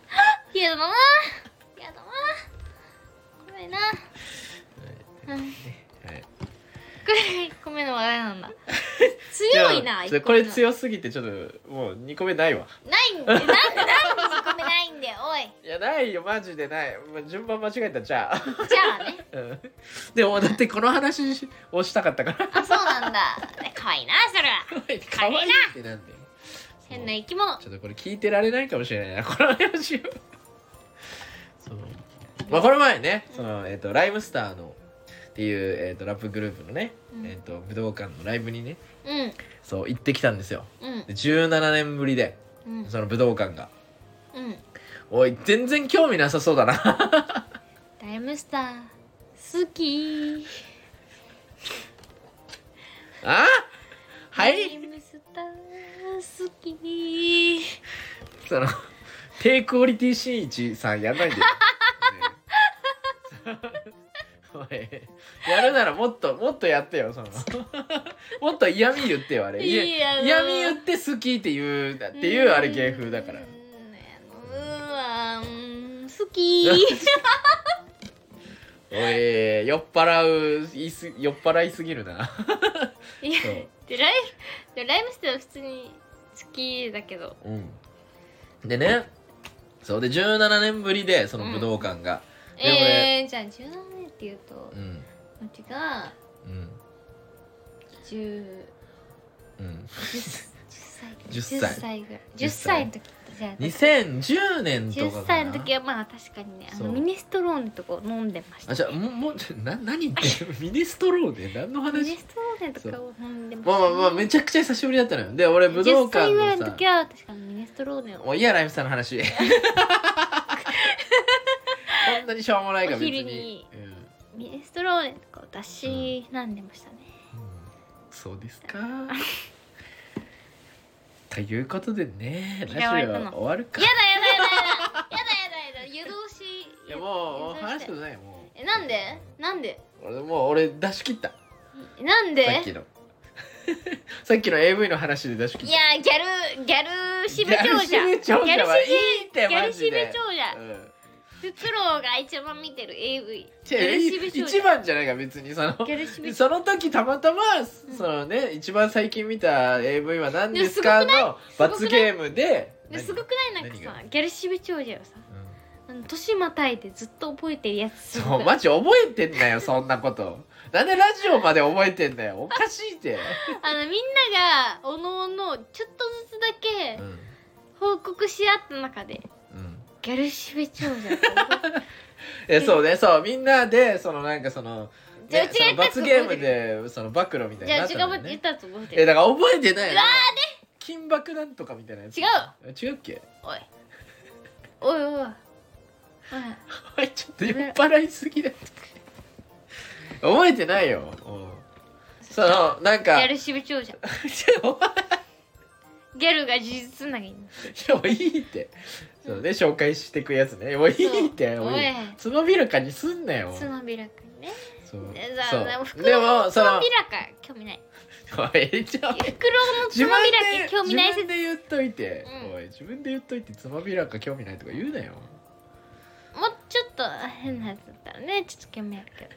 [SPEAKER 2] 嫌だな嫌だなごめんなうん
[SPEAKER 1] はい
[SPEAKER 2] これごめんの話題なんだ強いな
[SPEAKER 1] じゃあこれ
[SPEAKER 2] い
[SPEAKER 1] 強すぎてちょっともう2個目ないわ
[SPEAKER 2] ないんでなんでなんで一個目ないんだよおい
[SPEAKER 1] いやないよマジでないま順番間違えたじゃあ
[SPEAKER 2] じゃあね
[SPEAKER 1] うんでもだってこの話をしたかったから
[SPEAKER 2] あそうなんだね可愛いなそれは
[SPEAKER 1] 可愛いってなんだよ
[SPEAKER 2] 変な生き物
[SPEAKER 1] ちょっとこれ聞いてられないかもしれないなこの話をそうまあこの前ねその、えっとライムスターのっていう、えっとラップグループのね、
[SPEAKER 2] うん
[SPEAKER 1] えっと武道館のライブにね
[SPEAKER 2] うん
[SPEAKER 1] そう行ってきたんですよ
[SPEAKER 2] うん
[SPEAKER 1] で17年ぶりで
[SPEAKER 2] うん
[SPEAKER 1] その武道館が
[SPEAKER 2] うん
[SPEAKER 1] おい全然興味なさそうだな
[SPEAKER 2] ライムスター好き
[SPEAKER 1] あは
[SPEAKER 2] ライ
[SPEAKER 1] い
[SPEAKER 2] ムスター好き
[SPEAKER 1] その低クオリティしんいちさんやんないで よ、ね おいやるならもっともっとやってよその もっと嫌味言ってよあれいや
[SPEAKER 2] いいやろ
[SPEAKER 1] 嫌味言って好きっていうだっていうあれ芸風だから
[SPEAKER 2] うーんうーん好 き
[SPEAKER 1] おい酔っ払う言いす酔っ払いすぎるな
[SPEAKER 2] いや
[SPEAKER 1] そう
[SPEAKER 2] でライでライムスターは普通に好きだけど
[SPEAKER 1] うんでねそうで17年ぶりでその武道館がでもね
[SPEAKER 2] えー、じゃあ17年っていうと
[SPEAKER 1] うん
[SPEAKER 2] うちが
[SPEAKER 1] うん
[SPEAKER 2] 10
[SPEAKER 1] うん
[SPEAKER 2] 10
[SPEAKER 1] 10歳
[SPEAKER 2] 歳10歳ぐらい10歳の時じゃあ
[SPEAKER 1] 2010年とかか
[SPEAKER 2] 10
[SPEAKER 1] な
[SPEAKER 2] 歳の時はまあ確かにねあ
[SPEAKER 1] そ
[SPEAKER 2] の
[SPEAKER 1] う
[SPEAKER 2] ミネストローネとかを飲んでました
[SPEAKER 1] あじゃあもうもうちょな何言ってるミネストローネ何の
[SPEAKER 2] ミネ
[SPEAKER 1] 話
[SPEAKER 2] ストローネとかを飲んでました
[SPEAKER 1] まあまあまあめちゃくちゃ久しぶりだったのよで俺武道
[SPEAKER 2] 10歳
[SPEAKER 1] 館
[SPEAKER 2] ぐらい
[SPEAKER 1] の
[SPEAKER 2] の
[SPEAKER 1] さ
[SPEAKER 2] 時は確かにミネストローネを
[SPEAKER 1] もういいやライムさんの話こんなにしょうもないが別に
[SPEAKER 2] お昼に
[SPEAKER 1] うんうん
[SPEAKER 2] ミネストローネとかを出し飲んでましたね、
[SPEAKER 1] そうですかということでね
[SPEAKER 2] 嫌わ
[SPEAKER 1] ラ
[SPEAKER 2] れ
[SPEAKER 1] ジオ
[SPEAKER 2] たの
[SPEAKER 1] は終わるか
[SPEAKER 2] やだやだやだやだやだやだやだ湯通し
[SPEAKER 1] いやもうもう
[SPEAKER 2] 湯通し
[SPEAKER 1] 話すことないもう
[SPEAKER 2] えなんでなんで
[SPEAKER 1] 俺もう俺出し切ったさ
[SPEAKER 2] えなんで
[SPEAKER 1] っきの さっきの AV の話で出し切
[SPEAKER 2] い
[SPEAKER 1] った
[SPEAKER 2] やギャルギャルしめ長者
[SPEAKER 1] ギャルシブ長者はいいって
[SPEAKER 2] ギャ
[SPEAKER 1] マ
[SPEAKER 2] ル
[SPEAKER 1] ジで
[SPEAKER 2] しめ長者
[SPEAKER 1] うん
[SPEAKER 2] フクロウが一番見てる AV
[SPEAKER 1] 違う一番じゃないから別にその
[SPEAKER 2] ギャルシビ少
[SPEAKER 1] その時たまたま、そのね一番最近見た AV は何ですか
[SPEAKER 2] で
[SPEAKER 1] の罰ゲームです
[SPEAKER 2] ごくないなんか
[SPEAKER 1] 何
[SPEAKER 2] さギャルシビ長者をさ
[SPEAKER 1] うん
[SPEAKER 2] あの年またいでずっと覚えてるやつす
[SPEAKER 1] そ
[SPEAKER 2] ご
[SPEAKER 1] う
[SPEAKER 2] く
[SPEAKER 1] マジ覚えてんだよそんなことなんでラジオまで覚えてんだよおかしいって、
[SPEAKER 2] あのみんながおのおのちょっとずつだけ
[SPEAKER 1] うん
[SPEAKER 2] 報告し合った中で
[SPEAKER 1] うん
[SPEAKER 2] ギャルシビ長者
[SPEAKER 1] えそうねそうみんなでそのなんかその,、
[SPEAKER 2] じゃあ
[SPEAKER 1] ね
[SPEAKER 2] う、ち
[SPEAKER 1] そ
[SPEAKER 2] がや
[SPEAKER 1] の
[SPEAKER 2] ったやつ
[SPEAKER 1] 罰ゲームでその暴露みたい
[SPEAKER 2] じ
[SPEAKER 1] に
[SPEAKER 2] ゃあ
[SPEAKER 1] な
[SPEAKER 2] う
[SPEAKER 1] っ
[SPEAKER 2] ち
[SPEAKER 1] た
[SPEAKER 2] が
[SPEAKER 1] んだ
[SPEAKER 2] 覚え
[SPEAKER 1] よ
[SPEAKER 2] て言
[SPEAKER 1] ね
[SPEAKER 2] ったやつ覚えて
[SPEAKER 1] え
[SPEAKER 2] る
[SPEAKER 1] だから覚えてないな
[SPEAKER 2] うわ
[SPEAKER 1] 金箔なんとかみたいなやつ
[SPEAKER 2] 違
[SPEAKER 1] 違うっけ
[SPEAKER 2] おいおいおいおい
[SPEAKER 1] おいちょっと酔っ払いすぎだって覚えてないよ、うんそのなん
[SPEAKER 2] ギ
[SPEAKER 1] か
[SPEAKER 2] ャルシビ長者
[SPEAKER 1] いやお前
[SPEAKER 2] ギャルが事実つなぎに
[SPEAKER 1] いやもういいってそうね紹介してくやつねもういいって
[SPEAKER 2] そう
[SPEAKER 1] もういい
[SPEAKER 2] おい
[SPEAKER 1] つまびらかにすんなよ
[SPEAKER 2] つまびらかにね
[SPEAKER 1] そう
[SPEAKER 2] でさ
[SPEAKER 1] そう
[SPEAKER 2] でも袋
[SPEAKER 1] でも
[SPEAKER 2] つ
[SPEAKER 1] そ
[SPEAKER 2] ま
[SPEAKER 1] の
[SPEAKER 2] びらか興味ない
[SPEAKER 1] おいちょ
[SPEAKER 2] 袋のつまびらか興味ない
[SPEAKER 1] 自分で言っといて、
[SPEAKER 2] うん
[SPEAKER 1] おい自分で言っといてつまびらか興味ないとか言うなよ
[SPEAKER 2] もうちょっと変なやつだったらねちょっと興味あるけど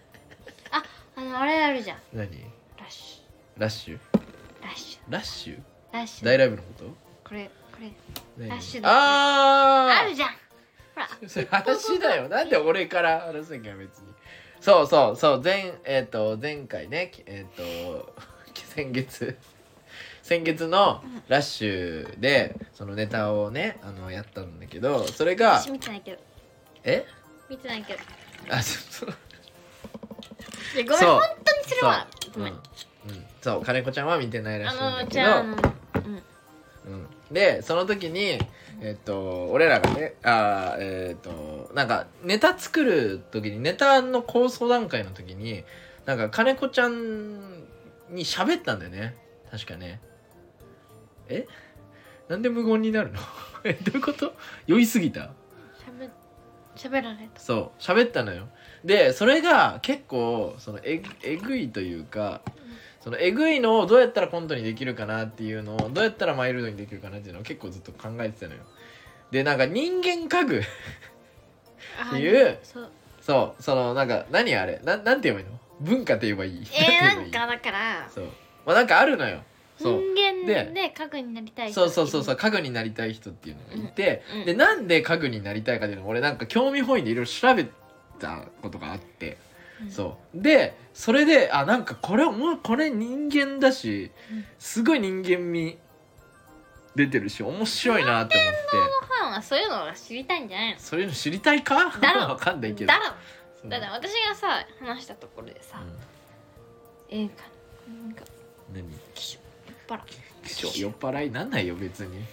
[SPEAKER 2] ああのあれあるじゃん
[SPEAKER 1] 何
[SPEAKER 2] ラッシ
[SPEAKER 1] ラッシュ
[SPEAKER 2] ュラッシ
[SPEAKER 1] ラッシュ
[SPEAKER 2] ュラッシュ
[SPEAKER 1] 大ライブのこと
[SPEAKER 2] これこれ
[SPEAKER 1] 何
[SPEAKER 2] ラッシュです
[SPEAKER 1] あー
[SPEAKER 2] あるじゃんほら
[SPEAKER 1] それ話だよなんで俺から話せんかよ別にそうそうそう前えっ、と前回ねえっ、と 先月先月のラッシュでそのネタをねあのやったんだけどそれが
[SPEAKER 2] 私見てないけど
[SPEAKER 1] え
[SPEAKER 2] 見てないけど
[SPEAKER 1] あそうそう
[SPEAKER 2] いやごめん
[SPEAKER 1] そう
[SPEAKER 2] 本当にそれはご
[SPEAKER 1] うん、う
[SPEAKER 2] め
[SPEAKER 1] ん
[SPEAKER 2] ん、
[SPEAKER 1] そう金子ちゃんは見てないらしいん
[SPEAKER 2] あ
[SPEAKER 1] だ
[SPEAKER 2] の
[SPEAKER 1] け
[SPEAKER 2] じ
[SPEAKER 1] ど
[SPEAKER 2] ゃああのうん
[SPEAKER 1] うん、でその時にえっと俺らがねあーえっとなんかネタ作る時にネタの構想段階の時になんか金子ちゃんに喋ったんだよね確かねえなんで無言になるの えどういうこと酔いすぎた
[SPEAKER 2] しゃべしゃべられた
[SPEAKER 1] そう喋ったのよでそれが結構そのえぐえぐいというかそのえぐいのをどうやったらコントにできるかなっていうのをどうやったらマイルドにできるかなっていうのを結構ずっと考えてたのよでなんか人間家具
[SPEAKER 2] あ
[SPEAKER 1] っていう
[SPEAKER 2] そう
[SPEAKER 1] そうそのなんか何あれななんて言えばいいの文化って言えばいい
[SPEAKER 2] えー、な
[SPEAKER 1] て言え
[SPEAKER 2] ん
[SPEAKER 1] ばい
[SPEAKER 2] かだから
[SPEAKER 1] いそうまあなんかあるのよ そう
[SPEAKER 2] 人間
[SPEAKER 1] で
[SPEAKER 2] で家具になりたい
[SPEAKER 1] そ
[SPEAKER 2] 人
[SPEAKER 1] うそうそうそう家具になりたい人っていうのがいて、
[SPEAKER 2] うんうん
[SPEAKER 1] でなんで家具になりたいかっていうのを俺なんか興味本位でいろいろ調べたことがあって、
[SPEAKER 2] うん
[SPEAKER 1] そうでそれであなんかこれもうこれ人間だし
[SPEAKER 2] うん
[SPEAKER 1] すごい人間味出てるし面白いなって思って
[SPEAKER 2] ファンはそういうのが知りたいんじゃないの
[SPEAKER 1] そういうの知りたいか
[SPEAKER 2] だろ
[SPEAKER 1] わかんないけど
[SPEAKER 2] だろ
[SPEAKER 1] そう
[SPEAKER 2] だって私がさ話したところでさ、ええかなんか
[SPEAKER 1] うん何
[SPEAKER 2] キショ酔っ払
[SPEAKER 1] ちょ酔っ払いなんないよ別 に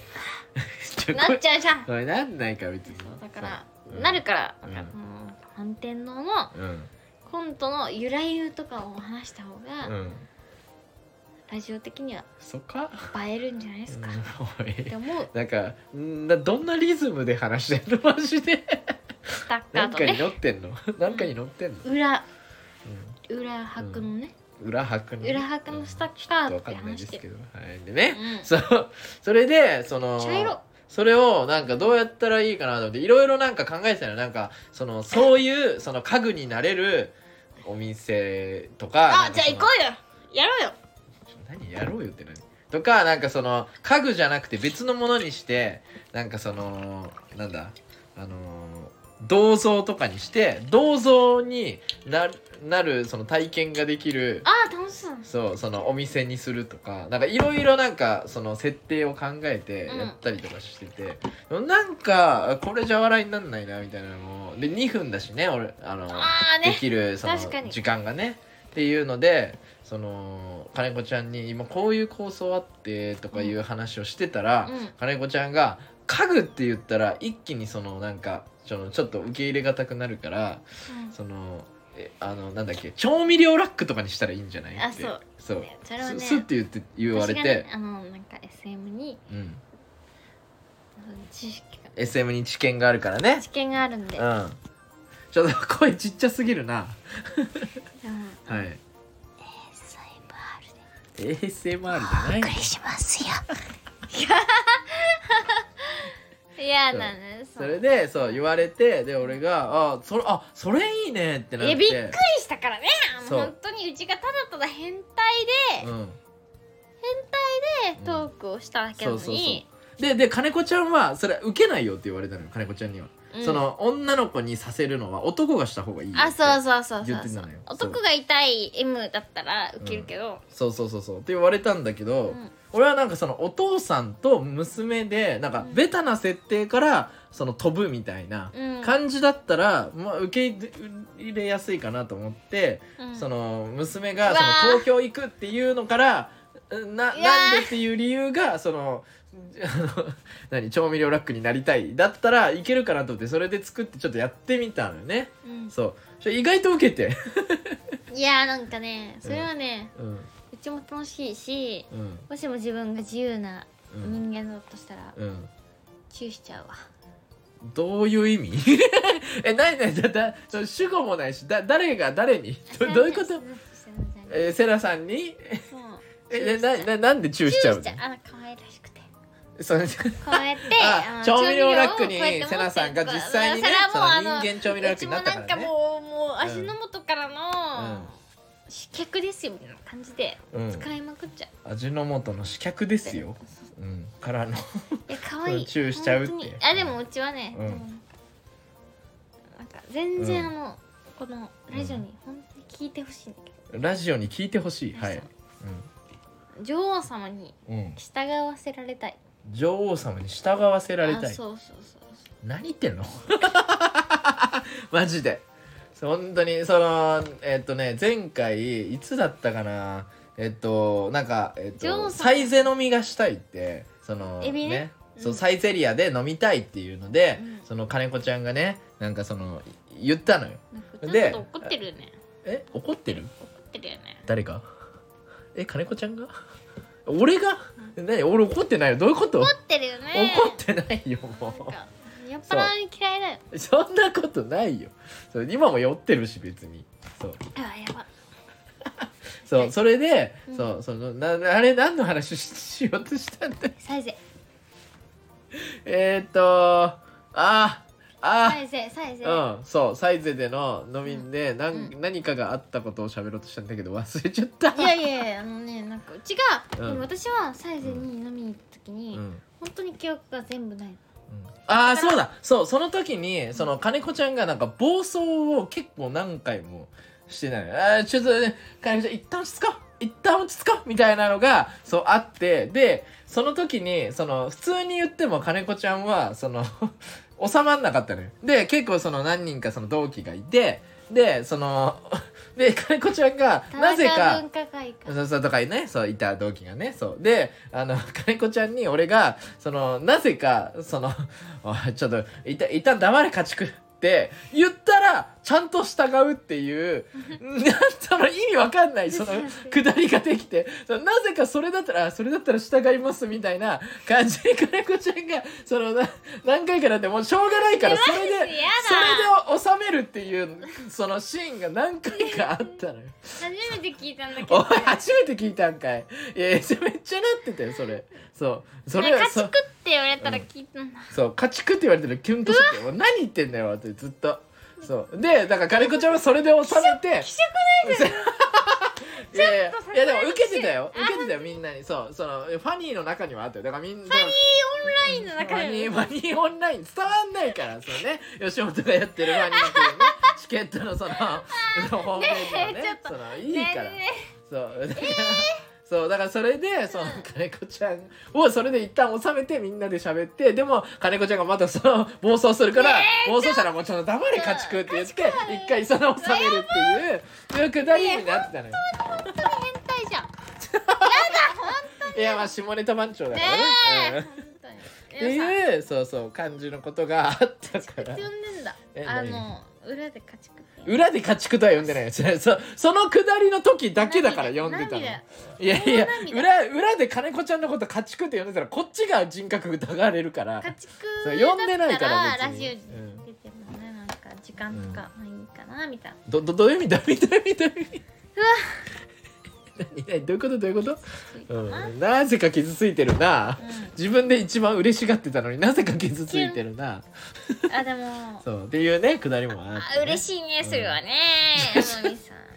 [SPEAKER 1] ちょ
[SPEAKER 2] うなっちゃうじゃん
[SPEAKER 1] これなんないから別に
[SPEAKER 2] だから、
[SPEAKER 1] うん
[SPEAKER 2] なるから、
[SPEAKER 1] うん
[SPEAKER 2] なんかもう満天堂の
[SPEAKER 1] そううん
[SPEAKER 2] コントの由来とかを話した方が、
[SPEAKER 1] うん
[SPEAKER 2] ラジオ的には
[SPEAKER 1] そっか
[SPEAKER 2] 映えるんじゃないですか、っ
[SPEAKER 1] うんおい
[SPEAKER 2] て思う
[SPEAKER 1] なんかんなどんなリズムで話してんのマジ で
[SPEAKER 2] スタッカ
[SPEAKER 1] な
[SPEAKER 2] ー
[SPEAKER 1] ん
[SPEAKER 2] と
[SPEAKER 1] かに
[SPEAKER 2] ね
[SPEAKER 1] 乗ってんのなんかに乗ってんの、
[SPEAKER 2] 裏裏拍のね、
[SPEAKER 1] うん、裏拍の
[SPEAKER 2] 裏拍のスタッ
[SPEAKER 1] ちょ
[SPEAKER 2] カ
[SPEAKER 1] っと
[SPEAKER 2] ー
[SPEAKER 1] わ
[SPEAKER 2] っ
[SPEAKER 1] か
[SPEAKER 2] て
[SPEAKER 1] んないで
[SPEAKER 2] 話
[SPEAKER 1] す
[SPEAKER 2] して
[SPEAKER 1] け
[SPEAKER 2] る
[SPEAKER 1] どはいでね、
[SPEAKER 2] うん
[SPEAKER 1] そうそれでその
[SPEAKER 2] 茶色
[SPEAKER 1] それをなんかどうやったらいいかなと思っていろいろなんか考えてたのよなんかそのそういうその家具になれるお店とか
[SPEAKER 2] あじゃあ行こ
[SPEAKER 1] う
[SPEAKER 2] うよやろうよ
[SPEAKER 1] 何やろうよって何とかなんかその家具じゃなくて別のものにしてなんかそのなんだあの銅像とかにして銅像にななるその体験ができる
[SPEAKER 2] あー楽しそう
[SPEAKER 1] そうそのお店にするとかなんかいろいろなんかその設定を考えて
[SPEAKER 2] うん
[SPEAKER 1] やったりとかしてて、なんかこれじゃ笑いになんないなみたいなのもで2分だしね俺あの
[SPEAKER 2] あー
[SPEAKER 1] で
[SPEAKER 2] ね
[SPEAKER 1] きるその
[SPEAKER 2] 確かに
[SPEAKER 1] 時間がねっていうのでその金子ちゃんに今こういう構想あってとかいう話をしてたら、
[SPEAKER 2] うん
[SPEAKER 1] 金子ちゃんが「家具」って言ったら一気にそのなんかそのちょっと受け入れがたくなるからそのえあのなんだっけ調味料ラックとかにしたらいいんじゃない
[SPEAKER 2] あ
[SPEAKER 1] って
[SPEAKER 2] そう
[SPEAKER 1] そう
[SPEAKER 2] それはね
[SPEAKER 1] すすって言って言われて、
[SPEAKER 2] 私がねあのなんか SM に
[SPEAKER 1] うん、
[SPEAKER 2] うん知識が
[SPEAKER 1] SM に知見があるからね
[SPEAKER 2] 知見があるん
[SPEAKER 1] う
[SPEAKER 2] で、
[SPEAKER 1] んちょっと声ちっちゃすぎるな
[SPEAKER 2] うん
[SPEAKER 1] はい
[SPEAKER 2] SMR で
[SPEAKER 1] ASMR じゃない
[SPEAKER 2] お
[SPEAKER 1] の
[SPEAKER 2] 送りしますよいやいやなんです
[SPEAKER 1] それでそう言われてで俺が「あそれあそれいいね」ってなって
[SPEAKER 2] いやびっくりしたからねあの
[SPEAKER 1] そう
[SPEAKER 2] 本当にうちがただただ変態で
[SPEAKER 1] うん、
[SPEAKER 2] 変態でトークをしただけなの
[SPEAKER 1] そうそう
[SPEAKER 2] に、
[SPEAKER 1] そうでで金子ちゃんはそれ受けないよって言われたのよ金子ちゃんには、
[SPEAKER 2] うん
[SPEAKER 1] その女の子にさせるのは男がした方がいいよって
[SPEAKER 2] あそうそうそうそ
[SPEAKER 1] 言っ
[SPEAKER 2] う
[SPEAKER 1] て
[SPEAKER 2] そ
[SPEAKER 1] たの
[SPEAKER 2] う
[SPEAKER 1] よ
[SPEAKER 2] 男が痛い M だったらウケるけど、
[SPEAKER 1] そうそうそうそうって言われたんだけど、
[SPEAKER 2] うん
[SPEAKER 1] 俺はなんかそのお父さんと娘でなんか
[SPEAKER 2] うん
[SPEAKER 1] ベタな設定からその飛ぶみたいな
[SPEAKER 2] うん
[SPEAKER 1] 感じだったら、まあ、受け入れやすいかなと思って、
[SPEAKER 2] うん
[SPEAKER 1] その娘が
[SPEAKER 2] うわ
[SPEAKER 1] その
[SPEAKER 2] ー
[SPEAKER 1] 東京行くっていうのからうんな
[SPEAKER 2] うわー
[SPEAKER 1] なんでっていう理由がその あの何調味料ラックになりたいだったらいけるかなと思ってそれで作ってちょっとやってみたのよね
[SPEAKER 2] うん
[SPEAKER 1] そうそれ意外と受けて
[SPEAKER 2] いやーなんかねそれはね、
[SPEAKER 1] うん
[SPEAKER 2] うちも楽しいし
[SPEAKER 1] うん
[SPEAKER 2] もしも自分が自由な
[SPEAKER 1] うん
[SPEAKER 2] 人間だとしたら、
[SPEAKER 1] うん
[SPEAKER 2] チューしちゃうわ
[SPEAKER 1] どういう意味 え、ないない、だ、だ、その主語もないし、だ、誰が誰にどどういうこと
[SPEAKER 2] え
[SPEAKER 1] えー、セラさんに
[SPEAKER 2] そう
[SPEAKER 1] え、な、な、なんでチューしちゃうの
[SPEAKER 2] チューしちゃあの可愛らしくて
[SPEAKER 1] その
[SPEAKER 2] こうやって
[SPEAKER 1] あ
[SPEAKER 2] あの
[SPEAKER 1] 調味料ラック
[SPEAKER 2] 調
[SPEAKER 1] に
[SPEAKER 2] 味料をこうやって持って
[SPEAKER 1] セナさんが実際にね
[SPEAKER 2] それはもうあ
[SPEAKER 1] その
[SPEAKER 2] の
[SPEAKER 1] 人間調味料ラックになったからね
[SPEAKER 2] うちもなんかもうもう足の素から
[SPEAKER 1] うん
[SPEAKER 2] の失脚ですよみたいな感じで
[SPEAKER 1] うん、
[SPEAKER 2] 使いまくっちゃ
[SPEAKER 1] 味の素の試客ですよ。うん、からの。
[SPEAKER 2] ういや可愛い
[SPEAKER 1] チューしちゃうって
[SPEAKER 2] 本当にあでもうちはね、
[SPEAKER 1] うん
[SPEAKER 2] でもなんか全然あ
[SPEAKER 1] う
[SPEAKER 2] の、このラジオに本当に聞いてほしいんだけ
[SPEAKER 1] ラジオに聞いてほしい。
[SPEAKER 2] ど、
[SPEAKER 1] はい。
[SPEAKER 2] 女王様に
[SPEAKER 1] うん。うん。
[SPEAKER 2] 従わせられたい
[SPEAKER 1] 女王様に従わせられた
[SPEAKER 2] あ
[SPEAKER 1] い。
[SPEAKER 2] そうそうそうそう
[SPEAKER 1] 何言ってんの マジで本当にそのえっとね前回いつだったかなえっとなんか、えっ
[SPEAKER 2] ジョ
[SPEAKER 1] と、
[SPEAKER 2] ンさん
[SPEAKER 1] サイゼ飲みがしたいってその
[SPEAKER 2] エビねうん
[SPEAKER 1] そうサイゼリアで飲みたいっていうので、
[SPEAKER 2] うん
[SPEAKER 1] その金子ちゃんがねなんかそのい言ったのよ
[SPEAKER 2] なんかちょ
[SPEAKER 1] で
[SPEAKER 2] っと怒ってるよね
[SPEAKER 1] え怒ってる
[SPEAKER 2] 怒ってるよね
[SPEAKER 1] 誰がえ金子ちゃんが俺が何俺怒ってないよどういうこと、
[SPEAKER 2] 怒ってるよね
[SPEAKER 1] 怒ってないよ
[SPEAKER 2] な
[SPEAKER 1] も
[SPEAKER 2] ん
[SPEAKER 1] う
[SPEAKER 2] か酔っ払い嫌いだよ
[SPEAKER 1] そんなことないよ。そう今も酔ってるし別に。そう
[SPEAKER 2] あやば
[SPEAKER 1] そ
[SPEAKER 2] は
[SPEAKER 1] う
[SPEAKER 2] い
[SPEAKER 1] それで、
[SPEAKER 2] うん
[SPEAKER 1] そうそのなあれ何の話し しようとしたんだ。
[SPEAKER 2] サイゼ
[SPEAKER 1] えーっとああ
[SPEAKER 2] サ
[SPEAKER 1] あ
[SPEAKER 2] イゼサイゼ、
[SPEAKER 1] うんそうサイゼでの飲みで、なん
[SPEAKER 2] う
[SPEAKER 1] 何かがあったことを喋ろうとしたんだけど忘れちゃった。
[SPEAKER 2] いやいやいやあのねなんかうちが、
[SPEAKER 1] うん
[SPEAKER 2] でも私はサイゼに飲みに行った時
[SPEAKER 1] うん
[SPEAKER 2] に、
[SPEAKER 1] うん
[SPEAKER 2] 本当に記憶が全部ない
[SPEAKER 1] ああ
[SPEAKER 2] だから
[SPEAKER 1] そうだそうその時にその金子ちゃんがなんか暴走を結構何回もしてないあーちょっとね金子ちゃん一旦落ち着こう一旦落ち着こうみたいなのがそうあってでその時にその普通に言っても金子ちゃんはその 収まんなかったのよで結構その何人かその同期がいてでその で金子ちゃんが
[SPEAKER 2] 田
[SPEAKER 1] なぜ
[SPEAKER 2] 中
[SPEAKER 1] か
[SPEAKER 2] 文化会館
[SPEAKER 1] そうそうとかねそういた同期がねそうであの金子ちゃんに俺がそのなぜかその「おいちょっといた一旦黙れ家畜」って言ったらちゃんと従うっていうなんその意味わかんないその下りができてそのなぜかそれだったらあそれだったら従いますみたいな感じで金子ちゃんがそのな何回かなってもうしょうがないからそれで
[SPEAKER 2] マ
[SPEAKER 1] それ
[SPEAKER 2] ジ
[SPEAKER 1] で
[SPEAKER 2] や
[SPEAKER 1] 収めるっていうそのシーンが何回かあったのよ。
[SPEAKER 2] 初めて聞いたんだけ
[SPEAKER 1] お
[SPEAKER 2] ど
[SPEAKER 1] 前初めて聞いたんかいいやいやめっちゃなってたよそれそうそれ
[SPEAKER 2] 家
[SPEAKER 1] そ
[SPEAKER 2] 畜っ
[SPEAKER 1] う
[SPEAKER 2] て言われたら聞いたんだ、
[SPEAKER 1] そう家畜って言われてるキュンとしてもう何言ってんだよってずっとそうでだから金子ちゃんはそれで収めて
[SPEAKER 2] 気
[SPEAKER 1] いやいや
[SPEAKER 2] ちょっと
[SPEAKER 1] いやでも受けてたよ
[SPEAKER 2] さすがに
[SPEAKER 1] 受けてたよみんなにそうそのファニーの中にはあったよだからみんな
[SPEAKER 2] オンラインの中
[SPEAKER 1] ファニ
[SPEAKER 2] で
[SPEAKER 1] ーファニーオンライン伝わんないからそう ね吉本がやってるファニーって いうねチケットのその ホームページのね
[SPEAKER 2] ねえちょっと
[SPEAKER 1] そのいいから。
[SPEAKER 2] ね
[SPEAKER 1] そうだから、 そうだからそれでその金子ちゃんをそれで一旦収めてみんなで喋ってでも金子ちゃんがまたその暴走するから、暴走したらもうちょっと黙れ家畜って言って一回その収めるっていうそういうくだりになってたのよ。
[SPEAKER 2] 本当に変態じゃん
[SPEAKER 1] いやまあ下ネタ番長だか
[SPEAKER 2] ね
[SPEAKER 1] らね。う
[SPEAKER 2] え
[SPEAKER 1] ん
[SPEAKER 2] 本当に
[SPEAKER 1] って
[SPEAKER 2] でもさ
[SPEAKER 1] いうそうそう感じのことがあったか
[SPEAKER 2] 呼
[SPEAKER 1] ら
[SPEAKER 2] んでんだ
[SPEAKER 1] え
[SPEAKER 2] あ
[SPEAKER 1] 何
[SPEAKER 2] の裏で家畜って
[SPEAKER 1] 裏で家畜とは呼んでないよそそのくだりの時だけだから呼んでたの
[SPEAKER 2] 涙涙
[SPEAKER 1] いやいや
[SPEAKER 2] 大涙
[SPEAKER 1] 裏裏で金子ちゃんのこと家畜って呼んでたらこっちが人格疑われるから
[SPEAKER 2] 家畜
[SPEAKER 1] そう呼んでないから
[SPEAKER 2] だったらラ
[SPEAKER 1] 別
[SPEAKER 2] ジオ
[SPEAKER 1] に
[SPEAKER 2] に出てもねなんか時間とかまあいいかなみたいな
[SPEAKER 1] どどどういう意味だみたいみたい何何どういうことどういうこと
[SPEAKER 2] そういうかな
[SPEAKER 1] うん、なぜか傷ついてるな
[SPEAKER 2] う、
[SPEAKER 1] 自分で一番嬉しがってたのになぜか傷ついてるなん
[SPEAKER 2] あでも
[SPEAKER 1] そうっていうねくだりもあって、
[SPEAKER 2] あ
[SPEAKER 1] ね、
[SPEAKER 2] 嬉
[SPEAKER 1] い、
[SPEAKER 2] しいねそれはね天海さん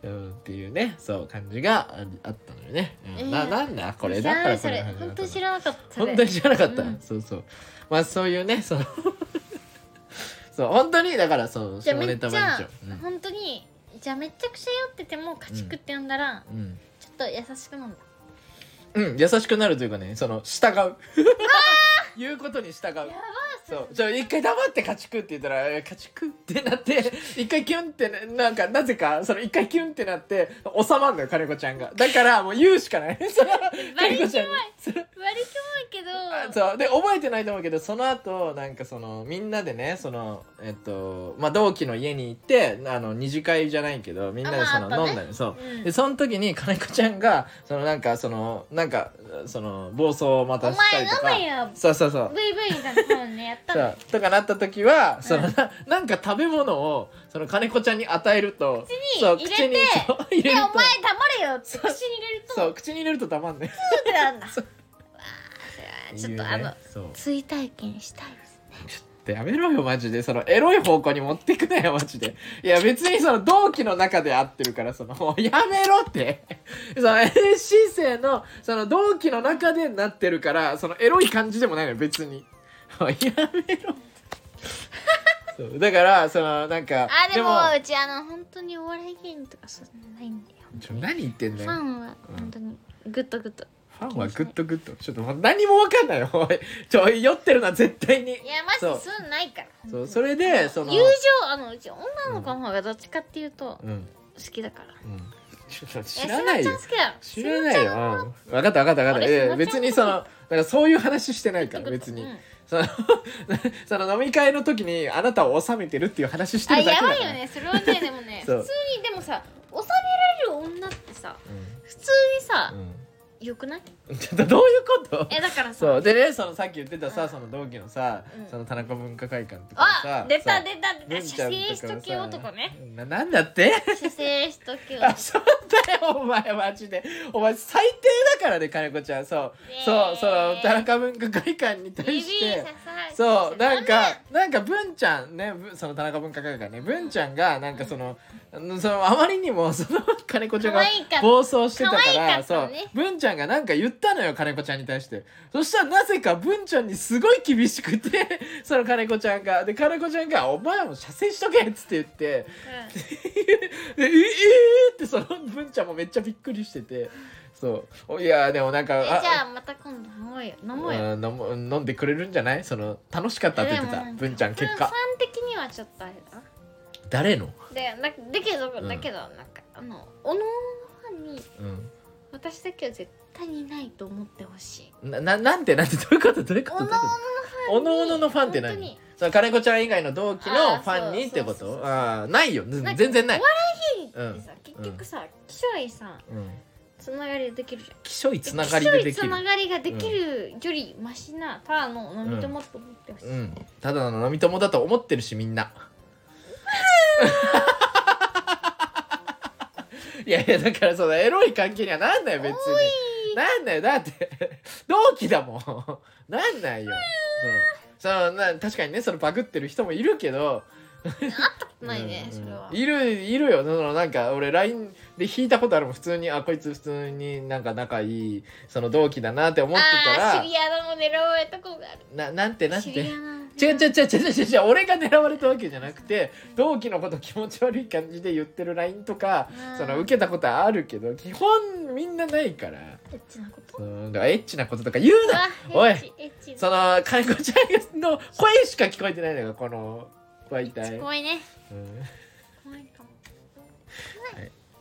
[SPEAKER 1] うん、っていうねそう感じがああったのよね、うん
[SPEAKER 2] うん
[SPEAKER 1] ななんだ これ
[SPEAKER 2] じゃ
[SPEAKER 1] だ
[SPEAKER 2] あ
[SPEAKER 1] からこ
[SPEAKER 2] そ
[SPEAKER 1] れ
[SPEAKER 2] れ
[SPEAKER 1] の話
[SPEAKER 2] 本当に知
[SPEAKER 1] だ
[SPEAKER 2] らなかった
[SPEAKER 1] ったの本当に知らなかった、
[SPEAKER 2] うん
[SPEAKER 1] そうそうまあそういうねその そう本当にだからそう
[SPEAKER 2] じ
[SPEAKER 1] 下
[SPEAKER 2] ゃあめ
[SPEAKER 1] ネ
[SPEAKER 2] っち
[SPEAKER 1] タ番長
[SPEAKER 2] ゃ、本当にじゃあめちゃくちゃ酔ってても家畜って呼んだら、
[SPEAKER 1] うん、うん
[SPEAKER 2] ちょっと優しくなんだ
[SPEAKER 1] うん、優しくなるというかね、その従う。 言うことに従う。そう、じゃあ一回黙って家畜って言ったら、えー家畜ってなって、 一回キュンってな、なんか、なぜか、その一回キュンってなって、収まんのよ、金子ちゃんが。だから、もう言うしかない。それは
[SPEAKER 2] バリ
[SPEAKER 1] 金子ちゃんに。それ
[SPEAKER 2] 悪りきもいけど
[SPEAKER 1] そうで覚えてないと思うけどその後なんかそのみんなでねそのえっとまあ同期の家に行ってあの二次会じゃないけどみんなでそ
[SPEAKER 2] あまああ
[SPEAKER 1] の
[SPEAKER 2] ったね
[SPEAKER 1] 飲んだりそう
[SPEAKER 2] うん
[SPEAKER 1] でその時に金子ちゃんがそのなんかそのなんかその暴走をまた
[SPEAKER 2] お
[SPEAKER 1] した
[SPEAKER 2] 前
[SPEAKER 1] り
[SPEAKER 2] 飲
[SPEAKER 1] と
[SPEAKER 2] め
[SPEAKER 1] か
[SPEAKER 2] よ
[SPEAKER 1] そうそうそう
[SPEAKER 2] ブイブイみたいなもんねやった
[SPEAKER 1] そ
[SPEAKER 2] の
[SPEAKER 1] うとかなった時はその、
[SPEAKER 2] うん
[SPEAKER 1] ななんか食べ物をその金子ちゃんに与えると
[SPEAKER 2] に
[SPEAKER 1] そう
[SPEAKER 2] 入れ
[SPEAKER 1] 口
[SPEAKER 2] て
[SPEAKER 1] にそう入
[SPEAKER 2] で
[SPEAKER 1] れ
[SPEAKER 2] お
[SPEAKER 1] る
[SPEAKER 2] 前
[SPEAKER 1] と
[SPEAKER 2] 黙れよって口に入れると
[SPEAKER 1] そ
[SPEAKER 2] そう
[SPEAKER 1] 口に入れるとたまんね
[SPEAKER 2] うなんだわあそれはちょっと、あ
[SPEAKER 1] いう
[SPEAKER 2] の
[SPEAKER 1] ねそう
[SPEAKER 2] 追体験したいです
[SPEAKER 1] ってやめろよマジでそのエロい方向に持ってくなよマジでいや別にその同期の中で合ってるからそのもうやめろってその NSC 生のその同期の中でなってるからそのエロい感じでもないのよ別にもうやめろってそうだからそのなんか
[SPEAKER 2] あでもうちあの本当にお笑い芸人とかそんなないんだよ
[SPEAKER 1] ちょ何言ってん
[SPEAKER 2] フ
[SPEAKER 1] だよ
[SPEAKER 2] ァンは本当にグッとグッと
[SPEAKER 1] ファンはグッドグッドちょっともう何も分かんないよおいちょ酔ってるな絶対に
[SPEAKER 2] いやマジ
[SPEAKER 1] そう
[SPEAKER 2] でそういうのないから本当
[SPEAKER 1] そう
[SPEAKER 2] に
[SPEAKER 1] それでその
[SPEAKER 2] 友情あのうち女の子の方がどっちかっていうと
[SPEAKER 1] うんうん
[SPEAKER 2] 好きだから、
[SPEAKER 1] ちょっと
[SPEAKER 2] え
[SPEAKER 1] 知らない
[SPEAKER 2] す
[SPEAKER 1] よ
[SPEAKER 2] まちゃん好きだ
[SPEAKER 1] 知らないよ。うん分かった分かった分かった。
[SPEAKER 2] あれ
[SPEAKER 1] え
[SPEAKER 2] すまちゃん
[SPEAKER 1] 別にその、だからそういう話してない
[SPEAKER 2] す
[SPEAKER 1] か
[SPEAKER 2] まちゃん
[SPEAKER 1] ら、別に
[SPEAKER 2] う。ん
[SPEAKER 1] その、 その飲み会の時にあなたを収めてるっていう話して
[SPEAKER 2] あ
[SPEAKER 1] るだけ
[SPEAKER 2] や
[SPEAKER 1] だから。
[SPEAKER 2] ばいよねそれはね でもね
[SPEAKER 1] そ
[SPEAKER 2] 普通
[SPEAKER 1] う
[SPEAKER 2] にでもさ収められる女ってさ普通にさ
[SPEAKER 1] う、ん。
[SPEAKER 2] 良くない
[SPEAKER 1] うん。 ちょっとどういうこと
[SPEAKER 2] えだからさ
[SPEAKER 1] そう。でね、そのさっき言ってたさ、
[SPEAKER 2] うん
[SPEAKER 1] その同期のさ
[SPEAKER 2] うん、
[SPEAKER 1] その田中文化会館とかさ
[SPEAKER 2] あ。出
[SPEAKER 1] そ
[SPEAKER 2] た
[SPEAKER 1] う
[SPEAKER 2] 出た出
[SPEAKER 1] 文
[SPEAKER 2] た
[SPEAKER 1] ちゃ
[SPEAKER 2] 射
[SPEAKER 1] んとか
[SPEAKER 2] 精
[SPEAKER 1] も
[SPEAKER 2] し
[SPEAKER 1] さ
[SPEAKER 2] とけ 男ね。
[SPEAKER 1] な、なんだって
[SPEAKER 2] 射精しとけ
[SPEAKER 1] あ、
[SPEAKER 2] 男
[SPEAKER 1] そうだよ、お前、マジで。お前、最低だからね、金子ちゃん。そう。そう、その田中文化会館に対
[SPEAKER 2] 指
[SPEAKER 1] して。
[SPEAKER 2] ささ
[SPEAKER 1] そうなん
[SPEAKER 2] ダ
[SPEAKER 1] かなんか文ちゃんねぶその田中文化会館ね文ちゃんがなんかその,、そのあまりにも その金子ちゃんが
[SPEAKER 2] 可愛いかった
[SPEAKER 1] 暴走してたから
[SPEAKER 2] 可愛かっ
[SPEAKER 1] そ
[SPEAKER 2] た
[SPEAKER 1] う
[SPEAKER 2] ね
[SPEAKER 1] 文ちゃんがなんか言ったのよ金子ちゃんに対してそしたらなぜか文ちゃんにすごい厳しくて その金子ちゃんがで金子ちゃんが「お前も射精しとけ」っつって言って
[SPEAKER 2] メうん
[SPEAKER 1] で「ええー!」ってその文ちゃんもめっちゃびっくりしててそうおいやでもなんか
[SPEAKER 2] えじゃあまた今度飲もうよ飲もうよ
[SPEAKER 1] うん飲も飲んでくれるんじゃないその楽しかったって言って
[SPEAKER 2] で
[SPEAKER 1] た
[SPEAKER 2] もなんか
[SPEAKER 1] 文ちゃん結
[SPEAKER 2] 文
[SPEAKER 1] 果
[SPEAKER 2] さん的にはちょっとあれだな
[SPEAKER 1] 誰の
[SPEAKER 2] でなだけど、
[SPEAKER 1] うん
[SPEAKER 2] だけどなんかあのおのファンに
[SPEAKER 1] う
[SPEAKER 2] 私だけは絶対にないと思ってほしい
[SPEAKER 1] んなななんてなんてどういうことどういうこと
[SPEAKER 2] おの
[SPEAKER 1] おのおののファンって
[SPEAKER 2] 本当に
[SPEAKER 1] 何その金子ちゃん以外の同期の
[SPEAKER 2] あー
[SPEAKER 1] ファンにってこ
[SPEAKER 2] そうそうそう
[SPEAKER 1] と
[SPEAKER 2] そう
[SPEAKER 1] ああないよず
[SPEAKER 2] なんか
[SPEAKER 1] 全然ない
[SPEAKER 2] お、笑い芸人ってさ、
[SPEAKER 1] うん
[SPEAKER 2] 結局さ気象いさ
[SPEAKER 1] うん、
[SPEAKER 2] つながりできるじゃん
[SPEAKER 1] きしょいつながりででき
[SPEAKER 2] 気象いつ
[SPEAKER 1] る
[SPEAKER 2] ながりができるよりマシなただの飲み友と思ってほしい、
[SPEAKER 1] うんただの飲み友だと思ってるしみん ないやいやだからそのエロい関係にはなんないよ別になんだよだって同期だもんなんないよそうそのな確かにねそのバグってる人もいるけど
[SPEAKER 2] ないね、
[SPEAKER 1] うんうん
[SPEAKER 2] それはい
[SPEAKER 1] るいるよそのなんか俺 LINE で引いたことあるもん普通にあこいつ普通になんか仲いいその同期だなって思ってた
[SPEAKER 2] あー
[SPEAKER 1] ら
[SPEAKER 2] シリアの狙われたとこがある
[SPEAKER 1] ななんてなんて
[SPEAKER 2] シリア
[SPEAKER 1] 違
[SPEAKER 2] の
[SPEAKER 1] う違う違う違う違う違う俺が狙われたわけじゃなくて同期のこと気持ち悪い感じで言ってる LINE とかその受けたことあるけど基本みんなないから
[SPEAKER 2] けエッチなこと
[SPEAKER 1] そうだからエッチなこととか言うな
[SPEAKER 2] あ
[SPEAKER 1] おい
[SPEAKER 2] エッチエッチな
[SPEAKER 1] その金子ちゃんの声しか聞こえてないのがこの媒体、
[SPEAKER 2] 怖いね
[SPEAKER 1] うん、
[SPEAKER 2] 怖いかも
[SPEAKER 1] じ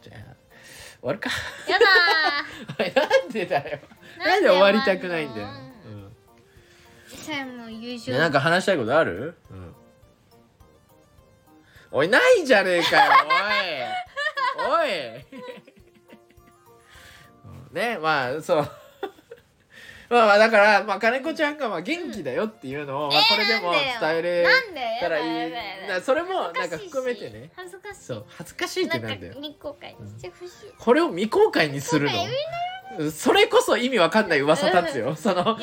[SPEAKER 1] ゃあ終わるか
[SPEAKER 2] やだー
[SPEAKER 1] なんでだよ なんで終わりたくないんだよ、うん
[SPEAKER 2] さやも友情
[SPEAKER 1] ねなんか話したいことある、うん、おいないじゃねえかよおいおいねまあそうまあまあだから、まあ、金子ちゃんがまあ元気だよっていうのを、まあ、これでも伝えれ
[SPEAKER 2] なんでや
[SPEAKER 1] た
[SPEAKER 2] だ
[SPEAKER 1] ら
[SPEAKER 2] やだ
[SPEAKER 1] いい
[SPEAKER 2] やだ
[SPEAKER 1] なそれもなん
[SPEAKER 2] 恥
[SPEAKER 1] か
[SPEAKER 2] ずしいし
[SPEAKER 1] 含めてね
[SPEAKER 2] 恥ずかしい
[SPEAKER 1] そう恥ずかしいってなんだよ
[SPEAKER 2] か未公開にしてほしい、
[SPEAKER 1] これを未公開にする
[SPEAKER 2] 未公
[SPEAKER 1] のそれこそ意味わかんない噂立つよその
[SPEAKER 2] やだ
[SPEAKER 1] 未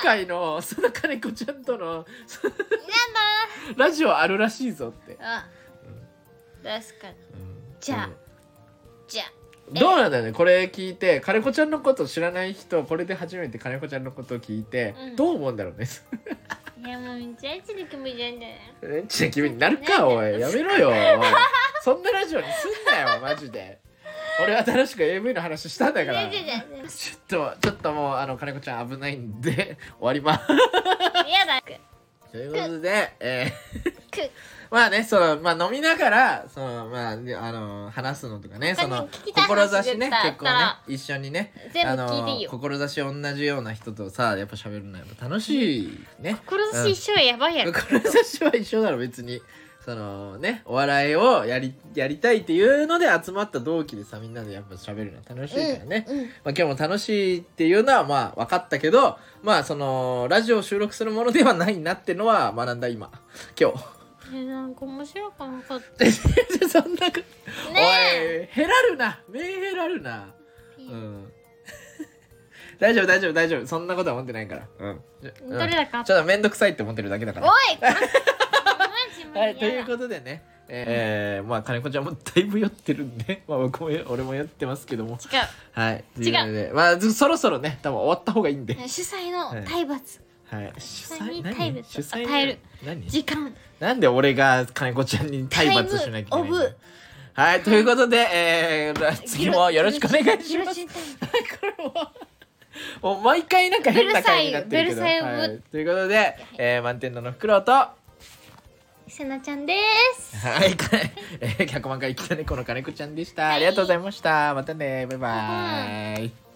[SPEAKER 1] 公開のその金子ちゃんとのそのラジオあるらしいぞって、
[SPEAKER 2] やだあ確かに
[SPEAKER 1] うん
[SPEAKER 2] じゃあ
[SPEAKER 1] うん
[SPEAKER 2] じゃあ
[SPEAKER 1] どうなんだよねこれ聞いて金子ちゃんのこと知らない人これで初めて金子ちゃんのことを聞いて、
[SPEAKER 2] うん
[SPEAKER 1] どう思うんだろう ね
[SPEAKER 2] いやもうめちゃめちゃで気持ち悪いんだよね
[SPEAKER 1] レンチの気分になるかおいやめろよ おいそんなラジオにすんなよマジで俺は楽しく AV の話したんだから
[SPEAKER 2] いやいやいやいや
[SPEAKER 1] ちょっとちょっともうあの金子ちゃん危ないんで終わります
[SPEAKER 2] やだく
[SPEAKER 1] ということで、えー
[SPEAKER 2] く
[SPEAKER 1] まあねその、まあ、飲みながらその、まあね、あの話すのとかねその
[SPEAKER 2] 他人聞きたい話
[SPEAKER 1] 志ね
[SPEAKER 2] 絶対あ
[SPEAKER 1] 結
[SPEAKER 2] っ
[SPEAKER 1] 構
[SPEAKER 2] た
[SPEAKER 1] ね
[SPEAKER 2] ら
[SPEAKER 1] 一緒にね
[SPEAKER 2] 全部聞いていいよ
[SPEAKER 1] 志同じような人とさやっぱ喋るのやっぱ楽しいね
[SPEAKER 2] 志一緒はやばいやろ
[SPEAKER 1] 志は一緒だろ別にそのねお笑いをやりやりたいっていうので集まった同期でさみんなでやっぱ喋るのは楽しいからね、
[SPEAKER 2] うんうん
[SPEAKER 1] まあ、今日も楽しいっていうのはまあ分かったけどまあそのラジオを収録するものではないなってのは学んだ今今日
[SPEAKER 2] えなんか面白くなかった
[SPEAKER 1] そんなか
[SPEAKER 2] ねえ
[SPEAKER 1] おい減らるな目減らるなうん 大丈夫大丈夫大丈夫そんなことは思ってないからうん
[SPEAKER 2] どれだか
[SPEAKER 1] ちょっと面倒くさいって思ってるだけだから
[SPEAKER 2] お いこれマジ
[SPEAKER 1] は
[SPEAKER 2] マ
[SPEAKER 1] い、
[SPEAKER 2] ジ
[SPEAKER 1] という
[SPEAKER 2] やだ
[SPEAKER 1] ことでね、えーまあ金子ちゃんもだいぶ酔ってるんで、 まあ、僕も俺も酔ってますけども
[SPEAKER 2] 違う
[SPEAKER 1] はいと
[SPEAKER 2] 違う
[SPEAKER 1] いうことでまあずそろそろね多分終わった方がいいんで、
[SPEAKER 2] 主催の体罰、
[SPEAKER 1] はい、主
[SPEAKER 2] 催に
[SPEAKER 1] 何
[SPEAKER 2] 体罰
[SPEAKER 1] 主催に
[SPEAKER 2] 与える
[SPEAKER 1] 何
[SPEAKER 2] 時間
[SPEAKER 1] なんで俺が金子ちゃんに体罰しなきゃいけないんだ
[SPEAKER 2] タイムオブ
[SPEAKER 1] はいということで、 えーら次もよろしくお願いします
[SPEAKER 2] ギロチンタイム
[SPEAKER 1] もう毎回なんか変な回になってるけ
[SPEAKER 2] ベル
[SPEAKER 1] ど、
[SPEAKER 2] サイユベルサ
[SPEAKER 1] は
[SPEAKER 2] イユ
[SPEAKER 1] い、ということで、えー、満点のの袋とは
[SPEAKER 2] せなちゃんです
[SPEAKER 1] い、えー、100万回生きた猫の金子ちゃんでした、ありがとうございましたまたねバイバイ